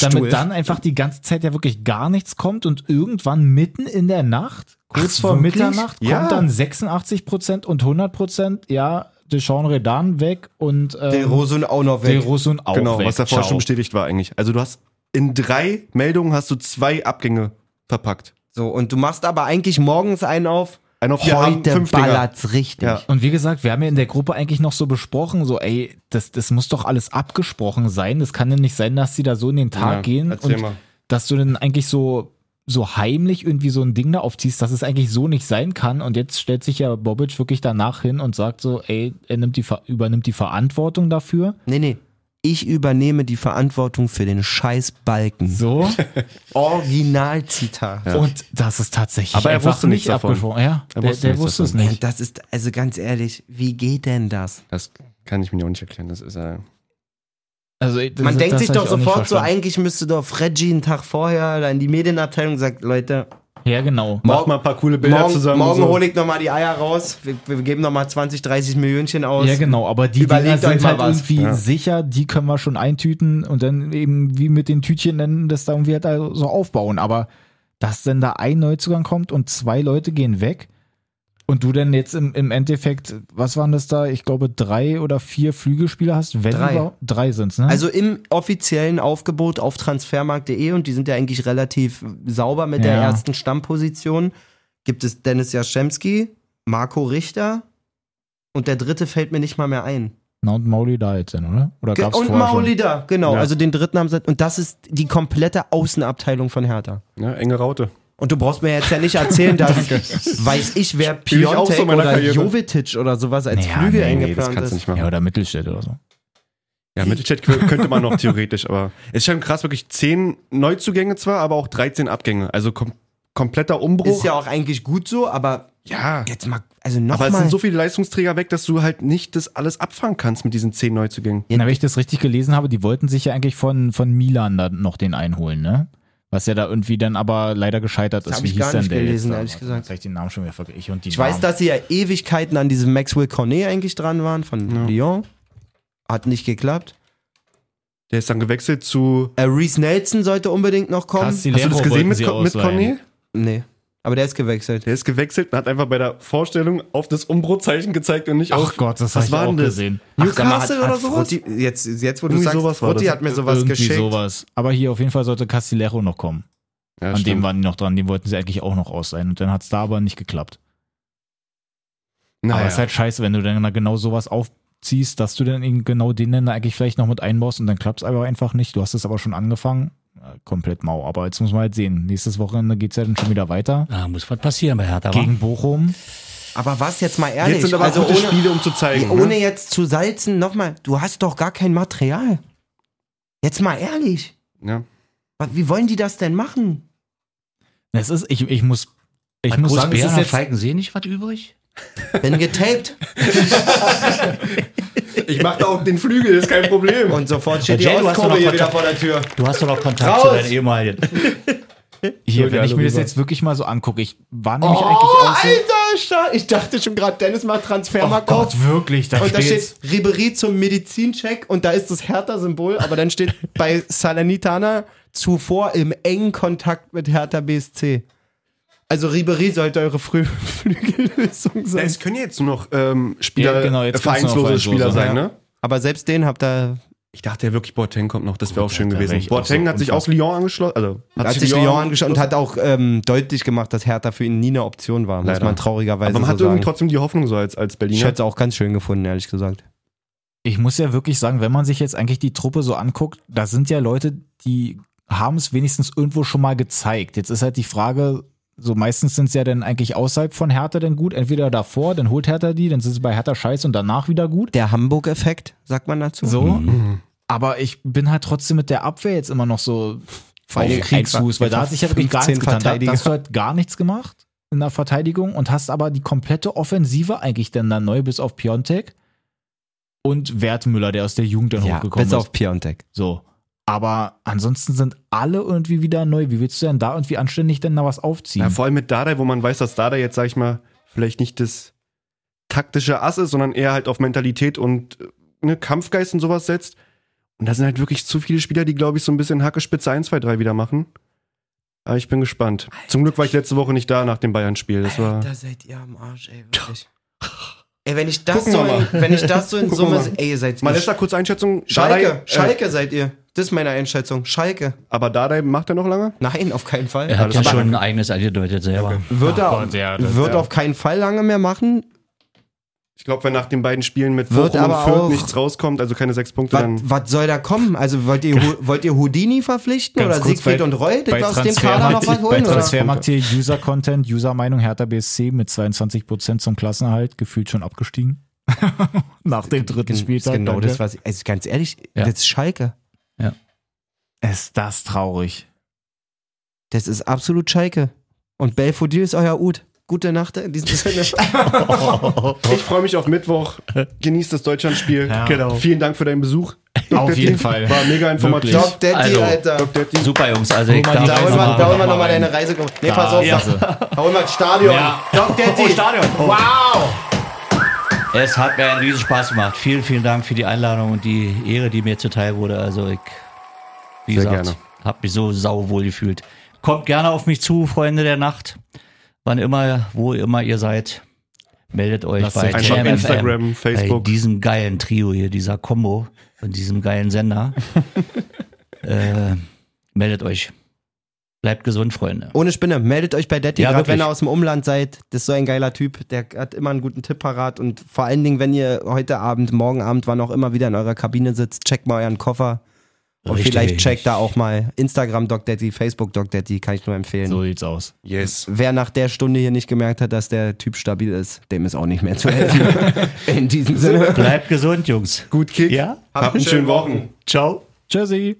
damit dann einfach die ganze Zeit ja wirklich gar nichts kommt und irgendwann mitten in der Nacht, kurz vor Mitternacht,
Ja.
kommt dann 86% und 100%, ja, Deshaun Redan weg und ähm,
Der Rosun auch noch
De
weg.
Rosun auch
Genau,
weg.
was davor
Ciao.
schon bestätigt war eigentlich. Also du hast in drei Meldungen hast du zwei Abgänge verpackt.
So, und du machst aber eigentlich morgens einen auf.
Einen auf, wir haben
Heute
fünf Dinger.
ballert's richtig.
Ja.
Und wie gesagt, wir haben ja in der Gruppe eigentlich noch so besprochen, so ey, das, das muss doch alles abgesprochen sein. Das kann ja nicht sein, dass sie da so in den Tag
Ja,
gehen
erzähl
und
mal.
dass du dann eigentlich so so heimlich irgendwie so ein Ding da aufziehst, dass es eigentlich so nicht sein kann. Und jetzt stellt sich ja Bobic wirklich danach hin und sagt so, ey, er nimmt die, Ver- übernimmt die Verantwortung dafür.
Nee, nee. Ich übernehme die Verantwortung für den scheiß Balken.
So.
Originalzitat.
Und das ist tatsächlich
Aber er
einfach
wusste nichts
nicht
davon.
abgesprochen. Ja,
Er
der,
wusste
der
nichts
wusste es
davon.
nicht.
Das ist, also ganz ehrlich, wie geht denn das?
Das kann ich mir auch nicht erklären. Das ist ja.
Also, das-
Man
das
denkt
hab
sich
ich
doch
auch nicht
sofort so,
verstanden.
eigentlich müsste doch Reggie einen Tag vorher da in die Medienabteilung sagt, Leute,
Ja, genau.
Macht mal ein paar coole Bilder
morgen,
zusammen.
morgen
und so.
hole ich nochmal die Eier raus, wir, wir geben nochmal 20, 30 Millionchen aus.
Ja, genau, aber die
Überlegt
Dinger
euch
sind
mal
halt
was.
irgendwie sicher, die können wir schon eintüten und dann eben wie mit den Tütchen dann das da irgendwie halt da so aufbauen. Aber dass denn da ein Neuzugang kommt und zwei Leute gehen weg und du dann jetzt im, im Endeffekt, was waren das da? Ich glaube, drei oder vier Flügelspieler hast, wenn
Drei.
überhaupt- Drei sind's, ne?
Also im offiziellen Aufgebot auf transfermarkt.de und die sind ja eigentlich relativ sauber mit der
Ja.
ersten Stammposition, gibt es Dennis Jaschemski, Marco Richter und der dritte fällt mir nicht mal mehr ein.
Na, und Mauli da jetzt dann, oder? Oder
Ge
gab's
und
vorher schon?
Maulida, genau.
Ja.
Also den dritten haben sie. Und das ist die komplette Außenabteilung von Hertha.
Ja, enge Raute.
Und du brauchst mir jetzt ja nicht erzählen, dass weiß ich, wer
Spiel ich auch so
Piontek
in meiner
oder
Karriere.
Jovetic oder sowas als
Naja,
Flügel
nee,
Nee, das
eingeplant
kannst du
ist.
nicht machen.
Ja, oder Mittelstädt oder so.
Ja, Mittelchat kö- könnte man noch theoretisch, aber es ist schon krass, wirklich 10 Neuzugänge zwar, aber auch 13 Abgänge. Also kom kompletter Umbruch.
Ist ja auch eigentlich gut so, aber
ja.
jetzt mal, also noch
Aber es
mal.
sind so viele Leistungsträger weg, dass du halt nicht das alles abfangen kannst mit diesen 10 Neuzugängen.
Ja, wenn ich das richtig gelesen habe, die wollten sich ja eigentlich von, von Milan dann noch den einholen, ne? Was ja da irgendwie dann aber leider gescheitert
Das
ist.
hab
Wie
ich
hieß
gar
denn
nicht
der
gelesen,
jetzt? da?
ehrlich
Warte,
gesagt.
Jetzt hab ich den Namen schon wieder vergessen. Ich und die
Ich weiß,
Namen.
dass sie ja Ewigkeiten an diesem Maxwell Cornet eigentlich dran waren von Lyon. Hat nicht geklappt.
Der ist dann gewechselt zu.
Äh, Reese Nelson sollte unbedingt noch kommen.
Castillejo
Hast du das gesehen
wollten
mit,
sie
Con- mit
ausleihen.
Conny?
Nee. Aber der ist gewechselt.
Der ist gewechselt und hat einfach bei der Vorstellung auf das Umbruchzeichen gezeigt und nicht auf.
Ach Oh Gott, das
Was
habe ich
war
auch
denn das?
gesehen.
Newcastle oder sowas? jetzt, jetzt, wo du
Irgendwie
sagst,
sowas war
Frutti
das.
hat mir sowas
Irgendwie
geschickt.
sowas. Aber hier auf jeden Fall sollte Castillejo noch kommen.
Ja,
An dem
stimmt.
waren die noch dran. Den wollten sie eigentlich auch noch ausleihen. Und dann hat's da aber nicht geklappt.
Naja.
Aber es ist halt scheiße, wenn du dann da genau sowas aufziehst, dass du dann eben genau den dann eigentlich vielleicht noch mit einbaust und dann klappt es aber einfach nicht. Du hast es aber schon angefangen. Äh, Komplett mau. Aber jetzt muss man halt sehen. Nächstes Wochenende geht es ja dann schon wieder weiter.
Da muss was passieren bei Hertha. wa?
Gegen Bochum.
Aber was jetzt mal ehrlich?
Jetzt sind aber
also
gute
ohne,
Spiele, um zu zeigen.
ohne
ne?
jetzt zu salzen, nochmal, du hast doch gar kein Material. Jetzt mal ehrlich.
ja.
Wa- Wie wollen die das denn machen?
Es ist, ich, ich muss, ich
Hat
muss
Groß
sagen, es
Bär
ist
nach
jetzt,
Falkensee nicht was übrig?
Bin getaped
Ich mach da auch den Flügel, ist kein Problem.
und sofort steht die
Jay, du hast doch
Auskurve
noch
hier wieder
Kontakt.
vor der Tür.
Du hast doch noch Kontakt zu
Raus!
deinen ehemaligen.
hier, wenn
alle
ich mir das
rüber.
jetzt wirklich mal so angucke, ich war nämlich
Oh,
eigentlich auch so,
Alter, ich dachte schon gerade, Dennis macht Transfermarkt
Oh
auf.
Gott, wirklich, da
Und da
steht's.
steht Ribery zum Medizincheck und da ist das Hertha-Symbol, aber dann steht bei Salernitana zuvor im engen Kontakt mit Hertha BSC. Also Ribery sollte eure Frühflügellösung
Na,
sein.
es können ja jetzt nur noch ähm, Spieler,
Ja, genau, jetzt
äh,
kannst du noch
vereinslose
vereinslose,
Spieler sein,
ja.
ne?
Aber selbst den habt ihr
Ich dachte ja wirklich, Boateng kommt noch, das wäre auch schön
da wär
gewesen.
ich auch
Boateng
so
hat sich auch Lyon angeschlossen, also
hat, sich Lyon angeschaut und hat auch ähm, deutlich gemacht, dass Hertha für ihn nie eine Option war, muss
Leider.
man traurigerweise
Aber man hat
so
irgendwie
sagen.
trotzdem ne? die Hoffnung so als, als
Ich
Berliner.
hätte es auch ganz schön gefunden, ehrlich gesagt.
Ich muss ja wirklich sagen, wenn man sich jetzt eigentlich die Truppe so anguckt, da sind ja Leute, die haben es wenigstens irgendwo schon mal gezeigt. Jetzt ist halt die Frage, so meistens sind es ja dann eigentlich außerhalb von Hertha dann gut, entweder davor, dann holt Hertha die, dann sind sie bei Hertha scheiße und danach wieder gut.
Der Hamburg-Effekt, sagt man dazu.
So. Aber ich bin halt trotzdem mit der Abwehr jetzt immer noch so auf
allem
Kriegsfuß,
einfach-
weil da hat sich ja wirklich gar
15
nichts getan. Da, da
Verteidiger.
hast du halt gar nichts gemacht in der Verteidigung und hast aber die komplette Offensive eigentlich dann dann neu, bis auf Piontek und Wertmüller, der aus der Jugend dann
ja,
hochgekommen
bis
ist.
auf Piontek.
so. Aber ansonsten sind alle irgendwie wieder neu. Wie willst du denn da irgendwie anständig denn da was aufziehen?
Ja, vor allem mit Dardai, wo man weiß, dass Dardai jetzt, sag ich mal, vielleicht nicht das taktische Ass ist, sondern eher halt auf Mentalität und äh, ne, Kampfgeist und sowas setzt. Und da sind halt wirklich zu viele Spieler, die, glaube ich, so ein bisschen Hacke Spitze 1, 2, 3 wieder machen. Aber ich bin gespannt. Zum Glück war ich letzte Woche nicht da nach dem Bayern-Spiel. Das war.
Da seid ihr am Arsch, ey, wirklich. Ey, wenn ich das,
Gucken
so
wir
in,
mal.
wenn ich das so in
Gucken wir
Summe.
mal.
Ey, ihr seid
Mal letzter kurz Einschätzung.
Schalke,
Dardai, äh,
Schalke seid ihr. Das ist meine Einschätzung. Schalke.
aber Dardai macht er noch lange?
Nein, auf keinen Fall.
Er hat ja
Aber
schon ein eigenes angedeutet selber.
Wird, er,
Gott, ja, das-
wird
ja.
auf keinen Fall lange mehr machen.
Ich glaube, wenn nach den beiden Spielen mit
Wird
Bochum und
aber auch-
Fürth nichts rauskommt, also keine sechs Punkte,
Was,
dann.
was soll da kommen? Also wollt ihr, Hu- wollt ihr Houdini verpflichten
Ganz
oder
kurz,
Siegfried
bei-
und Roy? Das
bei
war aus dem
Transfermarkt-
Kader noch was
Bei
holen? Oder?
Transfermarkt hier User-Content, User-Meinung, Hertha BSC mit 22% zum Klassenerhalt, gefühlt schon abgestiegen. Nach dem dritten
Das ist
Spieltag.
genau
danke.
das, was ich, also ganz ehrlich,
Ja.
das ist Schalke.
ist das traurig.
Das ist absolut Schalke. Und Belfodil ist euer Ut. Gute Nacht äh, in diesem Sinne.
Ich freue mich auf Mittwoch. Genießt das Deutschlandspiel.
Ja. Genau.
Vielen Dank für deinen Besuch.
Auf jeden Fall.
War mega informativ.
Doc Daddy,
Also,
Alter.
Super, Jungs. Also, ich
Hol mal die
da
darf
holen
jetzt
wir, da holen wir
noch
nochmal
mal
deine Reisekosten. Nee, pass auf.
ja.
Da holen wir das Stadion.
Ja. Oh,
Doc Daddy. Oh. Stadion. Wow.
Es hat mir einen riesen Spaß gemacht. Vielen, vielen Dank für die Einladung und die Ehre, die mir zuteil wurde. Also ich, wie
Sehr
gesagt,
gerne.
habe mich so sauwohl gefühlt. Kommt gerne auf mich zu, Freunde der Nacht. Wann immer, wo immer ihr seid, meldet euch
Lasst
bei
euch
Einfach
TMFM,
Instagram,
Bei
Facebook.
diesem geilen Trio hier, dieser Combo von diesem geilen Sender. äh, meldet euch. Bleibt gesund, Freunde.
Ohne Spinne, meldet euch bei Daddy,
Ja,
gerade
wirklich.
wenn ihr aus dem Umland seid. Das ist so ein geiler Typ, der hat immer einen guten Tipp parat. Und vor allen Dingen, wenn ihr heute Abend, morgen Abend, wann auch immer wieder in eurer Kabine sitzt, checkt mal euren Koffer. Und
Richtig.
vielleicht checkt da auch mal Instagram Doc Daddy, Facebook Doc Daddy, kann ich nur empfehlen.
So sieht's aus.
Yes.
Wer nach der Stunde hier nicht gemerkt hat, dass der Typ stabil ist, dem ist auch nicht mehr zu helfen. In diesem Sinne.
Bleibt gesund, Jungs.
Gut Kick.
Ja?
Habt einen schönen Wochen.
Ciao.
Tschüssi.